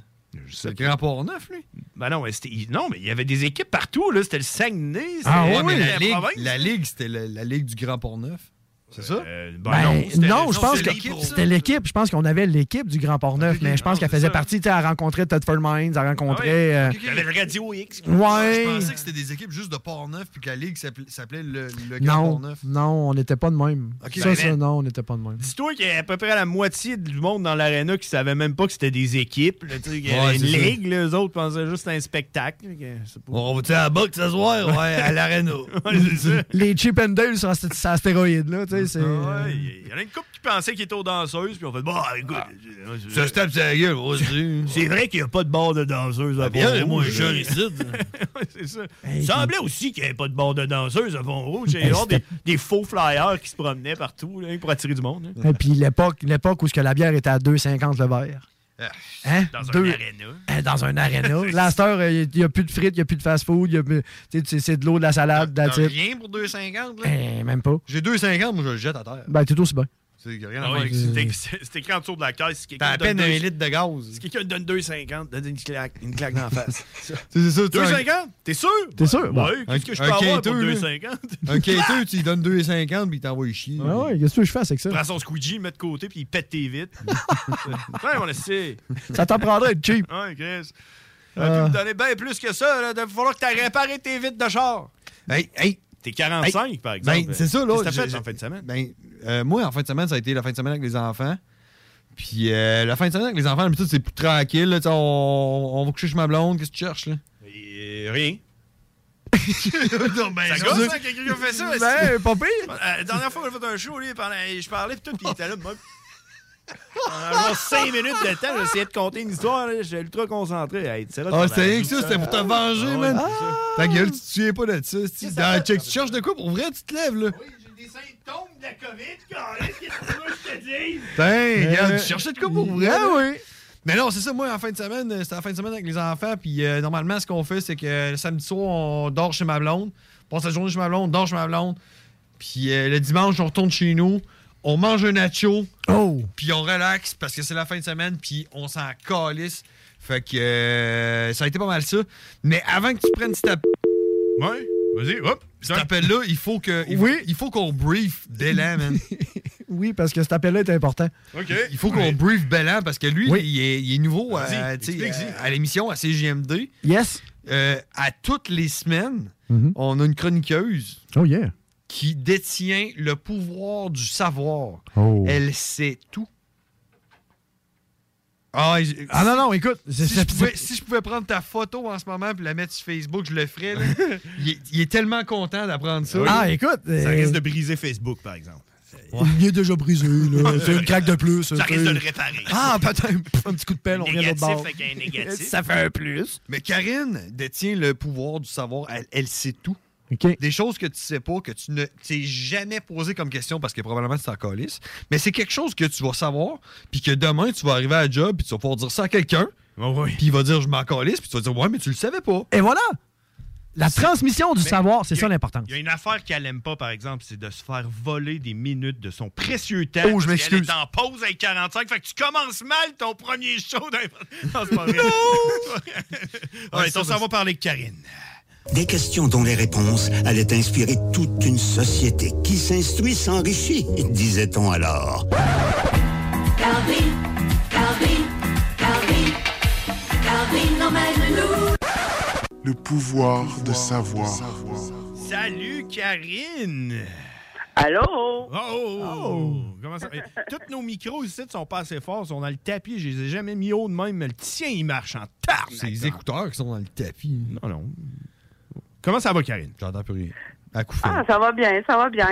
S9: le
S10: Grand Port-Neuf, lui?
S9: Ben non, mais c'était- il- non, mais il y avait des équipes partout, là. C'était le Saguenay, c'était
S10: Ah ouais, mais
S9: la
S10: la, ligue,
S9: province. hein.
S10: la ligue, c'était la, la ligue du Grand Port-Neuf. C'est ça?
S11: Ben, non, je pense que c'était l'équipe. Je pense qu'on avait l'équipe du Grand Port-Neuf, mais je pense qu'elle faisait partie. tu sais, Elle rencontrait Tedford Mines, elle
S9: Ah
S11: rencontrait. euh,
S9: Il y avait le Radio X.
S11: Ouais.
S10: Je pensais que c'était des équipes juste de Port-Neuf puis que la ligue s'appelait- s'appelait le, le Grand
S11: Non,
S10: Port-Neuf.
S11: non, on n'était pas de même.
S10: Ok.
S11: Ça,
S9: Ben,
S11: ça,
S9: ben.
S11: non, on n'était pas de même.
S9: Dis-toi qu'il y a à peu près la moitié du monde dans l'aréna qui savait même pas que c'était des équipes. Là, tu sais, qu'il y avait
S10: Ouais,
S9: une
S10: c'est ça.
S9: ligue, les autres pensaient juste à un spectacle. là, que c'est pas-
S10: On va-tu à la boxe ce soir? Ouais, à l'aréna.
S9: <laughs>
S11: <laughs>
S9: Ouais, c'est ça.
S11: Les Chip and Dale sur cet- cet astéroïde-là, tu sais, c'est.
S9: Ouais, Il y en a une couple qui pensait qu'il était aux danseuses, puis on fait Bah, écoute.
S11: Ah.
S10: Ça se tape sur la gueule, aussi.
S9: C'est vrai qu'il n'y a pas de bord de danseuse à
S10: Ah, bien,
S9: Pont-Rouge,
S10: moi,
S9: là.
S10: je ici.
S9: <laughs> C'est ça. Il semblait aussi qu'il n'y avait pas de bord de danseuse à Pont-Rouge. Il y avait genre des,
S11: c'était-
S9: des faux flyers qui se promenaient partout là, pour attirer du monde. hein. là.
S11: euh, Et puis l'époque, l'époque où ce que la bière était à 2,50 le verre. Hein?
S9: Ah, Dans un
S11: Deux-
S9: aréna.
S11: Hein, Dans un <laughs>
S9: <laughs>
S11: aréna. Là, à cette heure, il n'y a plus de frites, il n'y a plus de fast-food, il y a plus- tu sais, c'est- c'est de l'eau, de la salade, de la
S9: Ah,
S10: T'as
S11: type.
S10: rien pour 2,50? là?
S11: Eh, Même pas.
S10: J'ai 2,50, moi, je le jette à terre.
S11: Ben, tout aussi bien.
S10: C'est rien à
S9: Ah
S10: voir
S9: ouais,
S10: avec
S11: euh,
S10: ça.
S9: C'était c'était écrit en dessous de la caisse. si quelqu'un
S10: Euh. T'as à peine
S9: donne
S10: un
S9: deux-
S10: litre de gaz.
S9: Si quelqu'un te donne 2,50, donne une claque, une claque dans la face.
S10: <laughs> C'est ça, tu sais, un-
S9: 2,50? T'es sûr?
S10: T'es sûr? Bon.
S9: Oui, qu'est-ce que je peux
S10: Un
S9: avoir pour
S10: quinteux, là.
S9: 2,50?
S10: Un
S9: <laughs>
S10: quêteux, tu lui donnes 2,50 puis il t'envoie chier.
S11: Ah ouais, qu'est-ce que je fais avec ça?
S9: Prends son squeegee, le met de côté, puis il pète tes
S10: <laughs>
S9: vitres. ouais, on essaie.
S11: Ça t'en prendrait être cheap.
S9: Ouais, Chris.
S11: Ah.
S9: Tu me donnais bien plus que ça. là. Il va falloir que t'aies réparé tes vitres de char.
S10: Hey, hey.
S9: T'es 45, par exemple.
S10: Ben, c'est ça, là.
S9: Qu'est-ce que t'as
S10: j'ai-
S9: fait en fin de semaine?
S10: Ben, euh, moi, en fin de semaine, ça a été la fin de semaine avec les enfants. Puis euh, la fin de semaine avec les enfants, d'habitude, c'est plus tranquille. là. Tu sais, on, on va coucher chez ma blonde. Qu'est-ce que tu cherches, là?
S9: <laughs> Et rien.
S10: <laughs> non, ben,
S9: ça
S10: non.
S9: gosse, hein, quelqu'un qui a fait ça.
S10: Ben,
S9: est-ce que-
S10: pas
S11: pire.
S9: Euh, La dernière fois qu'on a fait un show, lui, il parlait- je parlais, puis tout, puis il était là, moi. Pendant genre 5 minutes de temps, j'essayais de compter une histoire, là, j'étais ultra concentré. Hey, c'est
S10: Ah, c'était rien que ça, c'était pour te venger,
S9: Ah,
S10: man. Ta gueule, tu te souviens pas de ça. c'est-tu?
S9: ça
S10: Ah,
S9: fait-
S10: check, tu cherches de quoi pour vrai, tu te lèves, là.
S9: tombe de la COVID, qu'est-ce que tu veux que je te dise?
S10: Putain,
S9: Euh,
S10: regarde, tu cherchais de quoi pour vrai?
S9: ah
S10: oui. Mais non, c'est ça, moi, en fin de semaine, euh, c'était la fin de semaine avec les enfants, puis euh, normalement, ce qu'on fait, c'est que euh, le samedi soir, on dort chez ma blonde, on passe la journée chez ma blonde, on dort chez ma blonde, puis euh, le dimanche, on retourne chez nous, on mange un nacho,
S9: Oh.
S10: puis on relaxe, parce que c'est la fin de semaine, puis on s'en calisse. Fait que euh, ça a été pas mal ça. Mais avant que tu prennes cet appel...
S9: Ouais, vas-y, hop.
S10: Cet appel-là, il faut que... il faut- Il faut qu'on brief d'élan,
S9: <laughs>
S10: man.
S11: Oui, parce que cet appel-là est important.
S9: OK.
S10: Il faut qu'on brief Bellan parce que lui, il, est, il est nouveau à,
S11: Vas-y,
S10: tu sais, euh,
S11: explique-y.
S10: à- à l'émission, à CGMD.
S11: Yes.
S10: Euh, à toutes les semaines,
S11: Mhm.
S10: on a une chroniqueuse
S11: Oh, yeah.
S10: qui détient le pouvoir du savoir.
S11: Oh.
S10: Elle sait tout. Ah, j-
S11: Ah, non, non, écoute. c'est-
S10: si, je
S11: c'est-
S10: pouvais, si je pouvais prendre ta photo en ce moment et la mettre sur Facebook, je le
S11: <laughs>
S10: ferais. là. il, est, il est tellement content d'apprendre ça.
S11: Ah, écoute,
S9: Ça
S11: euh,
S9: risque de briser Facebook, par exemple.
S11: c'est- Il est déjà brisé, là.
S9: <laughs>
S11: C'est une craque de plus.
S10: Ça
S11: tu
S10: risque
S11: sais.
S10: de le réparer.
S11: Ah, peut-être. Un petit coup de pelle, on revient de l'autre
S10: Négatif
S11: bord.
S10: avec un négatif.
S11: Ça fait un plus.
S10: Mais Karine détient le pouvoir du savoir. Elle, elle sait tout. Des choses que tu sais pas, que tu ne t'es jamais posé comme question parce que probablement tu t'en calisses. Mais c'est quelque chose que tu vas savoir, puis que demain tu vas arriver à la job, puis tu vas pouvoir dire ça à quelqu'un.
S9: Ah
S10: Puis il va dire je m'en calisse, puis tu vas dire ouais, mais tu le savais pas.
S11: Et voilà! La transmission du savoir, c'est ça l'important.
S9: Ben, Il y a une affaire qu'elle aime pas, par exemple, c'est de se faire voler des minutes de son précieux temps.
S11: Oh, je
S9: parce qu'elle
S11: m'excuse.
S9: est en pause avec 45, fait que tu commences mal ton premier show d'un. Non, c'est pas vrai. <laughs> Ouais, on s'en va parler de Karine.
S27: Des questions dont les réponses allaient inspirer toute une société qui s'instruit s'enrichit, disait-on alors.
S28: Calvi, Calvi, Calvi, Calvi emmène-nous.
S5: Le pouvoir, de savoir.
S9: Salut, Karine!
S7: Allô?
S9: Oh! oh. Comment ça? Eh, Tous nos micros ici sont pas assez forts, ils sont dans le tapis, je les ai jamais mis haut de même, mais le tien, il marche en tard!
S10: C'est les écouteurs qui sont dans le tapis.
S9: Non, non. Comment ça va, Karine?
S10: J'entends plus rien.
S7: Ah, ça va bien, ça va bien.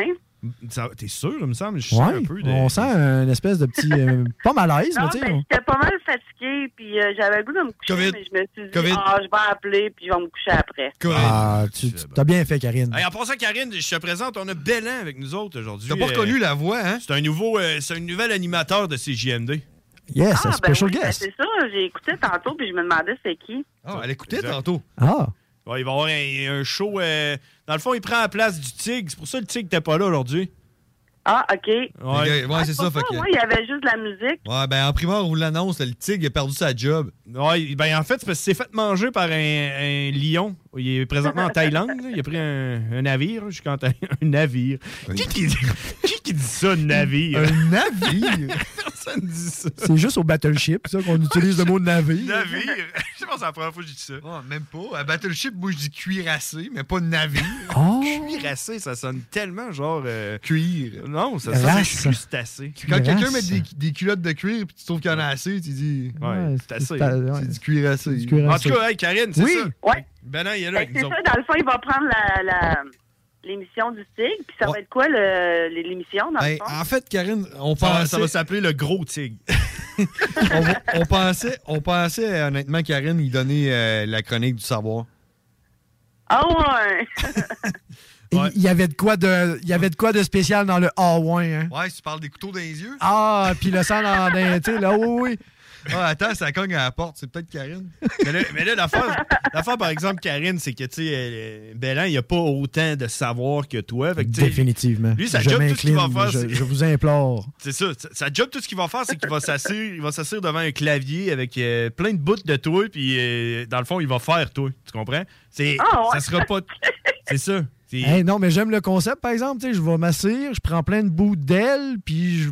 S9: Ça- T'es sûr, il me semble? Je sens
S11: Ouais,
S9: un peu de.
S11: on sent une espèce de petit.
S9: <laughs>
S11: euh, pas malaise,
S7: Non,
S11: mais tu sais.
S7: ben,
S11: on-
S7: j'étais pas mal fatiguée, puis euh, j'avais le goût de me coucher,
S11: Covid.
S7: mais je me suis dit,
S11: Covid.
S7: ah, je vais appeler, puis je vais me coucher après.
S11: Ah, tu as bien fait, Karine.
S9: Hey, en passant, Karine, je te présente, on a Bélan avec nous autres aujourd'hui.
S11: T'as pas reconnu
S9: la voix, hein? C'est un nouveau, euh, c'est un nouvel animateur de CJMD.
S11: Yes,
S7: Ah,
S11: un
S7: ben
S11: special
S7: oui, ben,
S11: guest.
S7: c'est ça, j'ai écouté tantôt, puis je me demandais c'est qui.
S9: Ah, elle écoutait tantôt.
S11: Ah!
S9: Ouais, il va y avoir un, un show. euh, dans le fond, il prend la place du Tigre. C'est pour ça que le Tigre n'était pas là aujourd'hui.
S7: Ah, OK.
S9: Ouais,
S7: Ah, pour ouais, il y avait juste de la musique.
S10: Ouais, ben en primeur, on vous l'annonce, le tigre a perdu sa job.
S9: Ouais, ben en fait, c'est parce qu'il s'est fait manger par un, un <laughs> lion. Il
S11: <laughs>
S9: est présentement en Thaïlande. là. Il a pris un, un navire jusqu'en Thaï- Un navire. Qui qui, qui qui dit ça, navire?
S11: Un navire?
S9: Personne dit ça.
S11: <laughs> C'est juste au Battleship, ça, qu'on utilise le mot
S9: <laughs>
S11: navire.
S10: <laughs>
S9: Navire? Je pense que c'est la première fois que j'ai dit ça.
S10: même pas. À Battleship, moi, je dis cuirassé, mais pas <laughs> navire.
S9: Cuirassé, ça sonne tellement genre. euh,
S10: Cuir.
S9: Non, ça sonne
S10: Race.
S9: crustacé.
S10: Quand quelqu'un met des, des culottes de cuir puis tu trouves qu'il y en a assez, tu dis.
S9: Ouais, c'est assez.
S10: C'est du cuirassé.
S9: En tout cas, hey, Karine, c'est ça.
S7: Ouais.
S9: Ben non, il est là
S7: Fait que
S9: avec
S7: C'est
S9: nous autres.
S7: ça, dans le fond, il va prendre la- la- l'émission du Tigre, puis ça va être quoi le- l'émission, dans le fond?
S10: Ben, en fait, Karine, on
S9: Ça va-
S10: pensait.
S9: ça va s'appeler le gros tigre.
S10: <laughs> on, va- on pensait, on pensait, honnêtement, Karine, lui donner euh, la chronique du savoir.
S7: Ah ouais!
S11: Il il y avait de quoi de, il y avait de quoi de spécial dans le A1, hein?
S10: Ouais, si tu parles des couteaux dans les yeux.
S11: Ah, puis le sang dans dans- tu sais, là, oui, oui.
S10: Ah, attends, ça cogne à la porte, c'est peut-être Karine.
S9: Mais là, mais là, l'affaire, l'affaire, par exemple, Karine, c'est que, tu sais, elle- Bélan, il a pas autant de savoir que toi. Fait que, tu sais,
S11: Définitivement.
S9: Lui, sa
S11: je
S9: job, tout ce qu'il va
S11: m'incline,
S9: faire,
S11: je,
S9: c'est-
S11: je vous implore.
S9: C'est ça. Sa- Sa job, tout ce qu'il va faire, c'est qu'il va s'asseoir, il va s'asseoir devant un clavier avec euh, plein de bouts de toi, puis euh, dans le fond, il va faire toi. Tu comprends? C'est,
S11: Ah, ouais.
S9: Ça sera pas. C'est ça. C'est-
S11: Hey, non, mais j'aime le concept, par exemple. tu sais, Je vais m'asseoir, je prends plein de bouts d'ailes, puis je-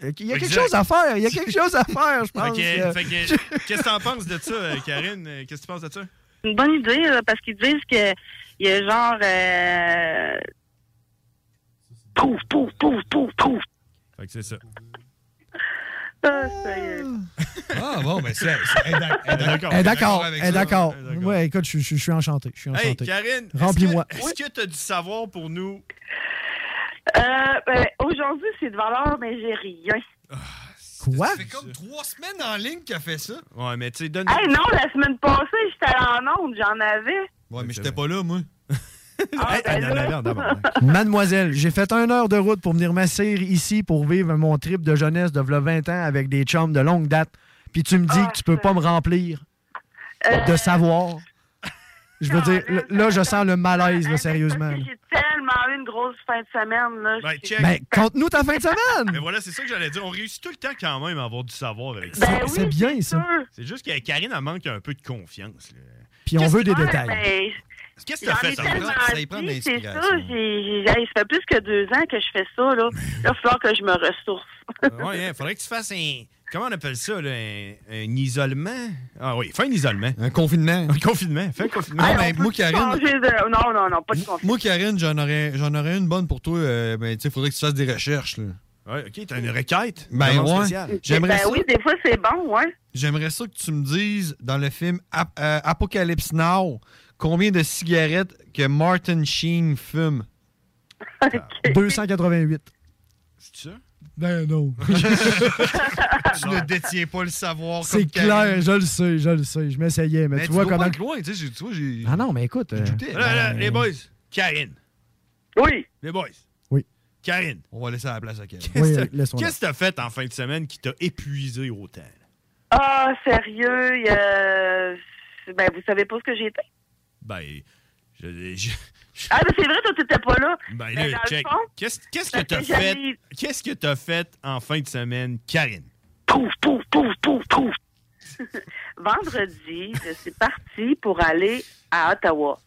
S11: Il y a quelque
S9: Exact.
S11: chose à faire. Il y a quelque chose à faire, je pense.
S9: Fait que-
S11: Euh,
S9: fait que, qu'est-ce que t'en penses de ça, euh, Karine? Euh, Qu'est-ce que tu penses de ça?
S7: C'est une bonne idée, là, parce qu'ils disent que il y a genre. Euh... Pouf, pouf, pouf, pouf, pouf.
S9: Fait que c'est ça.
S7: Ah, sérieux.
S10: Ah, bon, mais c'est. c'est- elle est d'ac- elle
S11: Eh,
S10: est elle est
S11: d'accord,
S10: avec
S11: eh,
S10: ça.
S11: d'accord. Ouais, écoute, je, je- je suis enchanté. Je suis
S9: Hey,
S11: enchanté.
S9: Karine, est-ce
S11: remplis-moi.
S9: que- Est-ce que tu as du savoir pour nous?
S7: Euh, ben, Aujourd'hui, c'est de valeur, mais j'ai rien.
S11: Quoi?
S10: C'est comme trois semaines en ligne qu'elle fait ça.
S9: Ouais, mais tu sais, donne.
S7: Hey, non, la semaine passée, j'étais allée en onde, j'en avais.
S10: Ouais, mais j'étais pas là, moi.
S7: Ah, ben là.
S11: <laughs> Mademoiselle, j'ai fait une heure de route pour venir m'asseoir ici pour vivre mon trip de jeunesse de v'là 20 ans avec des chums de longue date. Puis tu me dis que tu peux pas me remplir de savoir. <laughs> Je veux dire, Euh, là, là, je sens le malaise, là, sérieusement. là.
S7: J'ai tellement eu une grosse fin de semaine. Là.
S9: Ben, check.
S11: Ben, conte-nous ta fin de
S10: Ben
S11: semaine!
S9: Mais voilà, c'est ça que j'allais dire. On réussit tout le temps quand même à avoir du savoir avec
S11: Ben C'est- oui, c'est bien, c'est ça.
S9: C'est juste que Karine, elle manque un peu de confiance. là.
S11: Puis on veut des
S7: Ouais,
S11: détails.
S7: ben,
S9: Qu'est-ce que t'as
S7: j'en
S9: fait,
S7: ai
S9: ça prend-
S7: tellement
S9: ça y prend de
S7: dit, C'est ça,
S9: l'inspiration.
S7: j'ai- j'ai- hey, ça fait plus que deux ans que je fais ça. Là, Là,
S9: Ben
S7: il va falloir que je me ressource.
S9: ouais, hein, faudrait que tu fasses un. Comment on appelle ça, là, un, un isolement? Ah oui, fais un isolement.
S10: Un confinement.
S9: Un confinement, fais un confinement.
S10: Ah, ben, moi, Karine.
S7: Changer de- Non, non, non, pas de confiance.
S10: Moi, Karine, j'en aurais, j'en aurais une bonne pour toi. euh, ben, tu sais, faudrait que tu fasses des recherches, là.
S9: Ouais, ok, t'as une requête.
S10: Ben,
S9: Demande
S10: ouais.
S9: spéciale.
S10: J'aimerais
S7: ben
S10: ça.
S7: oui, des fois, c'est bon, ouais.
S10: J'aimerais ça que tu me dises, dans le film Ap- euh, Apocalypse Now, combien
S7: <laughs>
S10: de cigarettes que Martin Sheen fume?
S11: 288.
S10: C'est ça?
S11: Ben <laughs> non.
S10: tu ne détiens pas le savoir
S11: C'est
S10: comme
S11: clair,
S10: Karine.
S11: je le sais, je le sais. Je m'essayais, mais,
S10: Mais
S11: tu vois
S10: dois pas
S11: comment.
S10: être loin, tu sais, j'ai- tu vois, j'ai...
S11: Ah non, mais écoute. euh,
S10: Là, là, les boys, Karine.
S7: Oui.
S9: Les boys.
S11: Oui.
S9: Karine.
S10: On va laisser la place à Karine.
S11: Oui,
S9: Qu'est-ce
S11: laissons-la.
S9: que t'as fait en fin de semaine qui t'a épuisé autant?
S7: Ah, sérieux, il y a- ben, vous savez pas ce que j'ai été?
S9: Ben, je, je-
S7: Ah, ben, c'est vrai, toi, t'étais pas là.
S9: ben
S7: Mais
S9: là,
S7: dans le
S9: check.
S7: fond,
S9: Qu'est-ce qu'est-ce que
S7: parce
S9: t'as
S7: que
S9: fait?
S7: j'avais-
S9: Qu'est-ce que t'as fait en fin de semaine, Karine?
S7: <laughs> Vendredi, je suis partie pour aller à Ottawa.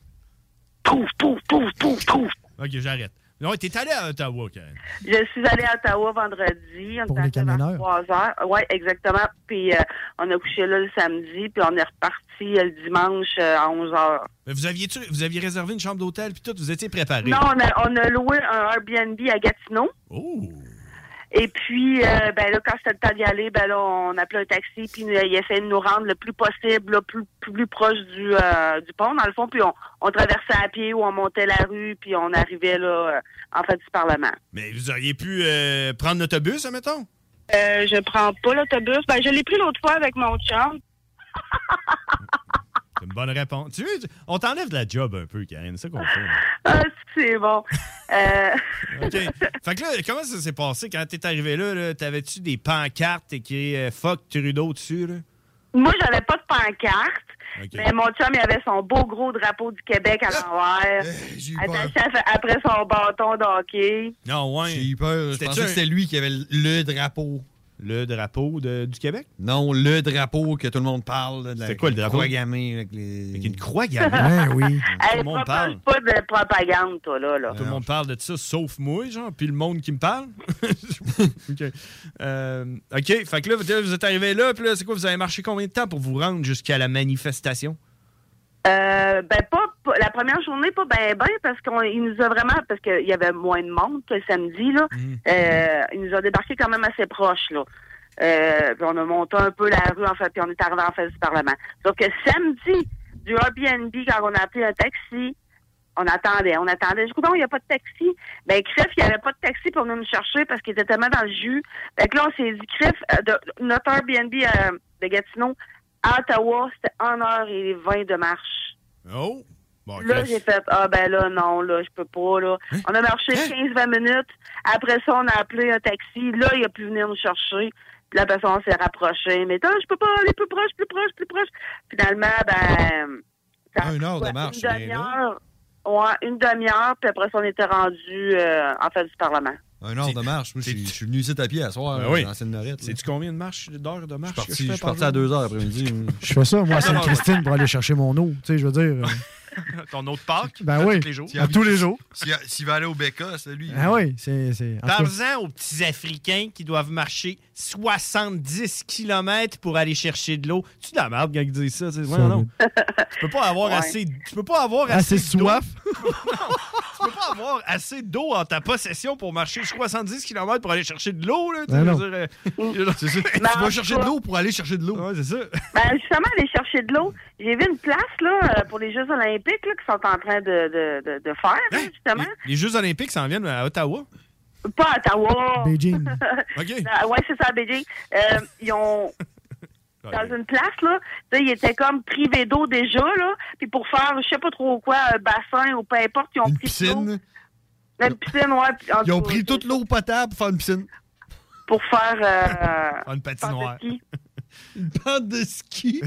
S9: Ok, j'arrête. Non, t'es allé à Ottawa, Karine.
S7: Je suis allée à Ottawa vendredi. On
S9: Pour
S7: est
S9: les
S7: arrivé vers
S9: camionneurs.
S7: 3 heures. Oui, exactement. Puis euh, on a couché là le samedi, puis on est reparti euh, le dimanche euh, à 11 heures.
S9: Mais Vous aviez, vous aviez réservé une chambre d'hôtel puis tout, vous étiez préparé.
S7: Non, on a, on a loué un Airbnb à Gatineau. Et puis, euh, ben là, quand c'était le temps d'y aller, ben là, on appelait un taxi, puis euh, il essayait de nous rendre le plus possible, le plus, plus proche du, euh, du pont, dans le fond. Puis on, on traversait à pied ou on montait la rue, puis on arrivait là, euh, en face du Parlement.
S9: Mais vous auriez pu euh, prendre l'autobus, admettons?
S7: Euh, je prends pas l'autobus. Ben, je l'ai pris l'autre fois avec mon chum.
S9: C'est une bonne réponse. Tu veux, tu- on t'enlève de la job un peu, Karine, c'est ça qu'on fait.
S7: Ah, c'est bon. Euh, <laughs>
S9: OK. Fait que là, comment ça s'est passé quand t'es arrivé là? là, T'avais-tu des pancartes écrites euh, Fuck Trudeau dessus? Là?
S7: moi, j'avais pas de pancarte.
S9: OK.
S7: Mais mon chum, il avait son beau gros drapeau du Québec à l'envers, attaché à- après son bâton d'hockey.
S9: Non, ouais.
S10: J'ai eu peur. Je
S9: C'était-tu
S10: pensais
S9: un-
S10: que c'était lui qui avait le- le drapeau.
S9: Le drapeau du Québec?
S10: Non, le drapeau que tout le monde parle. là, de la-
S9: C'était quoi, le drapeau?
S10: Croix gammée. Avec, les...
S9: une croix
S7: <laughs>
S11: <laughs>
S10: gammée.
S9: oui.
S7: Hey,
S9: Tout le monde
S7: propage
S9: parle.
S7: pas de propagande, toi, là. là.
S9: Tout le monde parle de ça, sauf moi, genre, puis le monde qui me parle. <laughs> OK. Euh, OK, fait que là, vous- vous êtes arrivé là, puis là, c'est quoi, vous avez marché combien de temps pour vous rendre jusqu'à la manifestation?
S7: Euh, ben, pas, pas- la première journée, pas ben, ben, parce qu'il nous a vraiment, parce qu'il y avait moins de monde que le samedi, là. Euh, il nous a débarqué quand même assez proche, là. Euh, puis on a monté un peu la rue, en fait, puis on est arrivé en face du Parlement. Donc, euh, samedi, du Airbnb, quand on a appelé un taxi, on attendait, on attendait. Je dis, bon, il n'y a pas de taxi. Ben, Criff, il n'y avait pas de taxi pour venir nous chercher parce qu'il était tellement dans le jus. Fait que là, on s'est dit, Criff, euh, de- notre Airbnb euh, de Gatineau à Ottawa, c'était 1h20 de marche.
S9: Oh! Bon,
S7: Là,
S9: OK.
S7: j'ai fait, ah ben là, non, là, je peux pas, là.
S10: Hein?
S7: On a marché 15-20 minutes. Après ça, on a appelé un taxi. Là, il a pu venir nous chercher. Puis La personne s'est rapprochée. Mais attends, je peux pas aller plus proche, plus proche, plus proche. Finalement, ben... ça a
S10: Une heure
S7: pris,
S10: Oh, de
S7: quoi,
S10: marche,
S7: Une
S10: bien là.
S7: demi-heure. Ouais, une demi-heure. Puis après ça, on était rendu euh, en face du Parlement.
S10: Un heure de marche. Moi, je suis- je suis venu ici à pied à soir.
S9: Ben
S10: là,
S9: oui.
S10: dans l'ancienne Lorette. là.
S9: Sais-tu combien de marches, d'heures de marche?
S10: Je suis parti- je suis
S9: par
S10: parti à
S9: jour?
S10: 2 heures après-midi.
S9: <laughs>
S11: Je fais ça, moi, à
S10: Ah, non, non,
S11: Sainte-Christine, pour aller chercher mon eau. Tu sais, je veux
S10: <laughs>
S11: dire. euh,
S9: Ton autre parc?
S11: Ben oui. À tous les jours.
S10: S'il s'il va aller au Becca, c'est lui.
S11: Ah oui, c'est. c'est- en tout cas,
S9: Parle-en aux petits Africains qui doivent marcher 70 km pour aller chercher de l'eau. Tu de la merde quand ils disent ça. tu sais. Ouais,
S11: Solide.
S9: non. Tu peux pas avoir
S11: Ouais.
S9: assez. Tu peux pas avoir
S11: Assez
S9: assez, d'eau.
S11: soif.
S9: tu peux pas avoir assez d'eau en ta possession pour marcher 70 km pour aller chercher de l'eau. là, tu sais,
S10: Ben
S9: je veux
S10: non.
S9: dire,
S7: <laughs>
S9: euh, je veux dire,
S10: Eh, Tu vas chercher de l'eau pour aller chercher de l'eau.
S9: Ouais, c'est ça.
S7: Ben, justement, aller chercher de l'eau. J'ai vu une place, là, euh, pour les Jeux olympiques, là, qui sont en train de, de, de, de faire,
S10: Hein?
S7: là, justement.
S9: Les Jeux Olympiques s'en viennent à Ottawa.
S7: Pas à Ottawa.
S9: Beijing.
S7: OK. <laughs> Ben, ouais, c'est ça, à Beijing. Euh, ils
S10: <laughs>
S7: ont. Dans une place, là, tu sais, ils étaient comme privés d'eau déjà, là. Puis pour faire, je sais pas trop quoi, un bassin ou peu importe, ils ont pris.
S10: Piscine.
S7: La piscine, ouais. puis en
S10: Ils ont
S7: tout-
S10: pris toute l'eau potable pour faire une piscine.
S7: Pour faire.
S9: <laughs>
S7: euh,
S9: une patinoire.
S10: Une pente de
S7: <laughs>
S10: ski.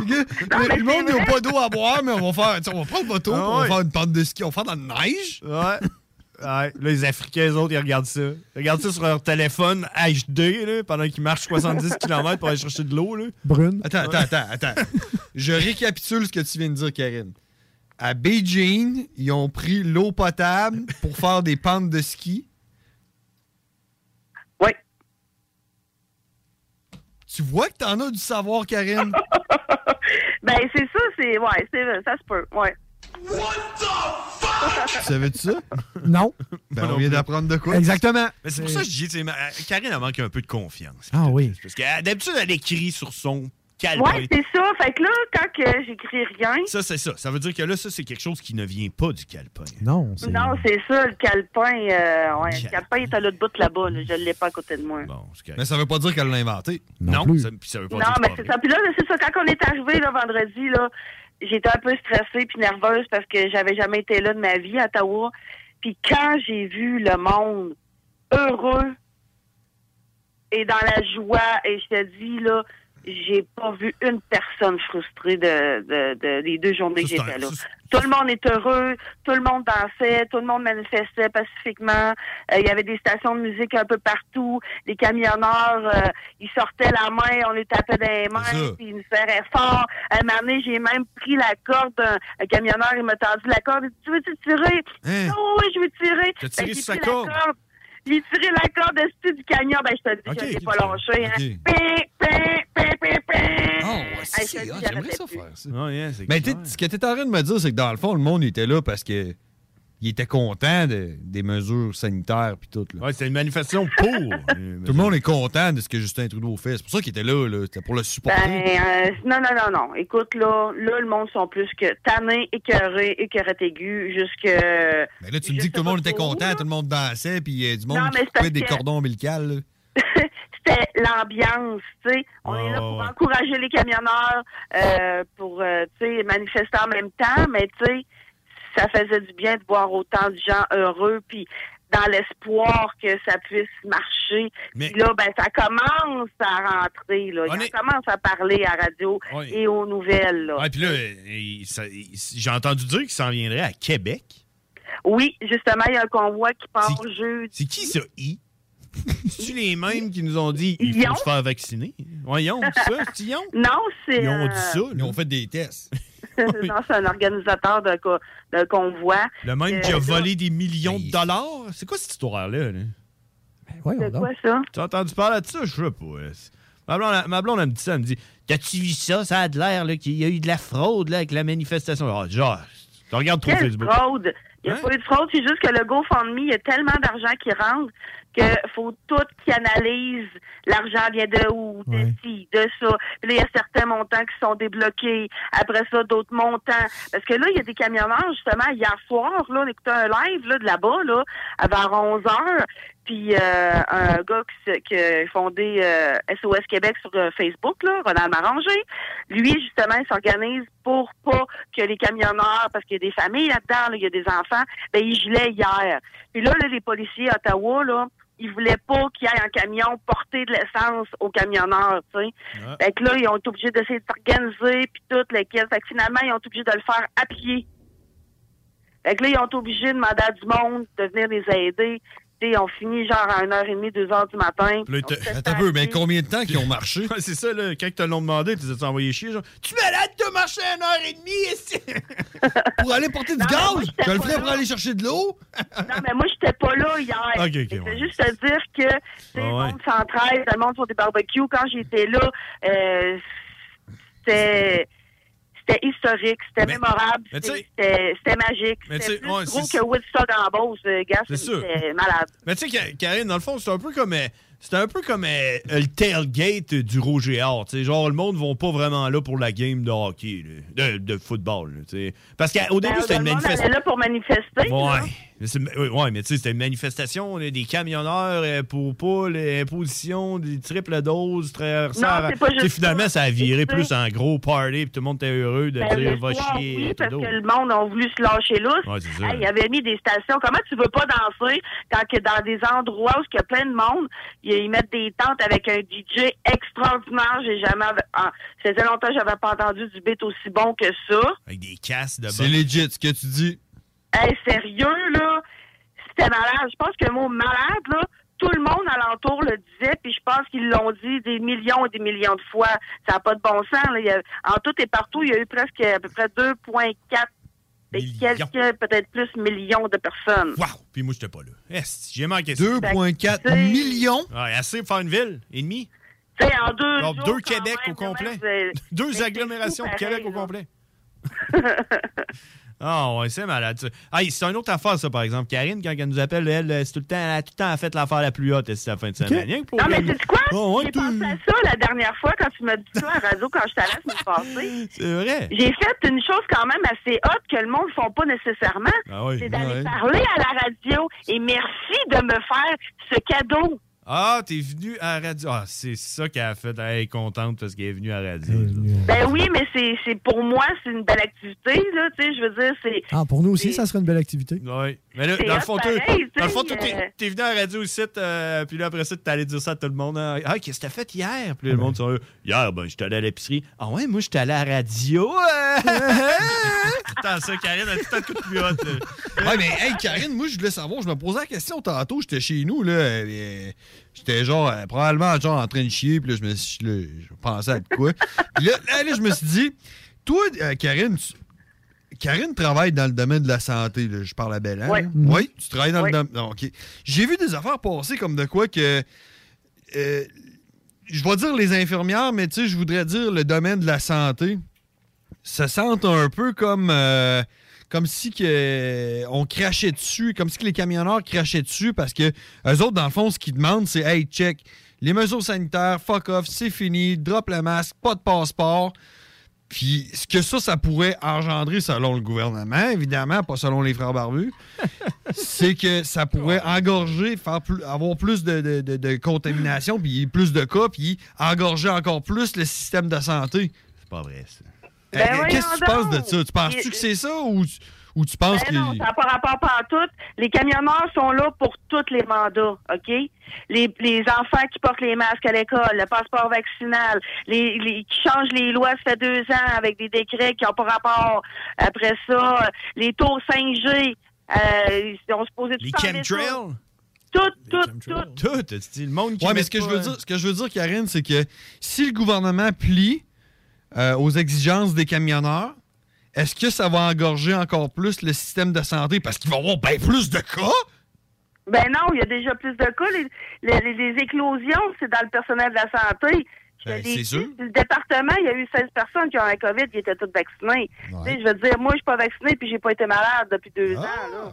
S10: Les gars, le le monde, ils n'ont pas d'eau à boire, mais on va faire. tu sais, On va prendre votre eau,
S9: Ah
S10: on va
S9: ouais.
S10: faire une pente de ski, on va faire de la neige.
S9: Ouais. Ouais, là, les Africains, eux autres, ils regardent ça. Ils regardent ça sur leur téléphone HD là, pendant qu'ils marchent 70 km pour aller chercher de l'eau. là.
S11: Brune.
S10: Attends, attends, attends, attends. Je récapitule ce que tu viens de dire, Karine. À Beijing, ils ont pris l'eau potable pour faire des pentes de ski.
S7: Oui.
S10: Tu vois que t'en as du savoir, Karine.
S7: <laughs> Ben, c'est ça, c'est. Ouais, c'est, ça se peut, ouais.
S10: tu savais-tu ça?
S11: Non.
S10: Ben, on vient d'apprendre de quoi?
S11: Exactement.
S9: Mais c'est pour ça que je dis, tu sais, ma- Karine, elle manque un peu de confiance.
S11: Ah oui.
S9: Parce que euh, d'habitude, elle écrit sur son Calme.
S7: Ouais, c'est ça. hein? Fait que là, quand que j'écris rien,
S9: Ça, c'est ça. Ça veut dire que là, ça, c'est quelque chose qui ne vient pas du calepin.
S11: Non,
S7: non, c'est ça, le calepin, euh, ouais, le calepin est à l'autre bout là-bas, là. je l'ai pas à côté de moi.
S10: Mais ça veut pas dire qu'elle l'a inventé.
S9: Non, ça, puis ça veut pas
S7: Non,
S9: dire que c'est
S7: mais
S9: pas
S7: c'est ça. Puis là, c'est ça, quand on est arrivé le vendredi, là, j'étais un peu stressée puis nerveuse parce que j'avais jamais été là de ma vie à Ottawa. Puis quand j'ai vu le monde heureux et dans la joie, et je te dis, là, j'ai pas vu une personne frustrée de, de- de- des deux journées que j'étais là. Tout le monde est heureux, tout le monde dansait, tout le monde manifestait pacifiquement. Euh, Il y avait des stations de musique un peu partout. Les camionneurs, euh, ils sortaient la main, on les tapait dans les
S10: C'est ça.
S7: mains, puis ils nous serraient fort. À un moment donné, j'ai même pris la corde d'un un camionneur, il m'a tendu la corde. Il dit, Tu veux-tu tirer?
S10: Hein?
S7: Non, oui, je veux tirer. Fait
S10: T'as tiré
S7: que j'ai
S10: sur sa
S7: pris la
S10: corde?
S7: corde. J'ai tiré la corde au-dessus du camion. Ben, je te dis, je l'ai pas lâché. Hein. Ping, ping, ping, ping, ping. Hey, je te
S10: ah,
S7: dis, j'arrêtais plus.
S9: hein,
S10: Mais t'es- ce que tu es en train de me dire, c'est que dans le fond, le monde était là parce que il était content de- des mesures sanitaires puis tout. Ouais,
S9: c'était une manifestation
S10: <laughs>
S9: pour. tout
S10: le monde est content de ce que Justin Trudeau fait. C'est pour ça qu'il était là, là. C'était pour le supporter.
S7: Ben, euh, non, non, non, non. Écoute, là, là, le monde sont plus que tannés, écœurés, écœurés aigus, jusque...
S10: Mais là, tu me dis que tout le monde était content, tout le monde dansait, puis il y a du monde
S7: Non, mais
S10: qui
S7: c'est parce
S10: coupait des
S7: que-
S10: cordons ombilicales. là.
S7: C'était l'ambiance, tu sais. On est
S9: Ah,
S7: là pour encourager les camionneurs, euh, pour, euh, tu sais, manifester en même temps, mais tu sais, ça faisait du bien de voir autant de gens heureux, puis dans l'espoir que ça puisse marcher.
S9: Mais-
S7: Puis là, ben, ça commence à rentrer, là. Ça commence à parler à la radio
S9: Ouais.
S7: et aux nouvelles, là.
S9: Ouais, puis là, euh, il- ça- il- j'ai entendu dire qu'il s'en viendrait à Québec.
S7: Oui, justement, il y a un convoi qui part jeudi.
S9: C'est qui ça, I? C'est-tu les mêmes qui nous ont dit il faut se faire vacciner?
S7: <laughs>
S9: Voyons, ça, c'est Yon?
S7: Non, c'est.
S9: Ils ont
S7: euh, <laughs>
S9: dit ça, ils ont fait des tests.
S7: non, c'est un organisateur de, co- de convoi.
S9: Le même
S7: Euh,
S9: qui a volé des millions de dollars? C'est quoi cette histoire-là? là?
S7: Ben, C'est quoi ça?
S9: Tu as entendu parler de ça? Je sais pas. là. Ma blonde, ma blonde, elle me dit ça, elle me dit T'as-tu vu ça? Ça a de l'air là, qu'il y a eu de la fraude là, avec la manifestation. Ah, genre, tu regardes trop
S7: Quelle
S9: Facebook.
S7: fraude! Il n'y a pas eu de fraude, c'est juste que le GoFundMe, il y a tellement d'argent qui rentre qu'il faut tout qui analyse l'argent vient de où, de ci, de ça. Puis là, il y a certains montants qui sont débloqués. Après ça, d'autres montants. Parce que là, il y a des camionneurs, justement, hier soir, là, on écoutait un live là, de là-bas, là, à vers 11 heures. Puis euh, un gars qui, s- qui a fondé euh, SOS Québec sur euh, Facebook, là, Ronald Maranger, lui, justement, il s'organise pour pas que les camionneurs, parce qu'il y a des familles là-dedans, là, il y a des enfants, ben il gelait hier. Puis là, là, les policiers à Ottawa, là, ils voulaient pas qu'il y ait un camion porter de l'essence aux camionneurs, tu sais. Fait que là, ils ont été obligés d'essayer de s'organiser, puis toute la caisse. Fait que finalement, ils ont été obligés de le faire à pied. Fait que là, ils ont été obligés de demander à du monde de venir les aider. Tu sais, ils ont fini genre à 1h30, 2h du matin.
S9: Là, t'as-
S7: Ils ont fait
S9: Attends un peu, mais combien de temps qu'ils ont <laughs> marché? c'est ça, là, quand ils te l'ont demandé, tu les as envoyé chier, genre, tu malade, t'as marché une heure et demie ici! <laughs>
S10: pour aller porter du
S7: Non, mais moi,
S10: gaz!
S7: j'étais
S10: Je le
S7: pas
S10: ferais pour
S7: là.
S10: aller chercher de l'eau!
S7: Non, mais moi, j'étais pas là
S9: <laughs>
S7: hier.
S10: Ok, ok,
S7: Je veux
S10: ouais.
S7: juste te dire que
S9: Ah,
S7: tu sais, le monde s'entraide, le monde sur des barbecues. Quand j'étais là, euh, c'était. C'était historique, c'était mémorable,
S9: mais tu sais-
S7: c'était c'était- c'était magique.
S9: Mais tu
S7: C'était
S9: sais,
S7: plus
S9: ouais,
S7: gros
S9: c'est-
S7: que Woodstock en Beauce, euh, gars,
S9: C'est sûr.
S7: c'était malade.
S9: Mais tu sais, Ka- Karine, dans le fond, c'est un peu comme. euh, C'est un peu comme euh, le tailgate du Roger Hart. tu sais. Genre, le monde ne va pas vraiment là pour la game de hockey, là, de, de football. là, tu sais. Parce qu'au début,
S7: Ben,
S9: c'était une
S7: le monde
S9: manifestation.
S7: allait là pour hein? manifester. là.
S9: Ouais. Mais c'est- oui, ouais, mais tu sais, c'était une manifestation là, des camionneurs euh, pour pas l'imposition des triples doses, traversant.
S7: Non, c'est pas
S9: Tu sais,
S7: juste
S9: Finalement, ça a viré
S7: C'est-
S9: plus en gros party, puis tout le monde était heureux de
S7: Ben,
S9: dire
S7: le
S9: va
S7: soir,
S9: chier.
S7: oui,
S9: tout
S7: parce que
S9: d'autre.
S7: le monde a voulu se lâcher lousse.
S9: Ouais, c'est ça.
S7: Hey, il avait mis des stations. Comment tu veux pas danser quand que dans des endroits où il y a plein de monde, ils ils mettent des tentes avec un DJ extraordinaire. J'ai jamais, ah, ça faisait longtemps que j'avais pas entendu du beat aussi bon que ça.
S9: Avec des casses de
S10: C'est legit ce que tu dis.
S7: Hey, sérieux, là, c'était malade. Je pense que le mot malade, là, tout le monde alentour le disait, puis je pense qu'ils l'ont dit des millions et des millions de fois. Ça n'a pas de bon sens. Là. Il y a- en tout et partout, il y a eu presque à peu près 2,4 et quelques, peut-être plus, millions de personnes.
S9: Puis moi, j'étais pas là. Est, j'ai manqué ça.
S10: 2,4 millions?
S9: Ouais, assez pour faire une ville et demie.
S7: Tu sais, en deux
S9: Genre
S7: jours,
S9: deux
S7: quand
S9: <laughs> Québec au complet. Deux agglomérations de Québec au complet. Ah ouais, c'est malade. ça. Ah, c'est une autre affaire, ça, par exemple. Karine, quand elle nous appelle, elle, euh, c'est tout le temps, elle a tout le temps en fait l'affaire la plus haute, c'est la fin de semaine. Rien que pour
S7: Non, mais
S9: gagner.
S7: c'est quoi?
S9: Oh, ouais,
S7: J'ai
S9: tout-
S7: pensé à ça la dernière fois quand tu m'as dit ça à la radio quand je t'allais la semaine passée.
S9: <laughs> C'est vrai.
S7: J'ai fait une chose quand même assez haute que le monde ne font pas nécessairement.
S9: Ah oui.
S7: C'est d'aller
S9: Ouais.
S7: parler à la radio et merci de me faire ce cadeau.
S9: Ah, t'es venu à la radio. Ah, c'est ça qu'elle a fait. Elle est contente parce qu'elle est venue à la radio.
S7: Ben oui, mais c'est c'est- pour moi, c'est une belle activité, là, tu sais, je veux dire, c'est...
S11: Ah, pour nous aussi, ça serait une belle activité.
S9: Oui. Mais là,
S7: C'est
S9: dans le
S7: hot
S9: fond, toi,
S7: pareil, tu sais,
S9: dans le fond, toi,
S7: euh,
S9: t'es, t'es venu à la radio aussi, euh, puis là, après ça, t'es allé dire ça à tout le monde. hein. Ah, qu'est-ce que t'as fait hier? Puis là, le monde, sont là, hier, ben, j'étais allé à l'épicerie. Ah ouais, moi, j'étais allé à la radio. hein?
S7: <laughs>
S9: Attends, ça, Karine a tout un coup de plus haute.
S10: Ouais, mais hey, Karine, moi, je voulais savoir, je me posais la question tantôt, j'étais chez nous, là, euh, j'étais genre, euh, probablement, genre, en train de chier, puis là, je me suis, là, je pensais à de quoi. Puis là, là, là, je me suis dit, toi, euh, Karine, tu- Karine travaille dans le domaine de la santé, là, je parle à Belle hein?
S12: Ouais.
S10: Oui, tu travailles dans
S12: Ouais.
S10: le domaine. non, OK. J'ai vu des affaires passer comme de quoi que. euh, je vais dire les infirmières, mais tu sais, je voudrais dire le domaine de la santé se sentent un peu comme euh, comme si que on crachait dessus, comme si que les camionneurs crachaient dessus parce que eux autres dans le fond ce qu'ils demandent c'est hey check les mesures sanitaires, fuck off, c'est fini, drop le masque, pas de passeport. Puis ce que ça ça pourrait engendrer selon le gouvernement, évidemment pas selon les frères
S9: <laughs>
S10: barbus, c'est que ça pourrait engorger, faire plus- avoir plus de, de- de- de contamination, puis plus de cas, puis engorger encore plus le système de santé.
S9: C'est pas vrai, ça.
S7: Ben voyons
S10: Eh, Qu'est-ce que tu penses de ça? Tu penses-tu
S7: Il-
S10: que c'est ça ou, tu- ou tu penses
S7: Ben non,
S10: que.
S7: ça n'a pas rapport pas en tout. Les camionneurs sont là pour tous les mandats, OK? Les, les enfants qui portent les masques à l'école, le passeport vaccinal, les, les- qui changent les lois, ça fait deux ans avec des décrets qui n'ont pas rapport. Après ça, les taux 5G, euh, on se posait tout le
S9: Les
S7: temps des
S9: chemtrails?
S7: choses. Tout, tout, tout.
S9: Tout, c'est le monde qui.
S10: Ouais, mais
S9: met
S10: ce que, je
S9: pas,
S10: veux
S9: hein.
S10: dire, ce que je veux dire, Karine, c'est que si le gouvernement plie euh, aux exigences des camionneurs, est-ce que ça va engorger encore plus le système de santé parce qu'il va y avoir bien plus de cas?
S7: Ben non, il y a déjà plus de cas. Les, les- les- les éclosions, c'est dans le personnel de la santé. Je
S10: Ben,
S7: l'ai
S10: c'est
S7: dit,
S10: sûr.
S7: Le département, il y a eu 16 personnes qui ont la COVID, qui étaient toutes vaccinées. Tu sais, Je veux dire, moi, je suis pas vaccinée, puis j'ai pas été malade depuis
S10: Ah.
S7: deux ans. là.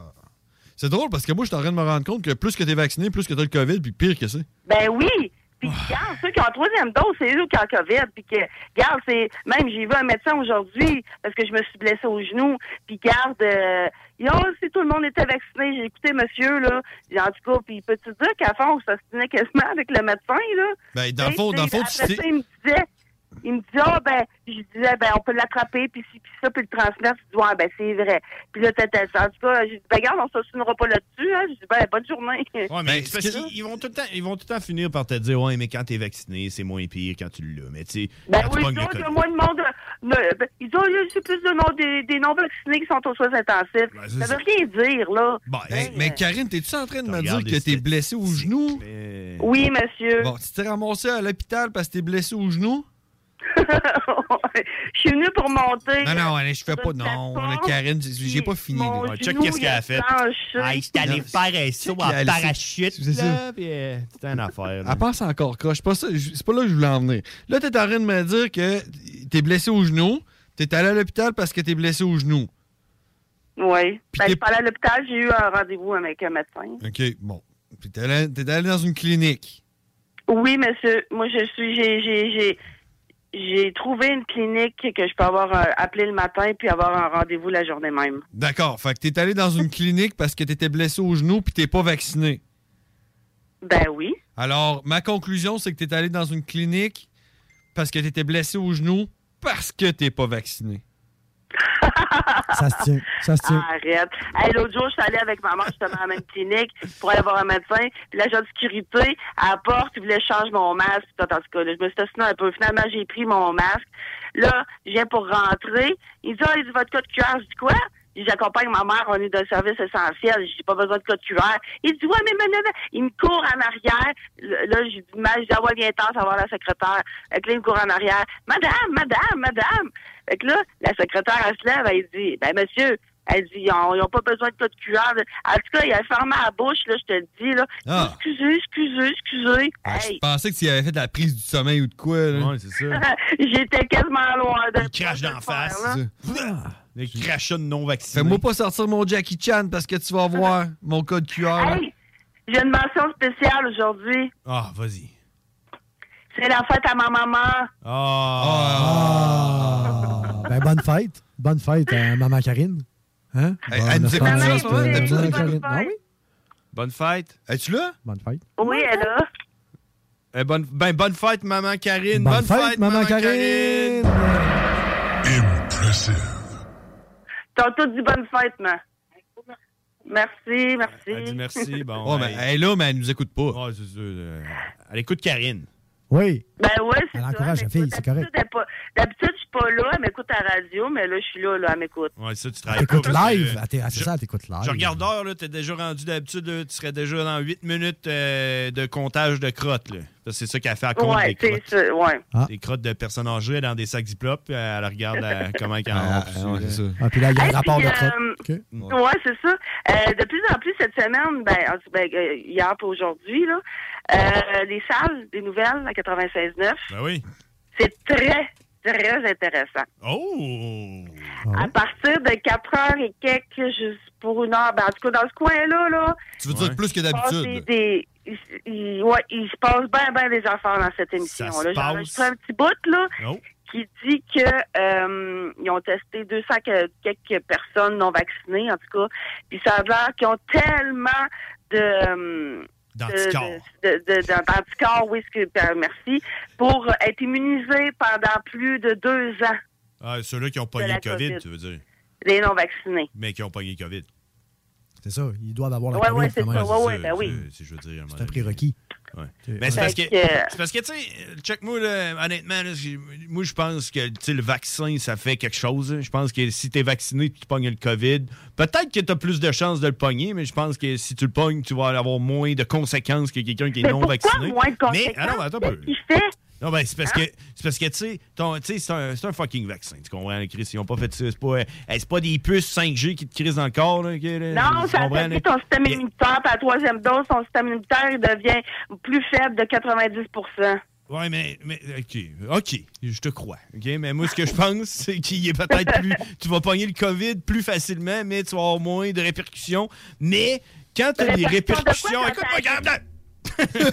S10: C'est drôle parce que moi, je suis en train de me rendre compte que plus que t'es vacciné, plus que t'as le COVID, puis pire que c'est.
S7: Ben oui! Puis,
S10: Ah.
S7: regarde, ceux qui ont la troisième dose, c'est eux qui ont la COVID. Puis, que, regarde, c'est. Même, j'ai vu un médecin aujourd'hui parce que je me suis blessée au genou. Puis, regarde, euh, Yo, si tout le monde était vacciné, j'ai écouté monsieur, là. J'ai dit, En tout cas, puis peux-tu dire qu'à fond, ça se tenait quasiment avec le médecin, là?
S10: Ben, dans le fond-
S7: Tu sais,
S10: dans le fond,
S7: après
S10: tu t'es-
S7: ça, il me disait. Il me disait, ah, ben, je disais, ben, on peut l'attraper, puis si, puis ça, puis le transmettre. Je dis, ouais, ben, c'est vrai. Puis là, t'étais ça. En tout cas, j'ai dit, ben, regarde, on s'assumerera pas là-dessus, hein. Je dis, ben, bonne journée.
S9: Ouais, mais c'est parce qu'ils ils vont, tout le temps- ils vont tout le temps finir par te dire Ouais, mais quand t'es vacciné, c'est moins pire quand tu l'as. Mais tu sais,
S7: Ben
S10: Ah,
S9: quand tu
S7: oui,
S9: pognes
S7: ils
S9: le
S7: ont il y a
S9: COVID.
S7: moins de monde. euh, ne- ben, Ils ont il y a plus de non, des, des non-vaccinés qui sont aux soins intensifs.
S10: c'est
S7: ça veut rien dire, là.
S10: Hey,
S7: Ben,
S10: mais Karine, t'es-tu en train de me dire
S9: regardes
S10: que
S9: les
S10: t'es blessé au genou?
S7: Oui, monsieur.
S10: Ben, Bon, tu t'es ramassé à l'hôpital parce que t'es blessé au genou?
S7: <laughs> Je suis venue pour monter.
S10: Non, non, allez, je fais pas. Non, on a Karine, j'ai j'ai pas fini.
S7: mon
S10: là.
S7: genou, il a tranché.
S9: Ah, il s'est allé faire ça
S10: qu'elle a
S9: en
S10: laissé-
S9: parachute.
S10: euh, C'est ça.
S9: là, puis, euh, C'était une affaire. là.
S10: Elle pense encore croche. C'est pas, ça- c'est pas là que je voulais en venir. Là, t'es en train de me dire que t'es blessé au genou. T'es allé à l'hôpital parce que t'es blessé au genou.
S7: Oui. Ben, je suis allée à l'hôpital, j'ai eu un rendez-vous avec un médecin.
S10: OK, bon. Puis t'es allé, t'es allé dans une clinique.
S7: Oui, monsieur. Moi, je suis. J'ai, j'ai, j'ai, j'ai trouvé une clinique que je peux avoir euh, appelé le matin puis avoir un rendez-vous la journée même.
S10: D'accord. Fait que t'es allé dans une clinique parce que t'étais blessé au genou puis t'es pas vacciné.
S7: Ben oui.
S10: Alors, ma conclusion, c'est que t'es allé dans une clinique parce que t'étais blessé au genou parce que t'es pas vacciné.
S11: Ça se tient. Ça se tient.
S7: Arrête. Hey, L'autre jour, je suis allée avec maman justement à la même clinique pour aller voir un médecin. Puis l'agent de sécurité, à la porte, il voulait que je change mon masque. Puis, en tout cas, là, je me suis assinée un peu. Finalement, j'ai pris mon masque. Là, je viens pour rentrer. Il dit, ah, il dit, votre code QR. Je dis, quoi? Je dis, J'accompagne ma mère, on est d'un service essentiel. J'ai pas besoin de code QR. Il dit, ouais, mais, mais, mais, mais. Il me court en arrière. Là, je dis, Ma- je dis, ah, ouais, viens temps, ça va voir la secrétaire. Fait que là, il me court en arrière. Madame, madame, madame. Fait que là, la secrétaire, elle se lève, elle dit, ben, monsieur, Elle dit, ils ont, ils ont pas besoin de pas de cuillère. En tout cas, il a fermé la bouche, là, je te le dis, là.
S10: Ah.
S7: Excusez, excusez, excusez.
S10: Je pensais que tu avais fait de la prise du sommeil ou de quoi. Ouais, c'est
S7: <laughs>
S10: <laughs>
S7: J'étais quasiment loin de.
S10: Il crache d'en face.
S9: Le crachat de non-vaccinés.
S10: Fais-moi pas sortir mon Jackie Chan parce que tu vas voir mon code
S9: Ah,
S10: QR.
S7: Hey, j'ai une mention spéciale aujourd'hui.
S10: Ah, vas-y.
S7: C'est la fête à ma maman.
S10: Ah.
S11: Ben, bonne fête. Bonne fête à Maman Karine. Hein?
S10: Hey, elle nous écoute
S11: Bonne
S10: ça,
S11: fête.
S10: ce matin,
S11: Bonne
S10: d'habitude.
S11: fête, Karine. Ah oui?
S9: Bonne fête.
S10: Es-tu là?
S11: Bonne fête.
S7: Oui, elle a.
S9: Eh, bonne, ben, bonne fête, maman Karine.
S11: Bonne fête, maman
S9: Karine.
S7: T'as tout dit bonne fête, man. Merci, merci.
S9: Merci, bon.
S10: Ouais, mais elle est là, mais elle nous écoute pas.
S9: euh, elle écoute Karine.
S11: Oui.
S7: <laughs> Ben ouais, c'est ça.
S11: Encourage la fille, c'est correct.
S7: D'habitude, elle pas- D'habitude, je suis pas là, elle m'écoute à la radio, mais là, je suis là, là, elle m'écoute.
S9: Ouais, ça, tu travailles
S11: T'écoutes
S9: pas, parce que-
S11: live. Ah, t'es- ah, C'est ça, t'écoutes live.
S9: Je regarde l'heure, là, t'es déjà rendu d'habitude, là, tu serais déjà dans 8 minutes euh, de comptage de crottes, là. Parce que c'est ça qu'elle fait à compte
S7: Ouais,
S9: des crottes.
S7: c'est ça, ouais.
S9: Des crottes de personnes âgées dans des sacs Ziploc, puis elle regarde euh, comment ils en ont reçu, là.
S11: Ah, puis là, il y a
S7: Hey,
S11: le rapport
S7: puis,
S11: de
S7: euh,
S11: crotte.
S7: Ouais, c'est ça. Euh, de plus en plus cette semaine, ben, en- ben, euh, hier pour aujourd'hui, là, euh, les salles des nouvelles à 96.9,
S9: Ben oui.
S7: c'est très, très intéressant.
S9: Oh!
S7: À partir de 4 heures et quelques, juste pour une heure, ben, en tout cas, dans ce coin-là, là.
S10: Tu veux dire
S7: il
S10: plus que
S7: se passe
S10: d'habitude?
S7: des- des- il- il- ouais, il se passe bien, bien des affaires dans cette
S10: se
S7: émission-là.
S10: passe.
S7: J'enregistre un petit bout, là, qui dit que euh, ils ont testé 200 que- quelques personnes non vaccinées, en tout cas. Puis ça a l'air qu'ils ont tellement de... euh,
S28: D'anticorps.
S7: de- de- de- de- D'anticorps, oui, ce que- ben, merci, pour être immunisés pendant plus de deux ans,
S9: Ah, ceux-là qui ont
S7: De
S9: pogné
S7: la
S9: le COVID,
S7: COVID.
S9: tu veux dire.
S7: les non-vaccinés.
S9: Mais qui ont pogné le COVID.
S11: C'est ça, il doit avoir la
S7: Ouais,
S11: COVID,
S7: ouais, c'est
S11: quand
S7: ça.
S11: même.
S7: Ouais, ouais, ben oui.
S9: euh, Si je veux dire, à un moment
S11: C'est un
S9: donné.
S11: prérequis.
S7: Euh,
S9: Mais Ben, c'est
S11: Ouais.
S9: parce que,
S11: Fait que-
S9: c'est parce que, tu sais, check-moi, là, honnêtement, là, j'ai- moi, je pense que, tu sais, le vaccin, ça fait quelque chose. hein. Je pense que si t'es vacciné, tu pognes le COVID. Peut-être que t'as plus de chances de le pogner, mais je pense que si tu le pognes, tu vas avoir moins de conséquences que quelqu'un qui est
S7: Mais
S9: non
S7: pourquoi
S9: vacciné.
S7: moins de
S9: Mais, ah non, mais attends un peu.
S7: Il fait Hein?
S9: Non, ben, c'est parce que, c'est parce que, tu sais, ton- tu sais, c'est un, c'est un fucking vaccin. Tu comprends, Chris? Ils ont pas fait ça. C'est pas, euh, c'est pas des puces 5G qui te crisent dans le corps, là. que, là,
S7: Non,
S9: tu
S7: ça
S9: Euh, comprends, là?
S7: affecte ton système immunitaire. Puis à la troisième dose, ton système immunitaire il devient plus faible de 90
S9: Ouais, mais, mais OK, OK, je te crois. OK, mais moi, ce que je pense, c'est qu'il est peut-être plus. Tu vas pogner le COVID plus facilement, mais tu vas avoir moins de répercussions. Mais quand tu as des
S28: Répercussions
S9: répercussions. Écoute-moi, regarde là!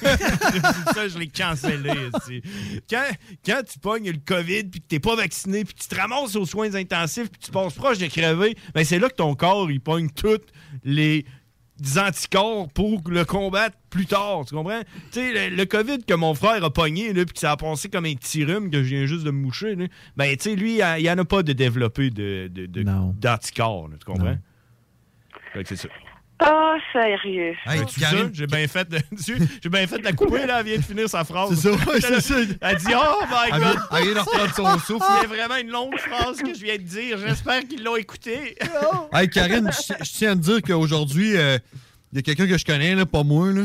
S9: C'est ça, je l'ai cancellé. esti. Quand, quand tu pognes le COVID, puis que t'es pas vacciné, puis que tu te ramasses aux soins intensifs, puis tu passes proche de crever, ben c'est là que ton corps, il pogne toutes les anticorps pour le combattre plus tard, tu comprends? Tu sais, le, le COVID que mon frère a pogné, là, puis que ça a passé comme un petit rhume que je viens juste de me moucher, là, ben, tu sais, lui, il n'y en a pas de développé de, de- de- d'anticorps, là, tu comprends? Fait que c'est ça.
S7: Ah, sérieux.
S9: Hey, tu ça? J'ai bien fait de, <laughs> tu- j'ai bien fait de la couper, là. Elle vient de finir sa phrase.
S10: C'est ça, ouais,
S9: Elle a-
S10: c'est ça.
S9: Elle dit, oh my
S10: Elle
S9: god.
S10: vient- elle vient de reprendre
S9: <laughs>
S10: son souffle.
S9: Il y a vraiment une longue phrase que je viens de dire. J'espère qu'ils l'ont écoutée.
S10: Hey, Karine, je je tiens à te dire qu'aujourd'hui, euh, il y a quelqu'un que je connais, là, pas moi, là.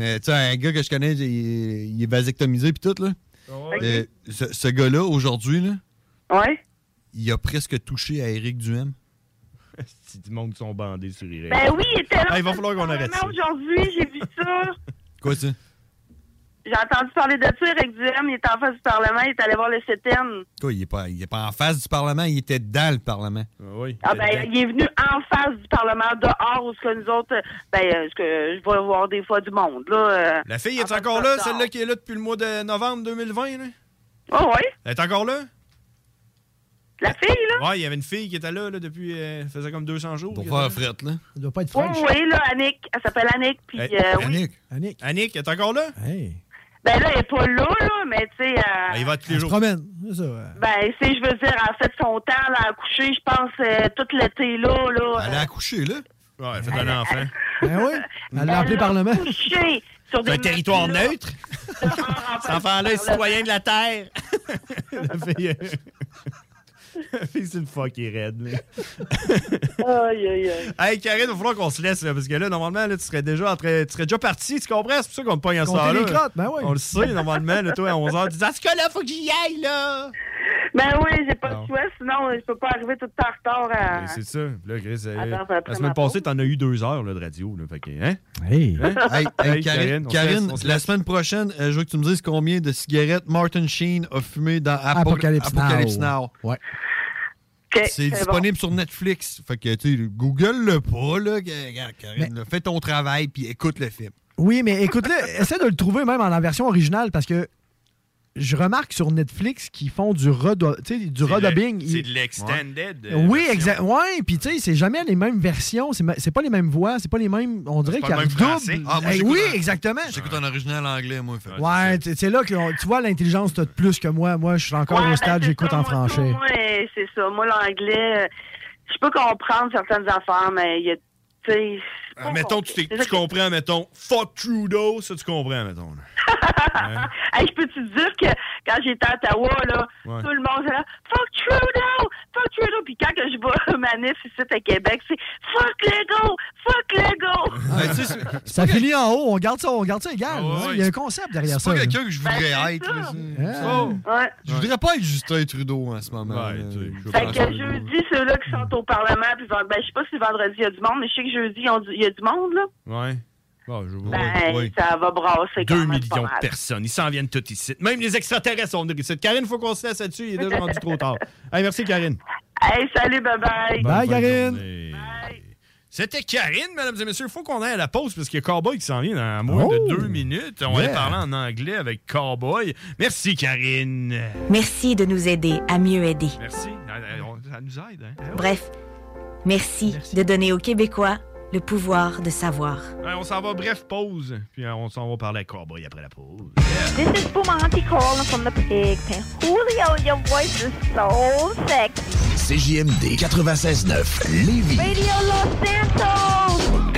S10: Euh, tu sais, un gars que je connais, il, est- il est vasectomisé puis tout, là.
S11: Oh.
S10: Euh, ce ce gars-là, aujourd'hui, là,
S7: ouais.
S10: il a presque touché à Eric Duhem.
S9: Si du monde sont bandés sur Eric.
S7: Ben oui, il était là.
S9: il va falloir qu'on arrête ça.
S7: Vraiment, aujourd'hui, j'ai vu ça.
S10: Quoi, ça?
S7: J'ai entendu parler de ça. Eric Duhem, il était en face du Parlement. Il est allé voir le CETEN.
S10: Quoi, il est, pas, il est pas en face du Parlement, il était dans le Parlement.
S9: oui.
S7: Ah, ben, il est venu en face du Parlement, dehors, où ce que nous autres, euh, ben, euh, ce que je vais voir des fois du monde, là. euh,
S9: La fille
S7: en
S9: est
S7: face
S9: encore
S7: du
S9: là,
S7: dehors.
S9: celle-là qui est là depuis le mois de novembre 2020, là?
S7: Ah ouais?
S9: Elle est encore là?
S7: La fille,
S9: là? Ouais, il y avait une fille qui était là, là depuis. euh, faisait comme 200 jours. Pour
S10: faire fret, là.
S11: Elle doit pas être
S7: Oui, oui, là, Annick. Elle s'appelle Annick, puis euh, oui.
S11: Annick.
S9: Annick, est encore là?
S7: Ben là, elle est pas là, là, mais tu sais... euh,
S9: Ah, il va tous les
S11: Je
S9: jours.
S11: promène. C'est ça, ouais.
S7: Ben, tu sais, je veux dire, en fait, son temps, là, à coucher, je pense, euh, tout l'été, là, là...
S10: Elle a accouché, là?
S9: Ouais, elle fait un enfant.
S11: Ben
S7: <laughs>
S11: oui, elle l'a appelé Parlement.
S7: couché sur
S9: C'est un
S7: <laughs>
S9: territoire neutre. Cet enfant-là est citoyen de la Terre. la fille. euh, la fille, c'est une fuck qui est raide, là.
S7: aïe, aïe, aïe.
S9: Hey, Karine, il va falloir qu'on se laisse, là, parce que là, normalement, là, tu serais déjà en train- tu serais déjà parti, tu comprends? C'est pour ça qu'on te pogne à ce
S11: Compter
S9: temps-là.
S11: les crottes, ben oui.
S9: On le sait, normalement, là, toi, à 11h, tu dis, Ah, c'est que là, faut que j'y aille, là!
S7: Ben oui, j'ai pas de choix, sinon euh, je peux pas arriver tout le temps en retard à.
S9: Et C'est ça. Là, Chris, euh,
S7: Attends, ça
S9: la
S7: prend
S9: semaine
S7: ma
S9: passée, t'en as eu deux heures là, de radio. Là, fait que, hein?
S18: Hey.
S9: Hein?
S10: Hey, hey,
S9: Hey,
S10: Karine,
S9: on se
S10: Karine,
S9: laisse, on se
S10: la
S9: laisse.
S10: semaine prochaine, euh, je veux que tu me dises combien de cigarettes Martin Sheen a fumé dans Apo-
S11: Apocalypse Now.
S10: Apocalypse Now.
S11: Ouais.
S10: c'est
S11: c'est bon.
S10: disponible sur Netflix. Fait que, tu sais, Google-le pas, là, que- regarde, Karine. là, fais ton travail puis écoute le film.
S11: Oui, mais écoute-le, essaie de le trouver même en la version originale parce que je remarque sur Netflix qu'ils font du, redo- tu sais, du
S9: C'est
S11: redubbing.
S9: le-
S11: Ils-
S9: C'est de l'extended. euh,
S11: Oui,
S9: version.
S11: exact. Ouais, puis tu sais, c'est jamais les mêmes versions, c'est ma- c'est pas les mêmes voix, c'est pas les mêmes. On dirait
S10: pas
S11: qu'il
S10: le même français.
S11: redouble.
S10: Ah, moi,
S11: Eh
S10: j'écoute
S11: oui,
S10: en-
S11: exactement.
S10: J'écoute en original anglais, moi. fait.
S11: Ouais, t- c'est là que on- tu vois l'intelligence t'as de plus que moi. Moi, je suis encore
S7: Ouais,
S11: au
S7: ben,
S11: stade,
S7: c'est
S11: j'écoute
S7: ça,
S11: en
S7: moi,
S11: français.
S7: Moi, euh, c'est ça. Moi, l'anglais, euh, je peux comprendre certaines affaires, mais il y a. Tu sais.
S9: Ah, mettons, tu, t'es- tu comprends, mettons, fuck Trudeau, ça tu comprends, mettons. là.
S7: Hey, je peux te dire que quand j'étais à Ottawa, là,
S9: Ouais.
S7: tout le monde était là Fuck Trudeau! Fuck Trudeau! Puis quand que je vois <laughs> manif ici à Québec, c'est Fuck Lego! Fuck Lego!
S9: Ben,
S11: Ça finit en haut, on garde ça, on garde ça égal.
S10: Ah
S11: hein.
S10: ouais,
S11: Il y a un concept derrière
S10: C'est
S11: ça.
S10: pas
S11: là.
S10: quelqu'un que je voudrais être. là, c'est-
S9: Oh.
S10: Je voudrais pas être Justin Trudeau en ce moment. là.
S7: Fait que jeudi, ceux-là qui sont au Parlement, puis vend- ben, je sais pas si vendredi il y a du monde, mais je sais que jeudi, il y a du- il y a du monde, là.
S9: Ouais. Bon, je
S7: Ben,
S9: ouais.
S7: ça va brasser quand
S9: 2
S7: même pas
S9: millions
S7: mal.
S9: de personnes. Ils s'en viennent tous ici. Même les extraterrestres sont venus ici. Karine, faut qu'on se laisse là-dessus. Il est déjà rendu trop tard. Hey, merci, Karine.
S7: <laughs> Hey, salut, bye-bye.
S9: Bonne fin de journée. C'était Karine, mesdames et messieurs. Faut qu'on aille à la pause parce qu'il y a Cowboy qui s'en vient dans moins de deux minutes. On va aller
S3: Yeah.
S9: parler en anglais avec Cowboy. Merci, Karine.
S3: Merci de nous aider à mieux aider.
S9: Merci. Euh, Ça nous aide. Hein?
S3: Bref, merci, de donner aux Québécois le pouvoir de savoir.
S9: Ouais, on s'en va, bref, pause. Puis euh, on s'en va parler à Cowboy après la pause.
S6: This is Bumanti calling from the pig pen. Julio, your voice is so sexy.
S25: CJMD 96.9 Lévis.
S6: Radio Los Santos!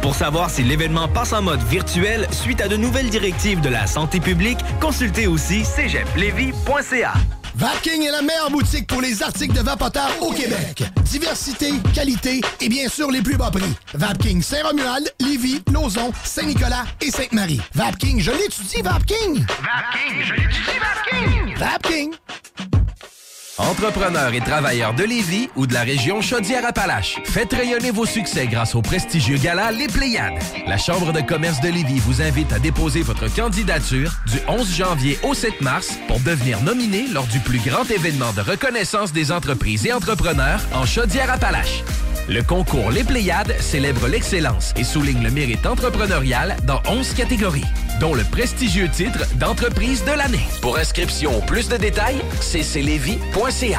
S2: Pour savoir si l'événement passe en mode virtuel suite à de nouvelles directives de la santé publique, consultez aussi cégeplevy.ca.
S25: Vapking est la meilleure boutique pour les articles de vapoteurs au Québec. Diversité, qualité et bien sûr les plus bas prix. Vapking Saint-Romuald, Lévis, Lauson, Saint-Nicolas et Sainte-Marie. Vapking, je l'étudie, Vapking!
S28: Vapking, je l'étudie, Vapking!
S25: Vapking!
S29: Entrepreneurs et travailleurs de Lévis ou de la région Chaudière-Appalaches, faites rayonner vos succès grâce au prestigieux gala Les Pléiades. La Chambre de commerce de Lévis vous invite à déposer votre candidature du 11 janvier au 7 mars pour devenir nominé lors du plus grand événement de reconnaissance des entreprises et entrepreneurs en Chaudière-Appalaches. Le concours Les Pléiades célèbre l'excellence et souligne le mérite entrepreneurial dans 11 catégories, dont le prestigieux titre d'entreprise de l'année. Pour inscription ou plus de détails, cclevy.ca.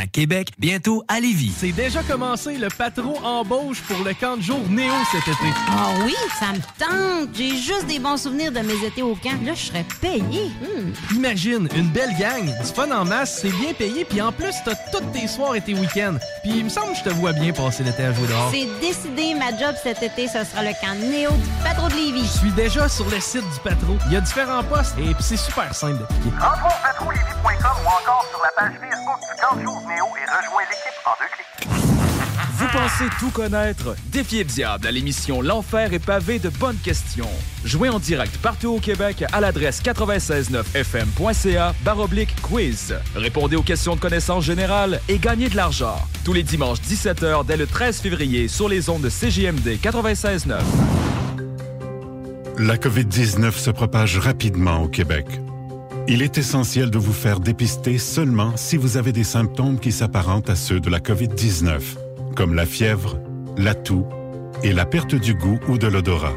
S2: à Québec, bientôt à Lévis.
S18: C'est déjà commencé, le patron embauche pour le camp de jour Néo cet été.
S19: Ah oui, ça me tente. J'ai juste des bons souvenirs de mes étés au camp. Là, je serais payé.
S18: Imagine, une belle gang, du fun en masse, c'est bien payé, puis en plus, t'as toutes tes soirs et tes week-ends. Puis il me semble que je te vois bien passer l'été à jouer dehors.
S19: C'est décidé, ma job cet été, ce sera le camp Néo du Patro de Lévis.
S18: Je suis déjà sur le site du patro. Il y a différents postes, et puis c'est super simple d'appliquer.
S20: Rentre au patrouillevy.com ou encore sur la page Facebook du Camp Jour Néo et rejoins l'équipe en deux clics.
S21: Vous pensez tout connaître? Défiez le diable à l'émission L'Enfer est pavé de bonnes questions. Jouez en direct partout au Québec à l'adresse 969fm.ca baroblique quiz. Répondez aux questions de connaissances générales et gagnez de l'argent. Tous les dimanches 17h dès le 13 février sur les ondes de CGMD 969.
S1: La COVID-19 se propage rapidement au Québec. Il est essentiel de vous faire dépister seulement si vous avez des symptômes qui s'apparentent à ceux de la COVID-19, comme la fièvre, la toux, et la perte du goût ou de l'odorat.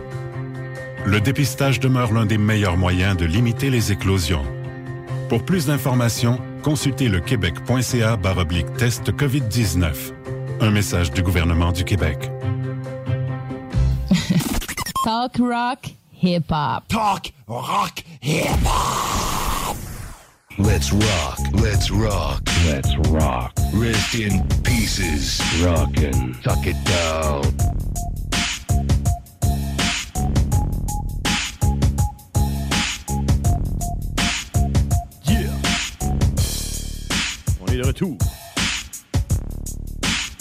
S1: Le dépistage demeure l'un des meilleurs moyens de limiter les éclosions. Pour plus d'informations, consultez le québec.ca barre oblique test COVID-19. Un message du gouvernement du Québec.
S3: Talk rock, hip hop.
S30: Talk rock hip Let's rock. Let's rock. Let's rock. Rest in pieces. Rockin'. Tuck it down.
S9: Yeah. On est de retour.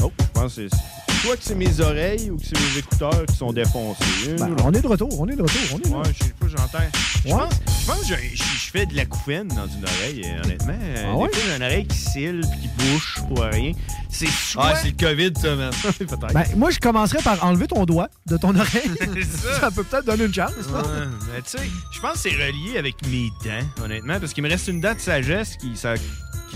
S9: Oh, je pense que c'est soit que c'est mes oreilles ou que c'est mes écouteurs qui sont défoncés. Une
S11: Ben,
S9: ou
S11: on est de retour, on est de retour, on est de
S9: Ouais,
S11: retour.
S9: je sais pas, j'entends. Je pense, je pense que j'ai- je je fais de la couffaine dans une oreille, euh, honnêtement. Euh,
S11: Ah
S9: des
S11: ouais?
S9: fois, j'ai une oreille qui cille puis qui bouche pour rien. C'est soit... Ah, c'est le COVID, ça, man. <laughs> Peut-être.
S11: Ben, moi, je commencerais par enlever ton doigt de ton oreille.
S9: ça.
S11: ça peut peut-être donner une chance. <laughs> là.
S9: Ouais, mais tu sais, je pense que c'est relié avec mes dents, honnêtement, parce qu'il me reste une dent de sagesse qui, ça- qui,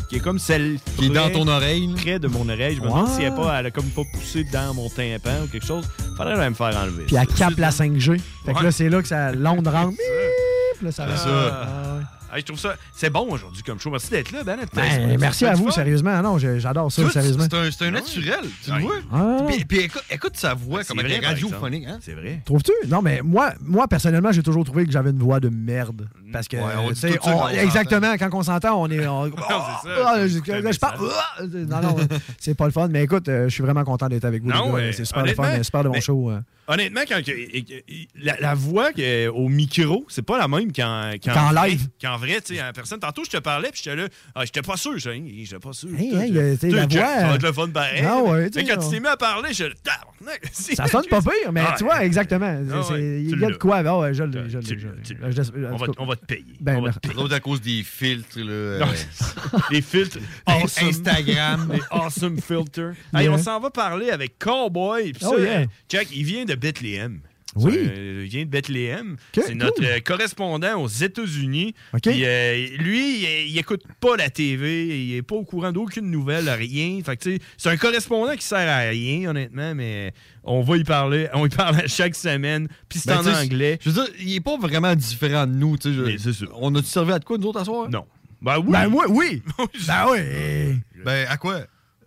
S9: qui est comme celle
S10: Qui est dans
S9: près-
S10: ton oreille,
S9: près de mon oreille. Je me
S11: Ouais.
S9: demande si elle a pas, elle a comme pas poussé dans mon tympan ou quelque chose. Faudrait la me faire enlever.
S11: Puis elle capte la 5G. Fait que
S9: Ouais.
S11: là, c'est là que ça l'onde rentre. Bip, là, ça
S9: Ah,
S11: rentre.
S9: ah, ouais. Hey, je trouve ça. C'est bon aujourd'hui comme show. Merci d'être là, Ben.
S11: Ben, merci à vous, sérieusement. Ah Non, je- j'adore ça,
S10: Tout,
S11: sérieusement.
S10: C'est un, c'est un naturel, tu le vois.
S11: Ah.
S10: Puis, puis écoute, écoute sa voix,
S9: C'est
S10: comme
S9: vrai,
S10: elle est
S9: par exemple.
S10: radiophonique. Hein?
S9: C'est vrai.
S11: Trouves-tu? Non, mais moi, moi personnellement, j'ai toujours trouvé que j'avais une voix de merde. Parce que,
S10: Mm. Ouais, on dit
S11: tu sais,
S10: tout de suite
S11: on-
S10: quand on s'entend.
S11: exactement, quand on s'entend, on est... on-
S10: ça.
S11: Ah, là, je- là, je parle. Ah! Non, non, c'est pas le fun. Mais écoute, euh, je suis vraiment content d'être avec vous.
S9: Non,
S11: les gars.
S9: euh,
S11: c'est super le fun,
S9: honnêtement,
S11: euh, super de mon
S9: mais-
S11: show. euh.
S9: Honnêtement, quand, que- que- la, la voix que- au micro, c'est pas la même qu'en,
S11: Qu'en
S9: vrai,
S11: live.
S9: Qu'en vrai, tu sais, en personne. Tantôt, je te parlais, puis j'étais là. Ah, j'étais pas sûr, je hein, j'étais pas sûr.
S11: Hey,
S9: Tout,
S11: hey,
S9: je-
S11: euh, tu sais, la
S9: tout, je-
S11: voix,
S9: Ça va
S11: euh,
S9: être le fun pareil.
S11: Ah ouais, tu
S9: mais
S11: sais,
S9: quand
S11: on-
S9: tu t'es mis à parler, je. Tabarnak, <laughs> c'est-
S11: Ça sonne pas pire, mais
S9: Ah,
S11: tu vois, exactement.
S9: Ah
S11: C'est-
S9: ouais,
S11: c'est-
S9: tu
S11: Il y a de
S9: l'as.
S11: quoi. Ah ouais, je l'ai, je l'ai,
S9: Tu
S11: je
S9: l'as,
S11: l'ai.
S9: tu
S11: Je- je-
S9: On
S11: en
S9: va,
S11: tout cas,
S9: on va te payer.
S11: Ben,
S9: on va
S11: merci.
S9: te payer.
S10: L'autre à cause des filtres. Là,
S9: Non,
S10: euh,
S9: c'est-
S10: <laughs>
S9: les filtres oh,
S10: Awesome. <laughs>
S9: Instagram, les awesome filters. Hey,
S10: Yeah.
S9: on s'en va parler avec Cowboy. Puis ça,
S10: Oh, yeah.
S9: euh, Jack, il vient de Bethléem.
S11: Oui.
S9: Ça, euh, il vient de Bethléem.
S11: Ok,
S9: c'est
S11: cool.
S9: notre euh, correspondant aux États-Unis. Puis, euh, lui, il, il écoute pas la TV. Il est pas au courant d'aucune nouvelle, rien. Fait que, tu sais, c'est un correspondant qui sert à rien, honnêtement, mais on va y parler. On y parle à chaque semaine. Puis c'est
S10: ben, tu
S9: en
S10: sais,
S9: anglais.
S10: Je veux dire, il est pas vraiment différent de nous. tu sais, je- On a-tu servi à de quoi, nous autres, à soir?
S9: Non. Ben oui.
S11: Ben moi,
S9: <laughs>
S11: oui. ben oui.
S10: Ben, à quoi?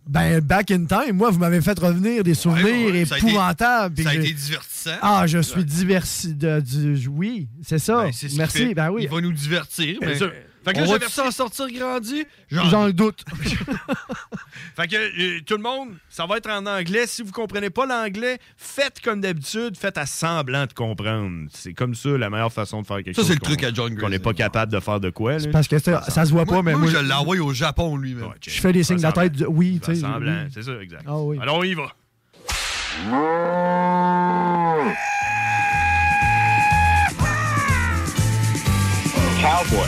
S11: Ben, back in time, moi, vous m'avez fait revenir des souvenirs
S10: ouais, ça a été-
S11: épouvantables. puis
S10: Ça a
S11: j'ai-
S10: été divertissant.
S11: Ah, je suis diversi. de- du- oui, c'est ça.
S10: C'est ce qu'il
S11: Merci.
S10: fait.
S11: Ben oui.
S10: Il va nous divertir.
S11: Bien
S10: mais-
S11: sûr.
S10: Fait que
S11: On
S10: là,
S11: va
S10: je vais s'en sortir grandi. Genre-
S11: J'en doute.
S9: Fait que euh, tout le monde, ça va être en anglais. Si vous comprenez pas l'anglais, faites comme d'habitude, faites à semblant de comprendre. C'est comme ça la meilleure façon de faire quelque
S10: Ça,
S9: chose.
S10: c'est le
S9: qu'on-
S10: truc à John
S9: Qu'on n'est pas capable de faire de quoi. là.
S11: Parce que ça, ça se voit pas, mais moi,
S10: Moi, je l'ai envoyé au Japon, lui-même.
S11: je fais des signes de la tête. de- Oui, tu sais.
S9: Semblant,
S11: oui.
S9: c'est ça, exact.
S11: Ah oui.
S9: Alors, on y va.
S27: Cowboy.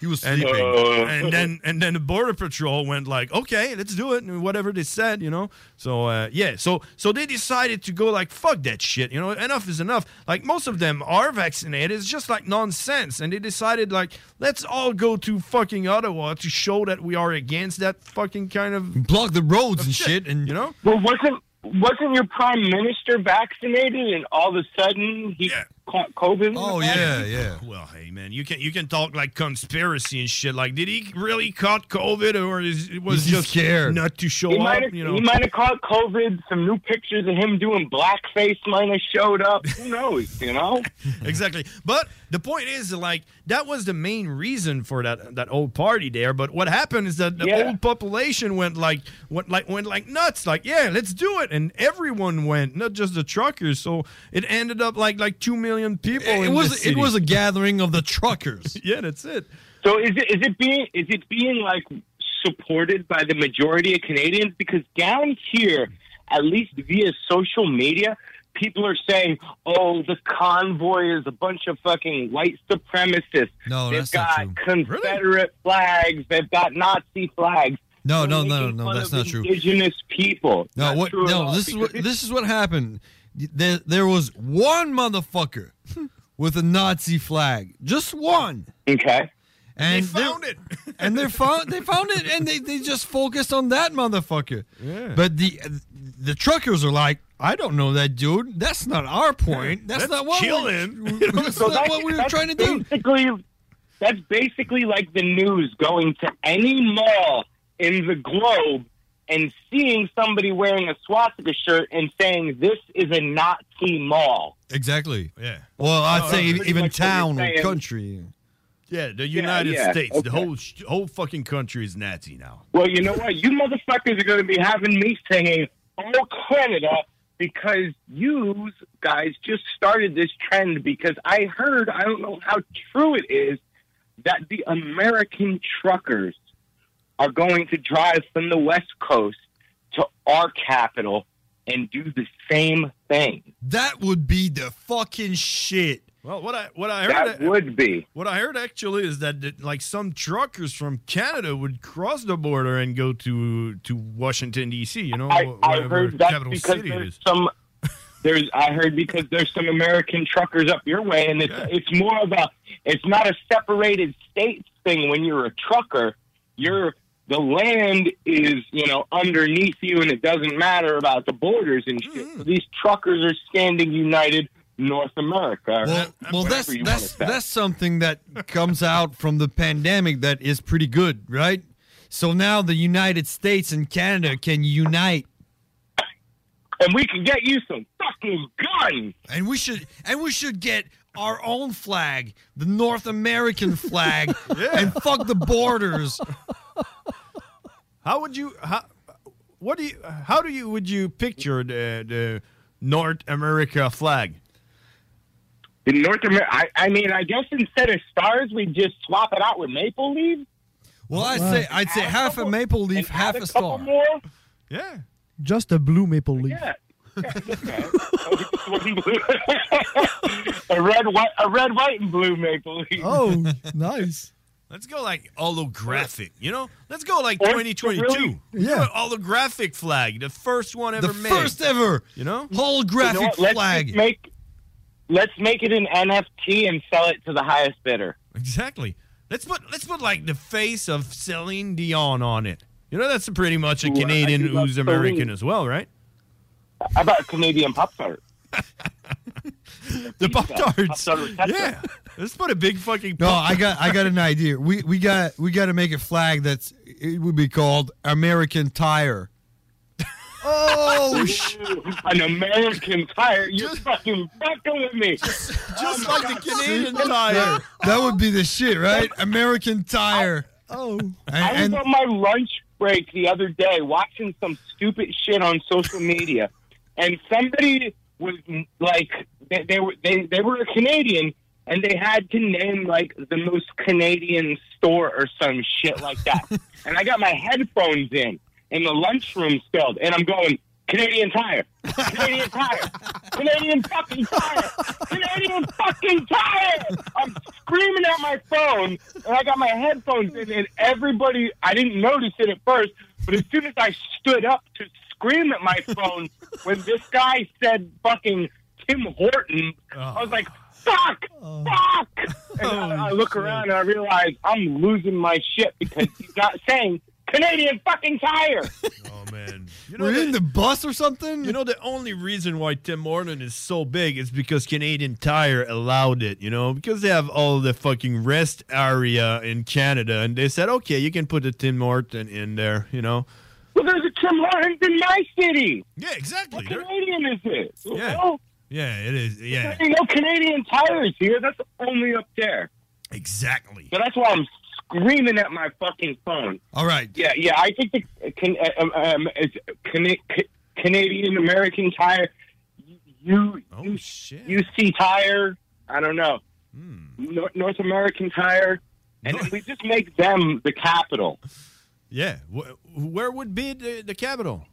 S10: he was
S9: and, uh,
S10: sleeping.
S9: and then and then the border patrol went like, okay, let's do it, and whatever they said, you know. So uh, yeah, so so they decided to go like, fuck that shit, you know, enough is enough. Like most of them are vaccinated, it's just like nonsense, and they decided like, let's all go to fucking Ottawa to show that we are against that fucking kind of
S10: block the roads
S9: and shit, and you know.
S27: Well, wasn't wasn't your prime minister vaccinated, and all of a sudden he caught COVID?
S9: Oh Well, hey man, you can you can talk like conspiracy and shit. Like, did he really caught COVID, or is, it was
S27: He's
S9: just
S27: scared.
S9: not to show
S27: he
S9: up?
S27: might have,
S9: You know,
S27: he might have caught COVID. Some new pictures of him doing blackface might have showed up. Who knows? You
S9: <laughs>
S27: know.
S9: exactly. But the point is, like, that was the main reason for that that old party there. But what happened is that the
S27: Yeah.
S9: old population went like went like went like nuts. Like, yeah, let's do it, and everyone went, not just the truckers. So it ended up like like two million people.
S10: It- it
S9: in
S10: was-
S9: the
S10: it
S9: city.
S10: was a gathering of the
S9: <laughs>
S10: truckers.
S9: yeah, that's it.
S27: So is it is it being is it being like supported by the majority of Canadians? Because down here, at least via social media, people are saying, "Oh, the convoy is a bunch of fucking white supremacists.
S10: No,
S27: they've
S10: that's not
S27: got Confederate flags. They've got Nazi flags."
S10: No, no, no, no, no, that's not true.
S27: Indigenous people.
S10: No,
S27: Not
S10: what?
S27: true at
S10: No,
S27: all,
S10: this is
S27: because
S10: what this is what happened. There, there was one
S9: <laughs>
S10: motherfucker with a Nazi flag, just one.
S27: Okay.
S10: And they found
S9: it.
S10: <laughs> and they found they found it, and they, they just focused on that motherfucker.
S9: Yeah.
S10: But the the truckers are like, I don't know that dude. That's not our point. That's
S9: Let's <laughs>
S10: not what
S9: kill
S10: we-
S9: him.
S27: <laughs>
S10: That's
S27: So
S10: not what we were
S27: that's
S10: trying to do.
S27: basically- That's basically like the news going to any mall in the globe and seeing somebody wearing a swastika shirt and saying, this is a Nazi mall.
S10: Exactly. Yeah.
S9: Well, I'd
S10: say e-
S27: that's pretty
S10: even
S27: much what you're
S10: town or
S27: saying.
S10: country.
S9: Yeah, the United
S27: yeah,
S9: States,
S27: okay.
S9: the whole sh- whole fucking country is Nazi now.
S27: Well, you know what? You motherfuckers are going to be having me singing Oh Canada because you guys just started this trend because I heard, I don't know how true it is, that the American truckers are going to drive from the West Coast to our capital and do the same thing.
S10: That would be the fucking shit.
S9: Well, what I what I heard
S27: That would be.
S9: What I heard actually is that that, like some truckers from Canada would cross the border and go to to Washington D.C. You know,
S27: I, I
S9: whatever
S27: heard that's
S9: capital
S27: because
S9: city it
S27: there's
S9: is.
S27: some. There's I heard because there's some American truckers up your way, and it's it's more of a it's not a separated states thing. When you're a trucker, you're the land is you know underneath you, and it doesn't matter about the borders and shit. So these truckers are standing united. North America. or
S10: Well, well
S27: uh, whatever
S10: that's
S27: you wanna
S10: that's
S27: say.
S10: that's something that comes out from the pandemic that is pretty good, right? So now the United States and Canada can unite,
S27: and we can get you some fucking guns.
S10: And we should and we should get our own flag, the North
S27: <laughs>
S10: American flag, and fuck the borders.
S9: How would you how what do you how do you would you picture the the North America flag?
S27: The North America. I, I mean, I guess instead of stars, we just swap it out with maple leaves.
S10: Well, I'd say I'd say half a maple leaf, half a star.
S27: <laughs>
S10: Yeah.
S31: Just a blue maple leaf.
S27: Yeah. a red, white, a red, white, and blue maple leaf. <laughs>
S31: Oh, nice.
S9: Let's go like holographic, you know? Let's go like
S27: Or-
S9: 2022.
S27: really?
S9: You know,
S27: Yeah.
S9: an holographic flag, the first one ever
S27: The
S9: made.
S27: first ever,
S9: you know?
S27: You know what? let's just Make, let's make it an NFT and sell it to the highest bidder.
S9: Exactly. Let's put let's put like the face of Celine Dion on it. You know that's pretty much a
S27: Ooh, I
S9: Canadian
S27: do love
S9: who's American
S27: Celine.
S9: as well, right?
S27: How about Canadian Pop Tart?
S9: <laughs> the Pop Tarts.
S27: Yeah.
S9: <laughs> Let's put a big fucking
S10: No,
S9: Pop-
S10: I got
S9: <laughs>
S10: I got an idea. We we got we got to make a flag that's it would be called American Tire.
S27: Oh, an American tire. You're fucking fucking with me. Oh Just,
S9: like the Canadian tire.
S27: <laughs>
S10: That would be the shit, right? American Tire.
S31: Oh.
S27: I was on my lunch break the other day watching some stupid shit on social media, and somebody was mm, like, they, they were they, they were a Canadian, and they had to name like the most Canadian store or some shit like that. and I got my headphones in in the lunchroom still, and I'm going Canadian Tire, Canadian Tire, Canadian fucking Tire, Canadian fucking Tire. I'm screaming at my phone, and I got my headphones in, and everybody. I didn't notice it at first, but as soon as I stood up to scream at my phone when this guy said fucking Tim Horton, I was like. Fuck! Fuck! And I, I
S9: Oh,
S27: look around and I realize I'm losing my shit because he's not saying Canadian fucking tire.
S9: You know, in the bus or something? You know, the only reason why Tim Horton is so big is because Canadian Tire allowed it, you know, because they have all the fucking rest area in Canada and they said, okay, you can put a Tim Horton in there, you know.
S27: Well, there's a Tim Hortons in my city.
S9: Yeah, exactly.
S27: What Canadian is it?
S9: Yeah.
S27: No,
S9: Yeah, it is. Yeah.
S27: there ain't no Canadian tires here. That's only up there.
S9: Exactly.
S27: So that's why I'm screaming at my fucking phone.
S10: All right.
S27: Yeah, yeah. I think the can, um, um, it's Cana- Ca- Canadian American tire. You,
S9: Oh,
S27: you, you see tire. I don't know.
S9: Hmm.
S27: North, North American tire, and we just make them the capital.
S9: Yeah. Wh- where would be the, the capital?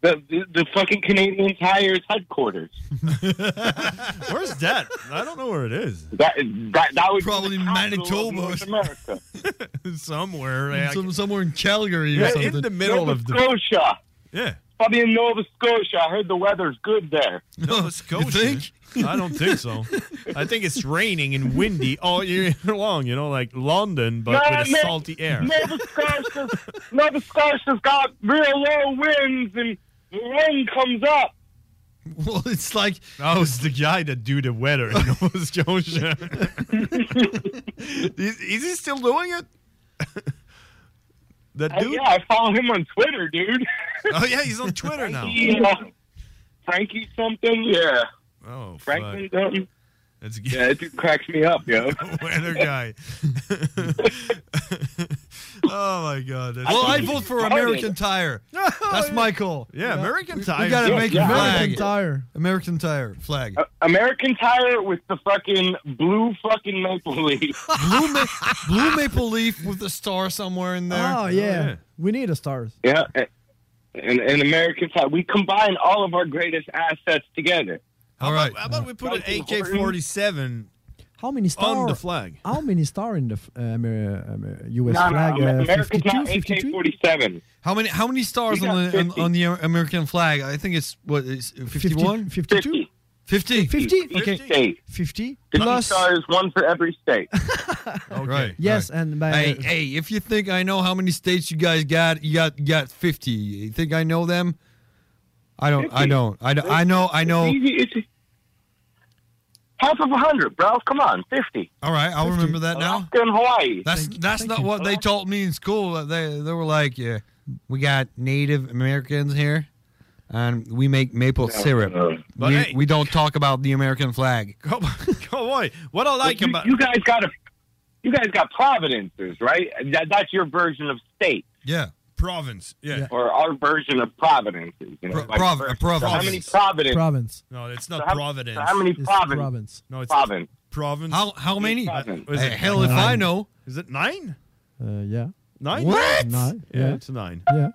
S27: The, the the fucking Canadian Tire's headquarters.
S9: <laughs> Where's that? I don't know where it is.
S27: That that, that would
S9: probably
S27: Manitoba,
S9: <laughs>
S27: America.
S9: somewhere, like-
S10: Some- somewhere in
S27: <laughs>
S10: Calgary or
S27: Yeah,
S10: something.
S27: in the middle Nova of the- Scotia.
S9: Yeah.
S27: Probably in Nova Scotia. I heard the weather's good there.
S9: Nova Scotia. think? <laughs> I don't think so. I think it's raining and windy all year <laughs> long, you know, like London, but
S27: Nah,
S9: with a
S27: man,
S9: salty air.
S27: Nova Scotia's, Nova Scotia's got real low winds and the rain comes up.
S9: <laughs> Well, it's like I was the guy that do the weather <laughs> in
S27: <laughs>
S9: Nova Scotia. is, is he still doing it? <laughs> that
S27: dude? Uh, yeah, I follow him on Twitter, dude.
S9: Oh yeah, he's on Twitter now.
S27: Frankie, uh, Frankie something, yeah.
S9: Oh,
S27: Franklin something.
S9: That's
S27: yeah, that dude cracks me up,
S9: <laughs>
S27: yo.
S9: Weather guy. <laughs> oh my god. that's-
S10: Well, I vote for American Tire. That's my call.
S9: Yeah, American
S10: We-
S9: Tire.
S10: We gotta
S9: Yeah,
S10: make
S9: yeah.
S10: a flag.
S9: American
S10: Tire. American Tire flag.
S27: Uh, American Tire with the fucking blue fucking maple leaf. <laughs>
S10: blue, ma- blue maple leaf with a star somewhere in there.
S31: Oh, yeah. We need a stars.
S27: Yeah, and, and, and American Tire. We combine all of our greatest assets together.
S9: All right. How about we put an AK-47
S11: How many star
S9: on the flag?
S11: How many star in the f- uh, Amer- Amer- U.S.
S10: No, no,
S11: flag?
S10: Amer-
S11: uh,
S10: America's not
S11: 52, 52?
S27: AK-47.
S10: How many how many stars
S11: We
S10: on
S11: got
S10: the on,
S11: 50.
S10: on the American flag? I think it's what is 51?
S11: 52?
S10: 50.
S11: 50? Okay. 50 plus.
S27: stars, one for every
S9: <laughs>
S27: state.
S10: Right.
S11: Yes, and by
S10: Hey, hey, if you think I know how many states you guys got, you got you got 50. You think I know them? I don't I
S27: 50.
S10: don't. I, don't- I know I know.
S27: It's easy. It's half of a hundred, bro. Come on, fifty.
S10: All right, I'll remember that now.
S9: <laughs>
S27: In Hawaii.
S10: That's that's not what they taught me in school. They they were like, yeah, we got Native Americans here, and we make maple
S9: No,
S10: syrup.
S9: no.
S27: uh,
S9: But
S10: We,
S9: hey-
S10: we don't talk about the American flag.
S9: Oh boy, what I like
S27: you,
S9: about
S27: you guys got a, you guys got providences, right? That, that's your version of state.
S10: Yeah.
S9: Province. Yeah.
S27: Or our version of providences. You know, like-
S9: prov- a
S27: So how
S9: province.
S27: many providence?
S11: Province.
S9: No, it's not
S27: So how-
S9: Providence.
S27: so how many It's province?
S11: province.
S9: No, it's
S27: Province.
S9: Province.
S10: How how many?
S9: Province.
S10: Hey, hell if I know.
S9: Is it nine?
S11: Uh, yeah.
S9: Nine?
S11: Nine.
S9: Yeah,
S11: Yeah.
S9: it's a nine.
S11: Yeah.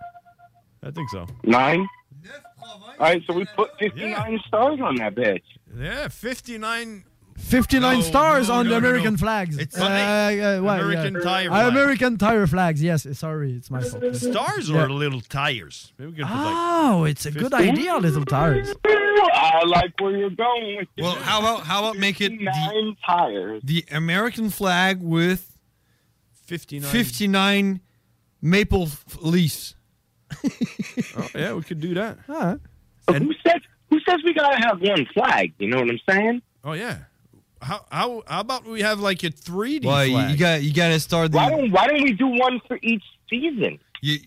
S9: I think so.
S27: Nine? All right, so we put 59 stars on that bitch.
S9: Yeah, 59.
S11: 59
S9: No,
S11: stars
S9: Oh, no,
S11: on
S9: no,
S11: the
S9: no,
S11: American
S9: no.
S11: flags.
S9: It's
S11: Uh,
S9: funny.
S11: uh, ouais,
S9: American
S11: yeah.
S9: tire
S11: Uh,
S9: flag.
S11: American tire flags. Yes, sorry, it's <laughs> my fault.
S9: Stars
S11: Yeah.
S9: or little tires? Maybe we could put
S11: Oh, it's a good
S9: 15?
S11: idea, little tires. <laughs>
S27: I like where you're going with
S10: Well, how about how about make it the,
S27: tires.
S10: the American flag with
S9: 59.
S10: 59 maple f- leaves.
S9: oh, yeah, we could
S11: <laughs>
S9: do that.
S27: who says who says we gotta have one flag? You know what I'm saying?
S9: Oh, yeah. How, how, how about we have like a 3D
S10: Well, you,
S9: flag?
S10: you got you got to start the
S27: Why don't Why don't we do one for each season?
S10: You,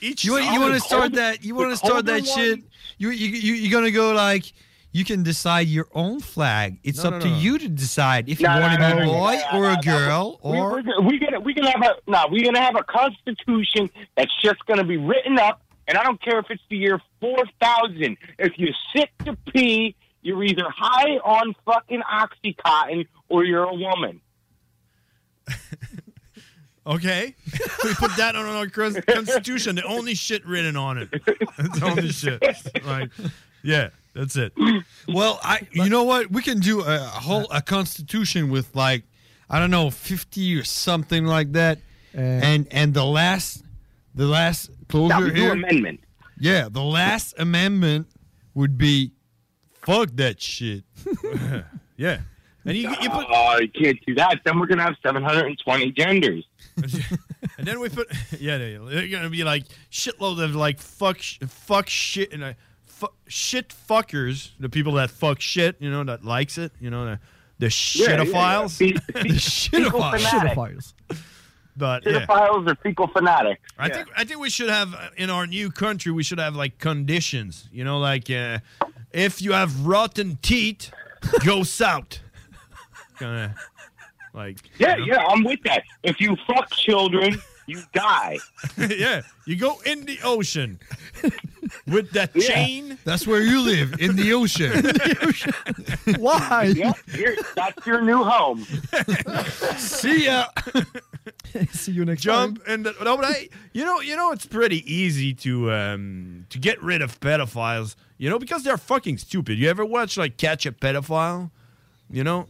S9: each
S10: you,
S27: song.
S10: want
S27: The
S10: to start
S27: colder-
S10: that you want
S27: the
S10: to start
S27: colder
S10: that
S27: one-
S10: shit. You you you you're going to go like you can decide your own flag. It's
S27: No,
S10: up
S27: no,
S10: to
S27: no.
S10: you to decide if
S27: No,
S10: you
S27: no,
S10: want
S27: no,
S10: to be
S27: no,
S10: a
S27: no, no,
S10: boy
S27: no, no,
S10: or a
S27: no.
S10: girl
S27: We,
S10: or
S27: we're, gonna- we gonna we gonna have a no. We're gonna have a constitution that's just gonna be written up, and I don't care if it's the year four thousand. If you're sick to pee, you're either high on fucking oxycontin or you're a
S10: <laughs>
S27: woman.
S10: <laughs>
S9: Okay. we put that on our cons- constitution. The only shit written on it. <laughs> That's the only shit. <laughs> Like, yeah,
S11: <laughs>
S9: that's it.
S10: Well, I you know what? We can do a whole a constitution with like I don't know, 50 or something like that. and and the last the last
S27: That
S10: closure
S27: was
S10: here
S27: your amendment.
S10: Yeah, the last amendment would be fuck that shit.
S9: yeah. And you, you put
S27: Oh, you can't do that. Then we're gonna have seven hundred and twenty genders.
S9: and then we put <laughs> yeah, yeah, yeah. they're gonna be like shitload of like fuck sh- fuck shit and uh, fu- shit fuckers, the people that fuck shit, you know, that likes it, you know, the, the
S27: Yeah, yeah, yeah.
S9: <laughs> shitophiles,
S27: Fe-
S9: the
S27: fe- fecal
S9: shitophiles,
S27: fanatic.
S9: But yeah.
S27: Pedophiles or fecal fanatics.
S9: I think I think we should have uh, in our new country we should have like conditions. You know, like uh, if you have rotten teeth, go <laughs> south. Kinda, like
S27: Yeah, yeah, I'm with that. If you fuck children, you
S9: <laughs>
S27: die.
S9: yeah, you go in the ocean with that
S27: Yeah.
S9: chain.
S10: That's where you live in the
S9: <laughs>
S10: ocean.
S11: Why?
S27: Yep, you're- that's your new
S9: <laughs>
S27: home.
S10: See ya.
S11: See you next
S9: Jump and the, no, but I, you know, you know, it's pretty easy to um to get rid of pedophiles. You know, because they're fucking stupid. You ever watch like Catch a Pedophile? You know,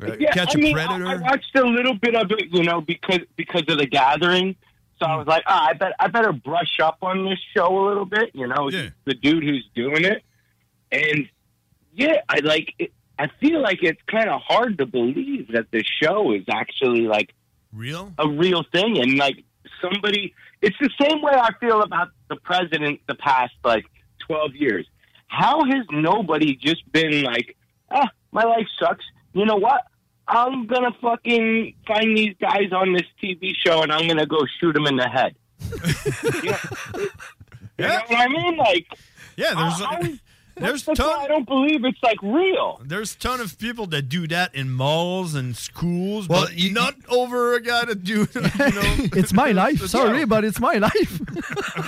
S9: Uh,
S27: Yeah,
S9: Catch
S27: I
S9: a
S27: mean, I-
S9: Predator.
S27: I, watched a little bit of it, you know, because because of the gathering. So
S9: Mm.
S27: I was like, ah, I bet I better brush up on this show a little bit, you know, the dude who's doing it. And yeah, I like it, I feel like it's kind of hard to believe that the show is actually like
S9: real
S27: a real thing and like somebody it's the same way I feel about the president the past like 12 years. How has nobody just been like, "Ah, my life sucks. You know what? I'm going to fucking find these guys on this TV show and I'm going to go shoot them in the head." <laughs> you know, you know what I mean? Like
S9: Yeah, there's
S27: I- I was-
S9: <laughs> there's
S27: that's
S9: ton-
S27: why I don't believe it's like real.
S9: There's a ton of people that do that in malls and schools, well, but not over a guy that do. <laughs> You know,
S11: It's
S9: <laughs>
S11: my life. Sorry, but it's my life.
S27: <laughs>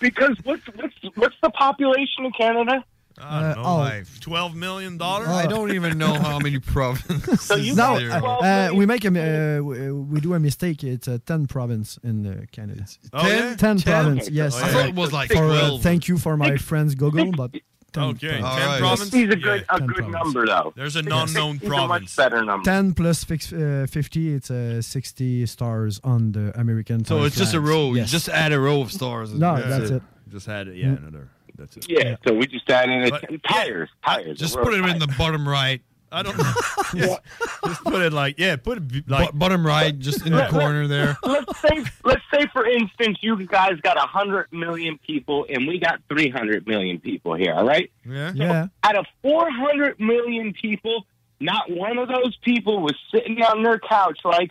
S27: Because what's what's what's the population in Canada?
S9: I don't know,
S11: oh.
S9: like twelve million dollars.
S10: I don't even know
S11: <laughs>
S10: how many provinces.
S27: So you
S11: No,
S10: there
S11: uh,
S10: are.
S11: uh, we make a mi- uh, w- uh, we do a mistake. It's uh, ten province in uh, Canada.
S9: Oh, yeah?
S11: 10
S9: 10?
S11: province.
S9: Okay.
S11: Yes.
S9: I thought it was like
S11: For, uh,
S9: 12.
S11: thank you for my friends Google, but 10
S9: <laughs> Okay,
S11: province.
S9: ten provinces.
S27: He's a good a
S11: Ten
S27: good
S11: province.
S27: number though.
S9: There's an
S27: Sixty
S9: unknown
S27: is A
S9: province.
S27: much better number.
S11: Ten plus fix, uh, fifty. It's uh, sixty stars on the American.
S10: So
S11: Times
S10: it's just a
S11: flags.
S10: row.
S11: Yes.
S10: You just add a row of stars. and
S11: No, that's it.
S9: Just had it. Yeah,
S11: Mm.
S9: another. That's it.
S27: Yeah, so we just add in a
S9: But-
S27: tires, tires.
S10: Just
S27: We're
S10: put it in the bottom right.
S9: I don't
S10: <laughs>
S9: know. just, just put it like yeah, put it b- like
S10: bottom right, just in the
S27: Let- let-
S10: corner there.
S27: <laughs> Let's say, let's say, for instance, you guys got hundred million people, and we got three hundred million people here. All right,
S9: Yeah.
S11: Yeah.
S27: out of four hundred million people, not one of those people was sitting on their couch like,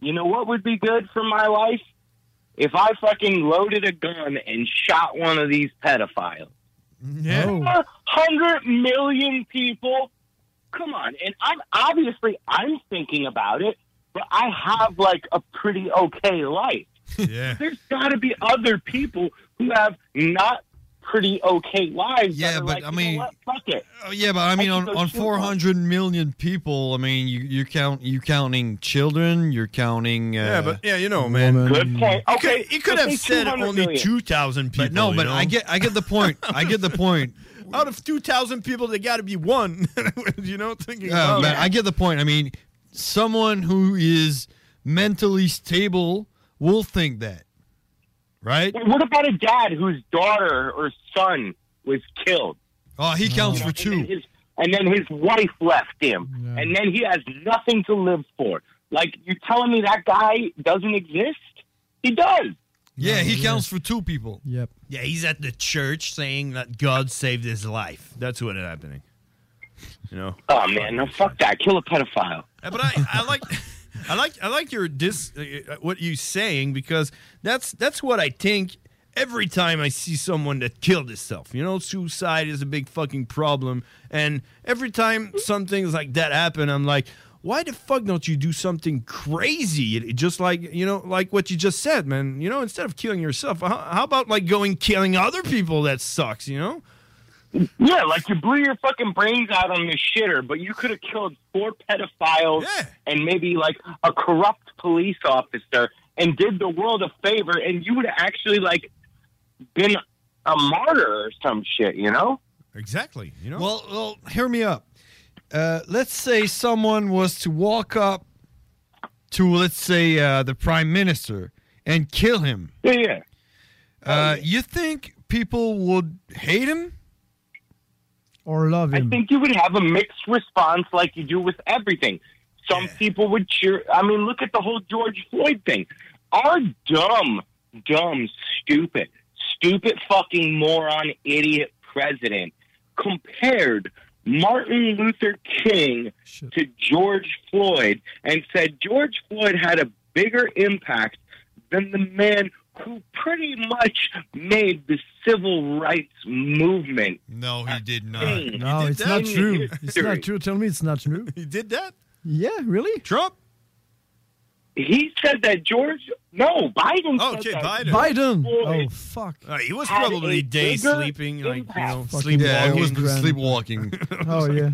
S27: you know what would be good for my life if I fucking loaded a gun and shot one of these pedophiles.
S9: Yeah.
S10: Oh.
S27: Four hundred million people. Come on, and I'm obviously I'm thinking about it, but I have like a pretty
S10: <laughs>
S27: okay life.
S9: Yeah.
S27: There's got to be other people who have not pretty okay lives.
S10: Yeah,
S27: that are
S10: but
S27: like,
S10: I
S27: you know
S10: mean-
S27: what, fuck it.
S10: Oh, yeah, but I mean, on,
S27: think
S10: on
S27: those two-
S10: 400 million people, I mean, you you count you counting children, you're counting. Uh,
S9: Yeah, but- yeah, you know, man. Good point.
S10: You
S9: Okay,
S10: could- you
S9: so say 200 million. 2,000
S10: But no,
S9: people,
S10: but
S9: you
S10: I
S9: know?
S10: get I get the point. I get the <laughs> point.
S9: Out of 2,000 people, they got to be one. <laughs> you know, thinking
S10: Yeah,
S9: about
S10: Uh, but
S9: it.
S10: Oh, I get the point. I mean, someone who is mentally stable will think that, right?
S27: What about a dad whose daughter or son was killed?
S10: Oh, he counts for
S27: two. And then, his, and then his wife left him, and then he has nothing to live for. Like you telling me that guy doesn't exist? He does.
S10: Yeah, he counts for two people.
S11: Yep.
S9: Yeah, he's at the church saying that God saved his life. That's what is happening. You know.
S27: Oh man, no fuck that. Kill a pedophile.
S9: Yeah, Uh, But I, I like, I like, I like your dis, uh, what you saying because that's that's what I think every time I see someone that killed himself. You know, suicide is a big fucking problem, and every time some things like that happen, I'm like. Why the fuck don't you do something crazy? It- it Just like you know, like what you just said, man. You know, instead of killing yourself, how, how about like going killing other people? That sucks, you know.
S27: Yeah, like you blew your fucking brains out on this shitter, but you could have killed four pedophiles and maybe like a corrupt police officer and did the world a favor, and you would have actually like been a martyr or some shit, you know?
S9: Exactly. You know.
S10: Well, well, hear me up. Uh, let's say someone was to walk up to, let's say, uh, the prime minister and kill him.
S27: Yeah, yeah.
S10: Uh, You think people would hate him?
S11: Or love
S27: I think you would have a mixed response like you do with everything. Some people would cheer. I mean, look at the whole George Floyd thing. Our dumb, dumb, stupid, stupid fucking moron, idiot president compared Martin Luther King to George Floyd and said George Floyd had a bigger impact than the man who pretty much made the civil rights movement
S10: No, he did not.
S11: No, it's not true. It's not true. Tell me it's not true.
S9: He did that?
S11: Yeah, really?
S9: Trump?
S27: He said that George. No, Biden. said
S9: Okay,
S27: that.
S9: Oh, Biden.
S11: Biden. Oh, fuck.
S9: Uh, he was
S27: Had
S9: probably
S27: a
S9: day
S27: bigger
S9: sleeping, like you know,
S11: Fucking
S9: sleepwalking.
S10: Yeah, it was sleepwalking. <laughs>
S11: Oh, yeah.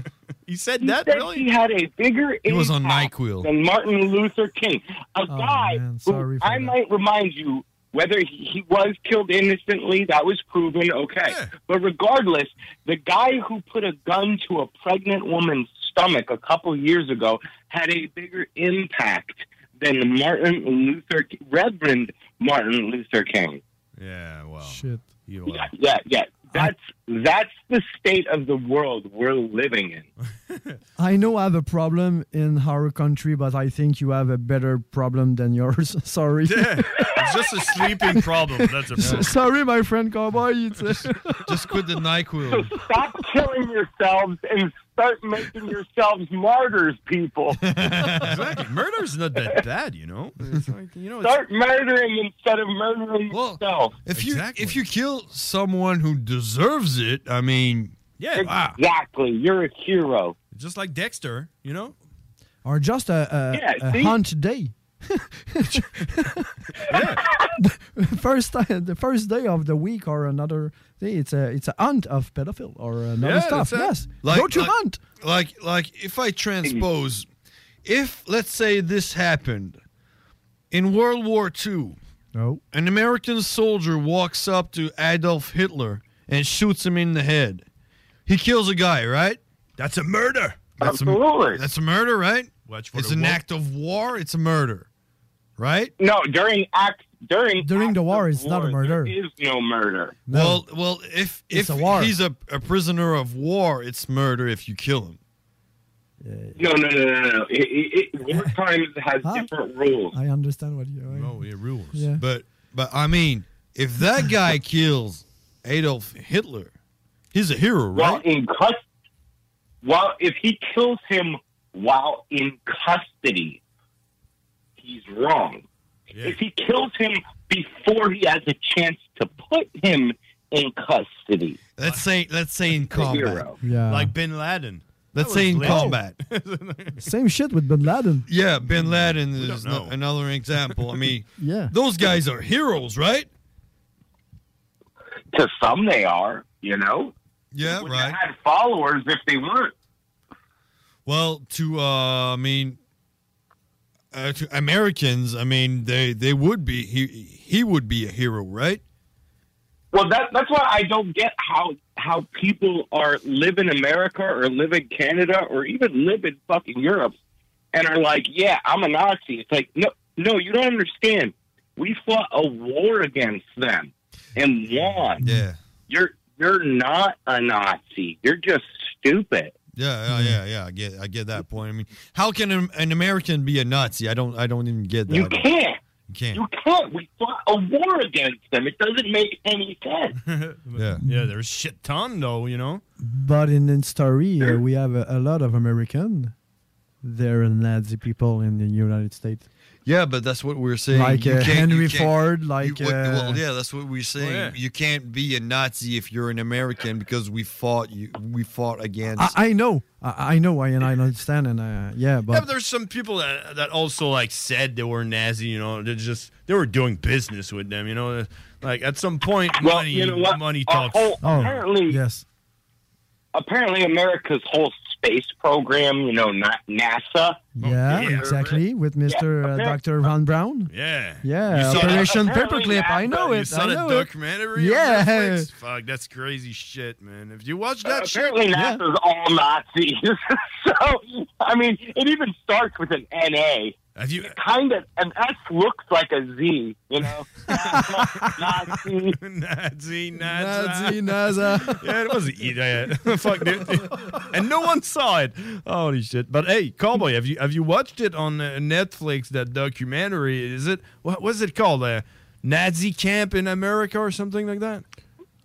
S9: He said
S27: He
S9: that
S27: said
S9: really.
S27: He had a bigger
S10: He was on
S27: impact
S10: NyQuil.
S27: than Martin Luther King, a
S11: Oh,
S27: guy
S11: who
S27: I might remind you whether he, he was killed innocently, that was proven, okay. But regardless, the guy who put a gun to a pregnant woman's stomach a couple years ago had a bigger impact than Martin Luther, Reverend Martin Luther King.
S9: Yeah, well,
S11: shit.
S27: Yeah, yeah, yeah. That's that's the state of the world we're living in.
S11: I know I have a problem in our country, but I think you have a better problem than yours. <laughs> Sorry.
S9: it's just a sleeping problem. That's
S11: <laughs>
S9: a problem.
S11: S- Sorry, my friend cowboy. It's,
S10: <laughs> Just quit the
S27: So
S10: NyQuil.
S27: stop killing yourselves and start making yourselves martyrs, people.
S9: <laughs> exactly. Murder's not that bad, you know. It's like, you know, it's-
S27: Start murdering instead of murdering yourself.
S10: If you if you kill someone who deserves it, I mean,
S9: yeah, wow.
S27: exactly. You're a hero.
S9: just like Dexter, you know.
S11: or just a, a,
S9: Yeah,
S11: a
S9: see?
S11: hunt day. <laughs> first time, the first day of the week or another day. It's a it's a hunt of pedophile or another stuff.
S10: that's
S11: Yes,
S10: it.
S11: go to hunt.
S10: Like, like if I transpose, if let's say this happened in World War II,
S11: no.
S10: an American soldier walks up to Adolf Hitler and shoots him in the head. He kills a guy, right?
S9: That's a murder.
S10: That's
S27: Absolutely.
S10: A, that's a murder, right?
S9: Watch
S10: it's an act of war. It's a murder, right?
S27: No, during act during
S11: during the war, it's not a murder.
S27: There is no murder.
S10: Well, well, if
S11: It's
S10: if
S11: a war.
S10: he's a, a prisoner of war, it's murder if you kill him.
S27: No, no, no, no, no. It, it, it, wartime has different rules.
S11: I understand what you.
S10: No, it rules.
S11: Yeah.
S10: But but I mean, if
S11: <laughs>
S10: that guy kills Adolf Hitler, he's a hero, right?
S27: While in custody, while if he kills him while in custody, he's wrong. If he kills him before he has a chance to put him in custody,
S10: Let's say let's say in combat.
S11: Yeah.
S9: Like Bin Laden.
S10: Let's
S9: That
S10: say
S9: was
S10: in
S9: lit.
S10: combat.
S11: <laughs> Same shit with Bin Laden.
S10: Yeah, Bin Laden is no- another example. I mean,
S11: <laughs> Yeah.
S10: those guys are heroes, right?
S27: To some, they are. You know,
S10: Yeah, right.
S27: had followers if they weren't.
S10: Well, to uh, I mean, uh, to Americans, I mean, they they would be he he would be a hero, right?
S27: Well, that, that's why I don't get how how people are live in America or live in Canada or even live in fucking Europe and are like, "Yeah, I'm a Nazi." It's like, no, no, you don't understand. We fought a war against them and won.
S10: Yeah,
S27: you're you're not a Nazi. You're just stupid.
S10: Yeah, yeah,
S11: Mm-hmm.
S10: yeah, yeah. I get I get that point. I mean, how can an, an American be a Nazi? I don't I don't even get that.
S27: You can't.
S10: You can't.
S27: You can't. We fought a war against them. It doesn't make any sense.
S10: yeah.
S9: <laughs> Yeah, there's shit ton, though, you know?
S11: But in the story, uh, we have a, a lot of American. They're Nazi people in the United States.
S10: Yeah, but that's what we're saying.
S11: Like,
S10: You
S11: uh,
S10: can't- you
S11: Henry
S10: can't-
S11: Ford,
S10: you-
S11: like,
S10: what-
S11: uh,
S10: well, yeah, that's what we're saying. You can't be a Nazi if you're an American because we fought you. We fought against.
S11: I, I know, I, I know, I, and I understand, and uh, yeah,
S9: yeah,
S11: but
S9: but there's some people that, that also like said they were Nazi. You know, they just they were doing business with them. You know, like at some point,
S27: Well,
S9: money,
S27: you know what?
S9: money
S27: Our
S9: talks.
S27: whole- apparently,
S11: oh, yes.
S27: Apparently, America's whole space program, you know, not NASA.
S9: Oh,
S11: yeah, exactly, with Mister uh, Doctor Ron Brown.
S9: Yeah.
S11: Yeah,
S9: You saw that-
S11: Operation
S9: apparently
S11: Paperclip. I know
S9: you
S11: it.
S9: saw
S11: I
S9: the
S11: know it.
S9: documentary?
S11: Yeah.
S9: On Netflix? Fuck, that's crazy shit, man. If you watch that
S27: Uh, Apparently,
S9: shit,
S27: NASA's all Nazis. <laughs> so, I mean, it even starts with an NA.
S9: Have you
S27: kind of an S looks like a Z, you
S9: <laughs>
S27: know? Nazi,
S9: Nazi,
S11: Nazi, NASA.
S9: yeah, <laughs> it wasn't either. Fuck, dude. and no one saw it. Holy shit! But hey, Cowboy, have you have you watched it on uh, Netflix? That documentary is it? What was it called? Uh, Nazi camp in America or something like that?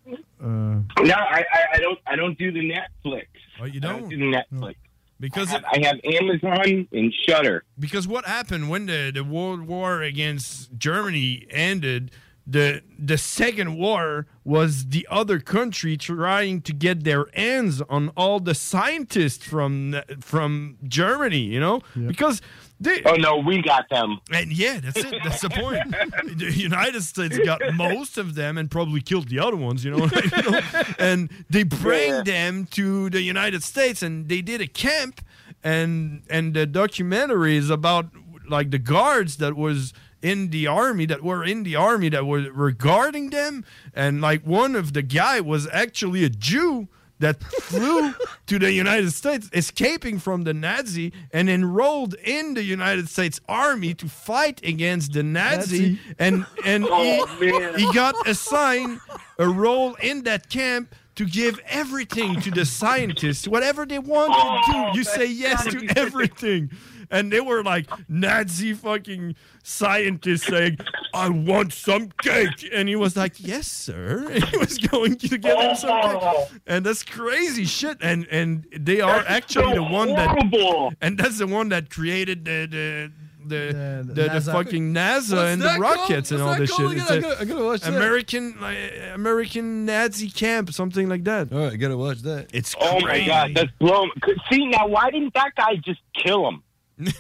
S11: Uh,
S27: No, I, I, I don't. I don't do the Netflix.
S9: Oh, you
S27: don't, do the Netflix
S9: because
S27: I have, I have Amazon and Shutter.
S9: Because what happened when the, the World War against Germany ended, the the second war was the other country trying to get their hands on all the scientists from from Germany, you know? Because they
S27: Oh no, we got them.
S9: And yeah, that's it. That's the point.
S27: <laughs>
S9: the United States got most of them and probably killed the other ones, you know? <laughs> You know? and they bring them to the United States and they did a camp and and the documentary is about like the guards that was in the army that were in the army that were regarding them and like one of the guy was actually a Jew that flew to the United States escaping from the Nazi and enrolled in the United States army to fight against the Nazi,
S11: Nazi.
S9: and and
S27: Oh,
S9: he, he got assigned a role in that camp to give everything to the scientists, whatever they want
S27: Oh,
S9: to do. You say yes to everything. And they were like Nazi fucking scientists saying, I want some cake. And he was like, Yes, sir. <laughs> And he was going to get him some cake. And that's crazy shit. And and they are
S27: Oh. That's
S9: actually
S27: so
S9: the one
S27: horrible.
S9: that and that's the one that created the the the,
S11: The-
S9: the,
S11: the
S9: the,
S11: NASA.
S9: fucking NASA
S11: What's
S9: and the
S11: that called?
S9: rockets and
S11: What's
S9: all
S11: that
S9: this
S11: called
S9: shit.
S11: again?
S9: It's
S11: I
S9: a
S11: gotta- I gotta watch that.
S9: American uh, American Nazi camp, something like that.
S10: All right, gotta watch that.
S9: It's
S27: Oh my god, that's blown. See now, why didn't that guy just kill
S9: <laughs>
S27: him?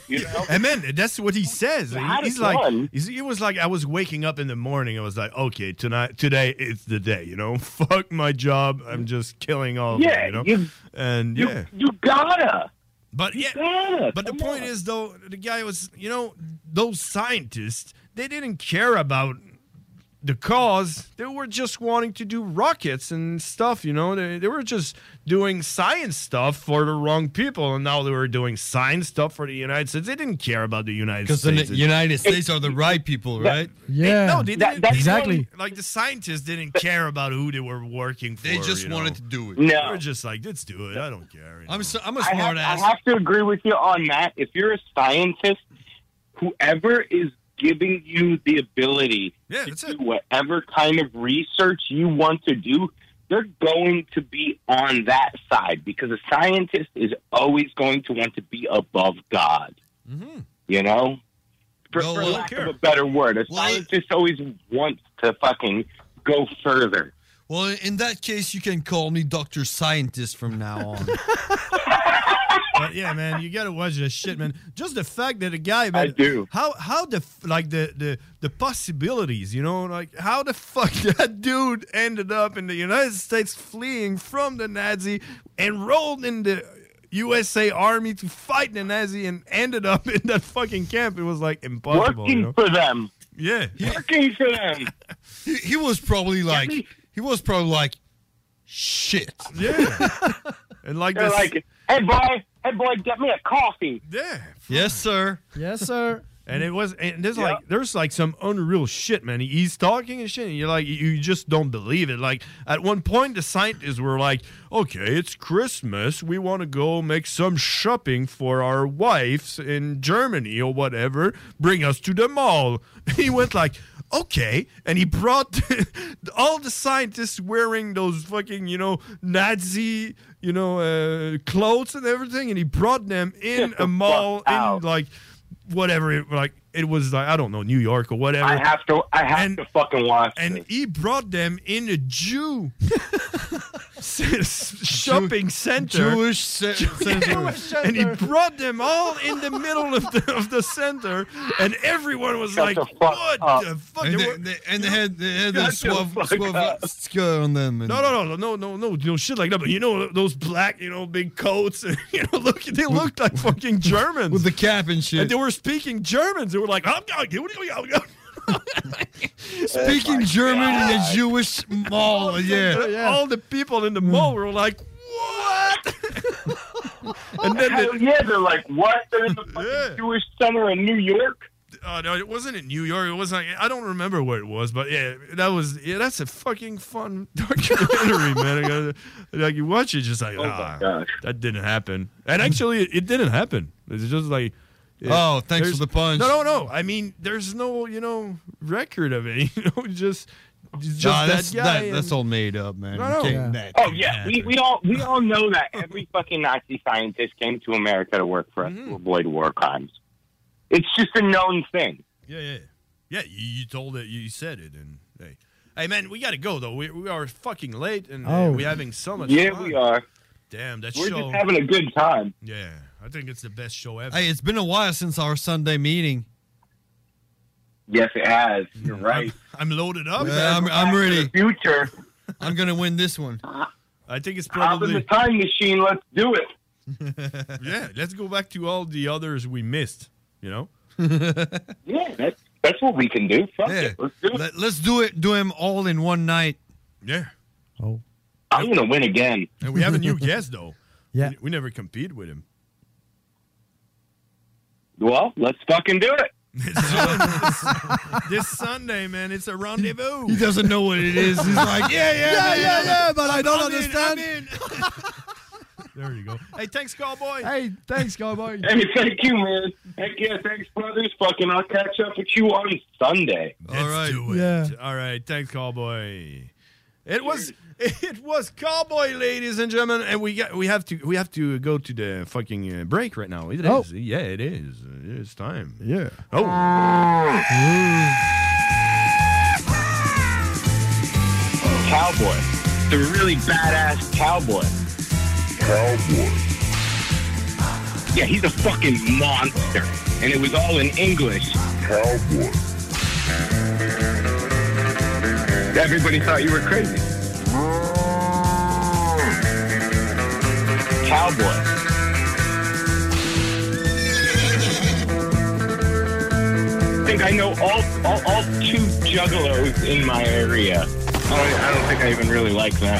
S27: You know?
S9: And man, that's what he says.
S27: How
S9: He-
S27: does
S9: He's like,
S27: one-
S9: he's, he was like, I was waking up in the morning. I was like, okay, tonight, today is the day. You know, <laughs> fuck my job. I'm just killing all of
S27: Yeah,
S9: them. You know,
S27: you-
S9: and
S27: you-
S9: yeah,
S27: you gotta.
S9: But yeah,
S27: gotta,
S9: but the
S27: come
S9: point
S27: on.
S9: is though, the guy was, you know, those scientists, they didn't care about the cause. They were just wanting to do rockets and stuff, you know. They, they were just doing science stuff for the wrong people, and now they were doing science stuff for the United States. They didn't care about the United
S10: Because
S9: States.
S10: the N- United States are the right people, right?
S9: They- no, they
S10: That-
S9: didn't.
S10: that's-
S9: they didn't-
S10: Exactly.
S9: Like the scientists didn't care about who they were working for.
S10: They just
S9: you know.
S10: wanted to do it.
S27: No.
S9: they were just like, let's do it. I don't care.
S10: I'm so, I'm a
S27: I
S10: smart
S27: have,
S10: ass.
S27: I have to agree with you on that. If you're a scientist, whoever is giving you the ability to do whatever kind of research you want to do, they're going to be on that side because a scientist is always going to want to be above God.
S10: Mm-hmm.
S27: You know? For, for
S10: well-
S27: lack of a better word, a scientist always wants to fucking go further.
S10: Well, in that case, you can call me Doctor Scientist from now on.
S9: But yeah, man, you gotta watch this shit, man. Just the fact that a guy, man,
S27: I do.
S9: How how the f- like the the the possibilities, you know, like how the fuck <laughs> that dude ended up in the United States, fleeing from the Nazi, enrolled in the USA Army to fight the Nazi, and ended up <laughs> in that fucking camp. It was like impossible.
S27: Working
S9: you know?
S27: for them.
S9: Yeah,
S27: working for them.
S10: He, he was probably like, he was probably like, shit. <laughs>
S9: Yeah. and like
S27: They're
S10: this-
S27: like, hey boy, hey boy, get me a coffee.
S9: Yeah.
S10: Yes, sir.
S9: Yes, sir. And it was, and there's
S27: Yeah.
S9: like, there's like some unreal shit, man. He's talking and shit, and you're like, you just don't believe it. Like at one point, the scientists were like, "Okay, it's Christmas. We want to go make some shopping for our wives in Germany or whatever. Bring us to the mall." <laughs> he went like, "Okay," and he brought <laughs> all the scientists wearing those fucking, you know, Nazi, you know, uh, clothes and everything, and he brought them
S27: <laughs>
S9: in a mall in like whatever it, like it was like I don't know New York or whatever.
S27: I have to. I have to fucking watch.
S9: and he brought them in a
S27: <laughs>
S9: Jew shopping center, <laughs>
S10: Jewish ce- center.
S9: Jewish and he brought them all in the middle of the of the center, and everyone was like, "What the
S10: And
S9: fuck?" Uh, They
S10: they,
S9: were-
S10: they- and they had, they had the
S9: Shut the
S10: Swav-
S9: fuck up.
S10: Swarovski on them. and-
S9: no, no, no, no, no, no, no, shit like that. But you know those black, you know, big coats, and <laughs> you know, look, they looked
S10: <laughs>
S9: like fucking Germans with
S10: the cap and shit.
S9: And they were speaking Germans. They were like, "I'm going, what are you
S10: <laughs> Speaking German in a Jewish mall. yeah.
S9: All the people in the mall were like, "What?" and then
S27: Hell yeah, they're like, "What? They're
S10: <laughs>
S27: in the fucking Jewish center in New York."
S9: Oh no, it wasn't in New York. It was like I don't remember where it was, but yeah, that was yeah. That's a fucking fun <laughs> documentary, man. I gotta- like you watch it, just like
S27: my
S9: ah, that didn't happen. And actually, it, it didn't happen. It's just like yeah,
S10: Oh, thanks
S9: there's-
S10: for the punch.
S9: No, no, no. I mean, there's no you know record of it. <laughs> You know, just just
S10: Nah,
S9: that
S10: that's,
S9: guy.
S10: that-
S9: and-
S10: that's all made up, man.
S9: No, no.
S10: Okay,
S9: Yeah.
S10: that-
S27: Oh yeah, we, we all
S10: <laughs>
S27: we all know that every fucking Nazi scientist came to America to work for us
S10: Mm-hmm.
S27: to avoid war crimes. It's just a known thing.
S9: Yeah, yeah, yeah. You, you told it. You said it, and hey, hey, man, we gotta go though. We, we are fucking late, and uh,
S27: Oh.
S9: we're having so much.
S27: Yeah,
S9: fun.
S27: we are.
S9: Damn, that
S27: We're
S9: show.
S27: just having a good time.
S9: Yeah, I think it's the best show ever.
S10: Hey, it's been a while since our Sunday meeting.
S27: Yes, it has. You're
S10: <laughs>
S27: right.
S9: I'm loaded up.
S10: Yeah,
S9: man.
S10: Uh, I'm, I'm ready.
S27: Future.
S10: I'm gonna win this one.
S9: I think it's
S27: Hop in the
S9: probably
S27: time machine. Let's do it.
S9: <laughs> yeah. Let's go back to all the others we missed. You know.
S27: Yeah, that's that's what we can do. Fuck it. Let's do it.
S10: Let, us do it. Do them all in one night.
S9: Yeah.
S10: Oh.
S27: I'm gonna win again.
S9: And <laughs> we have a <laughs> new guest though.
S10: Yeah.
S9: We, we never compete with him.
S27: Well, let's fucking do
S9: <laughs>
S27: it.
S9: this Sunday, man, it's a rendezvous.
S10: He doesn't know what it is. He's like, yeah, yeah,
S9: Yeah,
S10: man,
S9: yeah, yeah,
S10: but I don't
S9: I'm in,
S10: understand.
S9: There you go. Hey, thanks, Cowboy.
S32: Hey, thanks, Cowboy.
S27: <laughs> Hey, thank you, man. Heck yeah, thanks, brothers. Fucking, I'll catch up with you on Sunday.
S9: Let's do it.
S27: Yeah.
S9: All right. Thanks, Cowboy. It was it was Cowboy, ladies and gentlemen, and we got we have to we have to go to the fucking uh, break right now. It is.
S27: Oh.
S9: Yeah, it is. It's time.
S27: Yeah.
S9: Oh.
S27: Cowboy. The really badass cowboy. Cowboy. Yeah, he's a fucking monster. And it was all in English. Cowboy. Everybody thought you were crazy. Cowboy. I think I know all, all, all two juggalos in my area. I don't, Oh, I don't think I even really like them.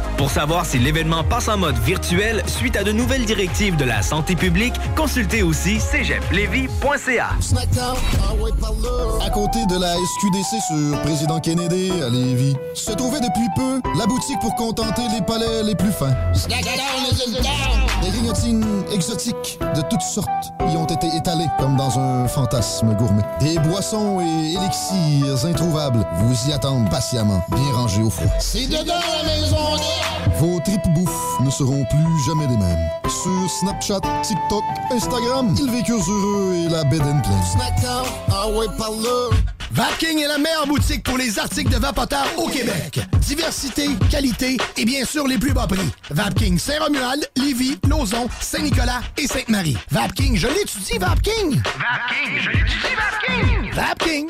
S2: Pour savoir si l'événement passe en mode virtuel suite à de nouvelles directives de la santé publique, consultez aussi cégeplevy.ca.
S22: Snackdown, ah ouais, par là. À côté de la SQDC sur Président Kennedy à Lévis, se trouvait depuis peu la boutique pour contenter les palais les plus fins.
S25: Snackdown is in town.
S22: Des grignotines exotiques de toutes sortes y ont été étalées comme dans un fantasme gourmet. Des boissons et élixirs introuvables vous y attendent patiemment, bien rangés au froid.
S33: C'est dedans la maison
S22: Vos tripes bouffes ne seront plus jamais les mêmes. Sur Snapchat, TikTok, Instagram, ils vécurent heureux et la bed and pleine.
S33: Snackdown, ah ouais, par là.
S25: Vapking est la meilleure boutique pour les articles de vapoteurs au Québec. Diversité, qualité et bien sûr les plus bas prix. Vapking Saint-Romuald, Lévis, Lauson, Saint-Nicolas et Sainte-Marie. Vapking, je l'étudie, Vapking!
S34: Vapking, je l'étudie, Vapking!
S25: Vapking!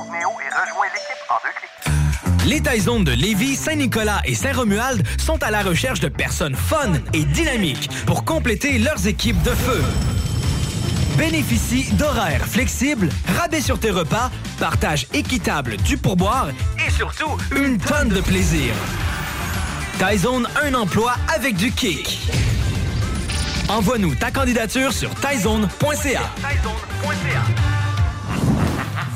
S20: Néo et rejoins l'équipe en deux clics.
S2: Les Taizones de Lévis, Saint-Nicolas et Saint-Romuald sont à la recherche de personnes fun et dynamiques pour compléter leurs équipes de feu. Bénéficie d'horaires flexibles, rabais sur tes repas, partage équitable du pourboire et surtout une tonne de plaisir. Taizone, un emploi avec du kick. Envoie-nous ta candidature sur taizone.ca.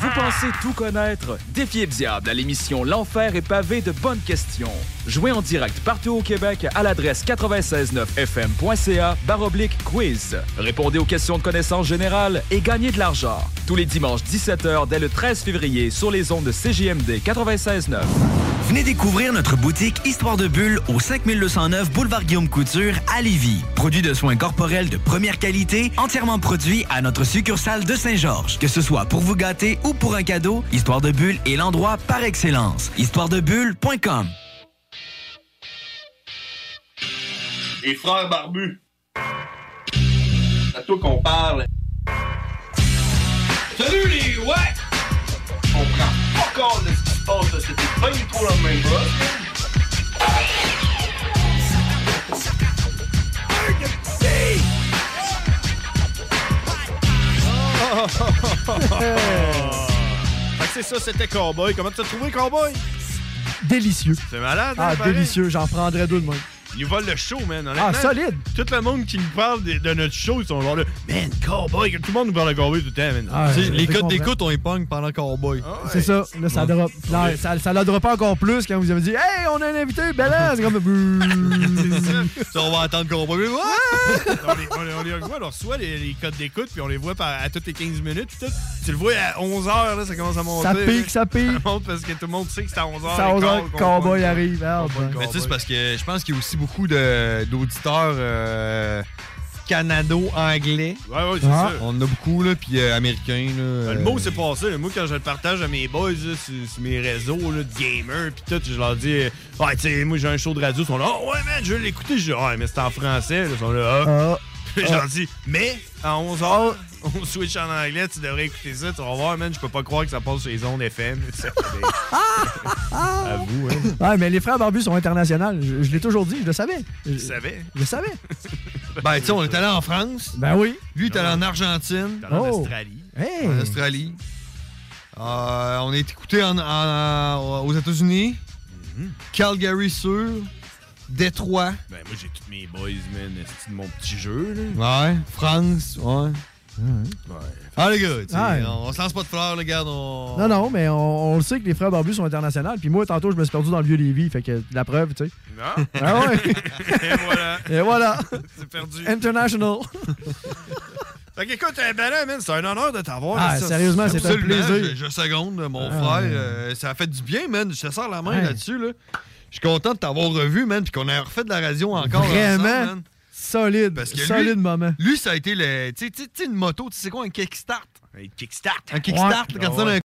S21: Vous pensez tout connaître? Défiez le diable à l'émission L'Enfer est pavé de bonnes questions. Jouez en direct partout au Québec à l'adresse 969fm.ca baroblique quiz. Répondez aux questions de connaissance générale et gagnez de l'argent. Tous les dimanches 17h dès le 13 février sur les ondes de CJMD 96.9.
S2: Venez découvrir notre boutique Histoire de Bulle au 5209 Boulevard Guillaume Couture à Lévis. Produit de soins corporels de première qualité, entièrement produit à notre succursale de Saint-Georges. Que ce soit pour vous gâter ou pour un cadeau, Histoire de Bulle est l'endroit par excellence. Histoiredebulle.com
S35: Les frères barbus. C'est à toi qu'on parle. Salut les ouais! On prend pas compte de ce qui se passe, là. c'était pas du tout la même chose.
S9: <laughs> Fait que c'est ça, c'était Cowboy. Comment tu as trouvé Cowboy?
S11: Délicieux.
S9: C'est malade, hein,
S11: Ah,
S9: pareil?
S11: délicieux. J'en prendrais deux de même.
S9: Ils nous volent le show, man.
S11: Ah,
S9: Honnêtement,
S11: solide.
S9: Tout le monde qui nous parle de, de notre show, ils sont genre là, man, Cowboy. Tout le monde nous parle de Cowboy tout le temps, man. Ah.
S11: Ah,
S9: Tu sais,
S11: je
S9: les
S11: te
S9: codes oh
S11: comprends.
S9: d'écoute, on épargne pendant
S10: oh.
S9: Cowboy.
S11: C'est ça. Là, ça drop. Là, ça, ça la droppe encore plus quand vous avez dit Hey, on a un invité, Bella! C'est
S9: <laughs>
S11: comme.
S9: Ça, on va attendre Cowboy. Mais ouais! on, les, on, les, on les revoit, on leur reçoit les, les codes d'écoute, puis on les voit par- à toutes les 15 minutes. puis tout. Tu le vois à 11h, là, ça commence à monter.
S11: Ça pique,
S9: là.
S11: ça pique.
S9: Ça monte parce que tout le monde sait que c'est à 11h.
S11: C'est à 11 heures que Cowboy arrive, merde. hein.
S10: Mais tu sais, c'est parce que je pense qu'il y a aussi beaucoup de- d'auditeurs euh, canado-anglais.
S9: Ouais, ouais, c'est Ah. ça.
S10: On en a beaucoup, là, puis euh, américains, là.
S9: Le mot
S10: euh,
S9: s'est passé. Le mot, quand je le partage à mes boys là, sur, sur mes réseaux là, de gamers, puis tout, je leur dis euh, Ouais, tu sais, moi j'ai un show de radio. Ils sont là, oh ouais, man, je vais l'écouter. Je dis Ouais, mais c'est en français. là. Ils sont là, ah.
S11: Ah.
S9: <laughs> Je leur
S11: Ah.
S9: dis Mais à 11h, <laughs> on switch en anglais, tu devrais écouter ça. Tu vas voir, man, je peux pas croire que ça passe sur les ondes <laughs> FM.
S11: <laughs>
S9: à vous, hein.
S11: Ouais, mais les frères barbus sont internationaux. Je, je l'ai toujours dit, je le savais. Je,
S9: Tu savais.
S11: Euh, je le savais.
S10: <laughs> Ben, tu sais, on est allé en France.
S11: Ben oui.
S10: Lui, il est allé en Argentine.
S11: allé en Oh. Australie. Hey.
S10: En Australie. Euh, on est écouté en- en- aux États-Unis. Calgary sur. Détroit.
S9: Ben, moi j'ai tous mes boys, man, c'est de mon petit jeu, là.
S10: Ouais. France. Ouais. Ah, les gars, tu sais,
S11: Ouais.
S10: on se lance pas de fleurs, les gars. On...
S11: Non, non, mais on, on le sait que les frères barbus sont internationaux. Puis moi, tantôt, je me suis perdu dans le vieux Lévis. Fait que la preuve, tu sais.
S9: Non.
S11: Ah ouais.
S9: <laughs> Et voilà.
S11: Et voilà.
S9: <laughs> C'est perdu. <laughs>
S11: International.
S9: Fait qu'écoute, euh, ben là, man, c'est un honneur de t'avoir.
S11: Ah,
S9: Ça,
S11: sérieusement, c'est un
S10: Absolument,
S11: plaisir.
S10: Je, je seconde, mon
S11: Ah.
S10: frère. euh, ça a fait du bien, man. Je te sers la main
S11: Ouais.
S10: là-dessus, là. Je suis content de t'avoir revu, man, puis qu'on ait refait de la radio encore.
S11: Vraiment.
S10: ensemble, man. Solide. Parce que lui-
S8: solide moment.
S10: Lui, ça a été le. Tu sais- tu sais, tu sais, une moto, tu sais quoi, un kickstart? Un kickstart. Un kickstart,
S8: Ouais.
S10: quand tu
S8: Ah ouais.
S10: donnes un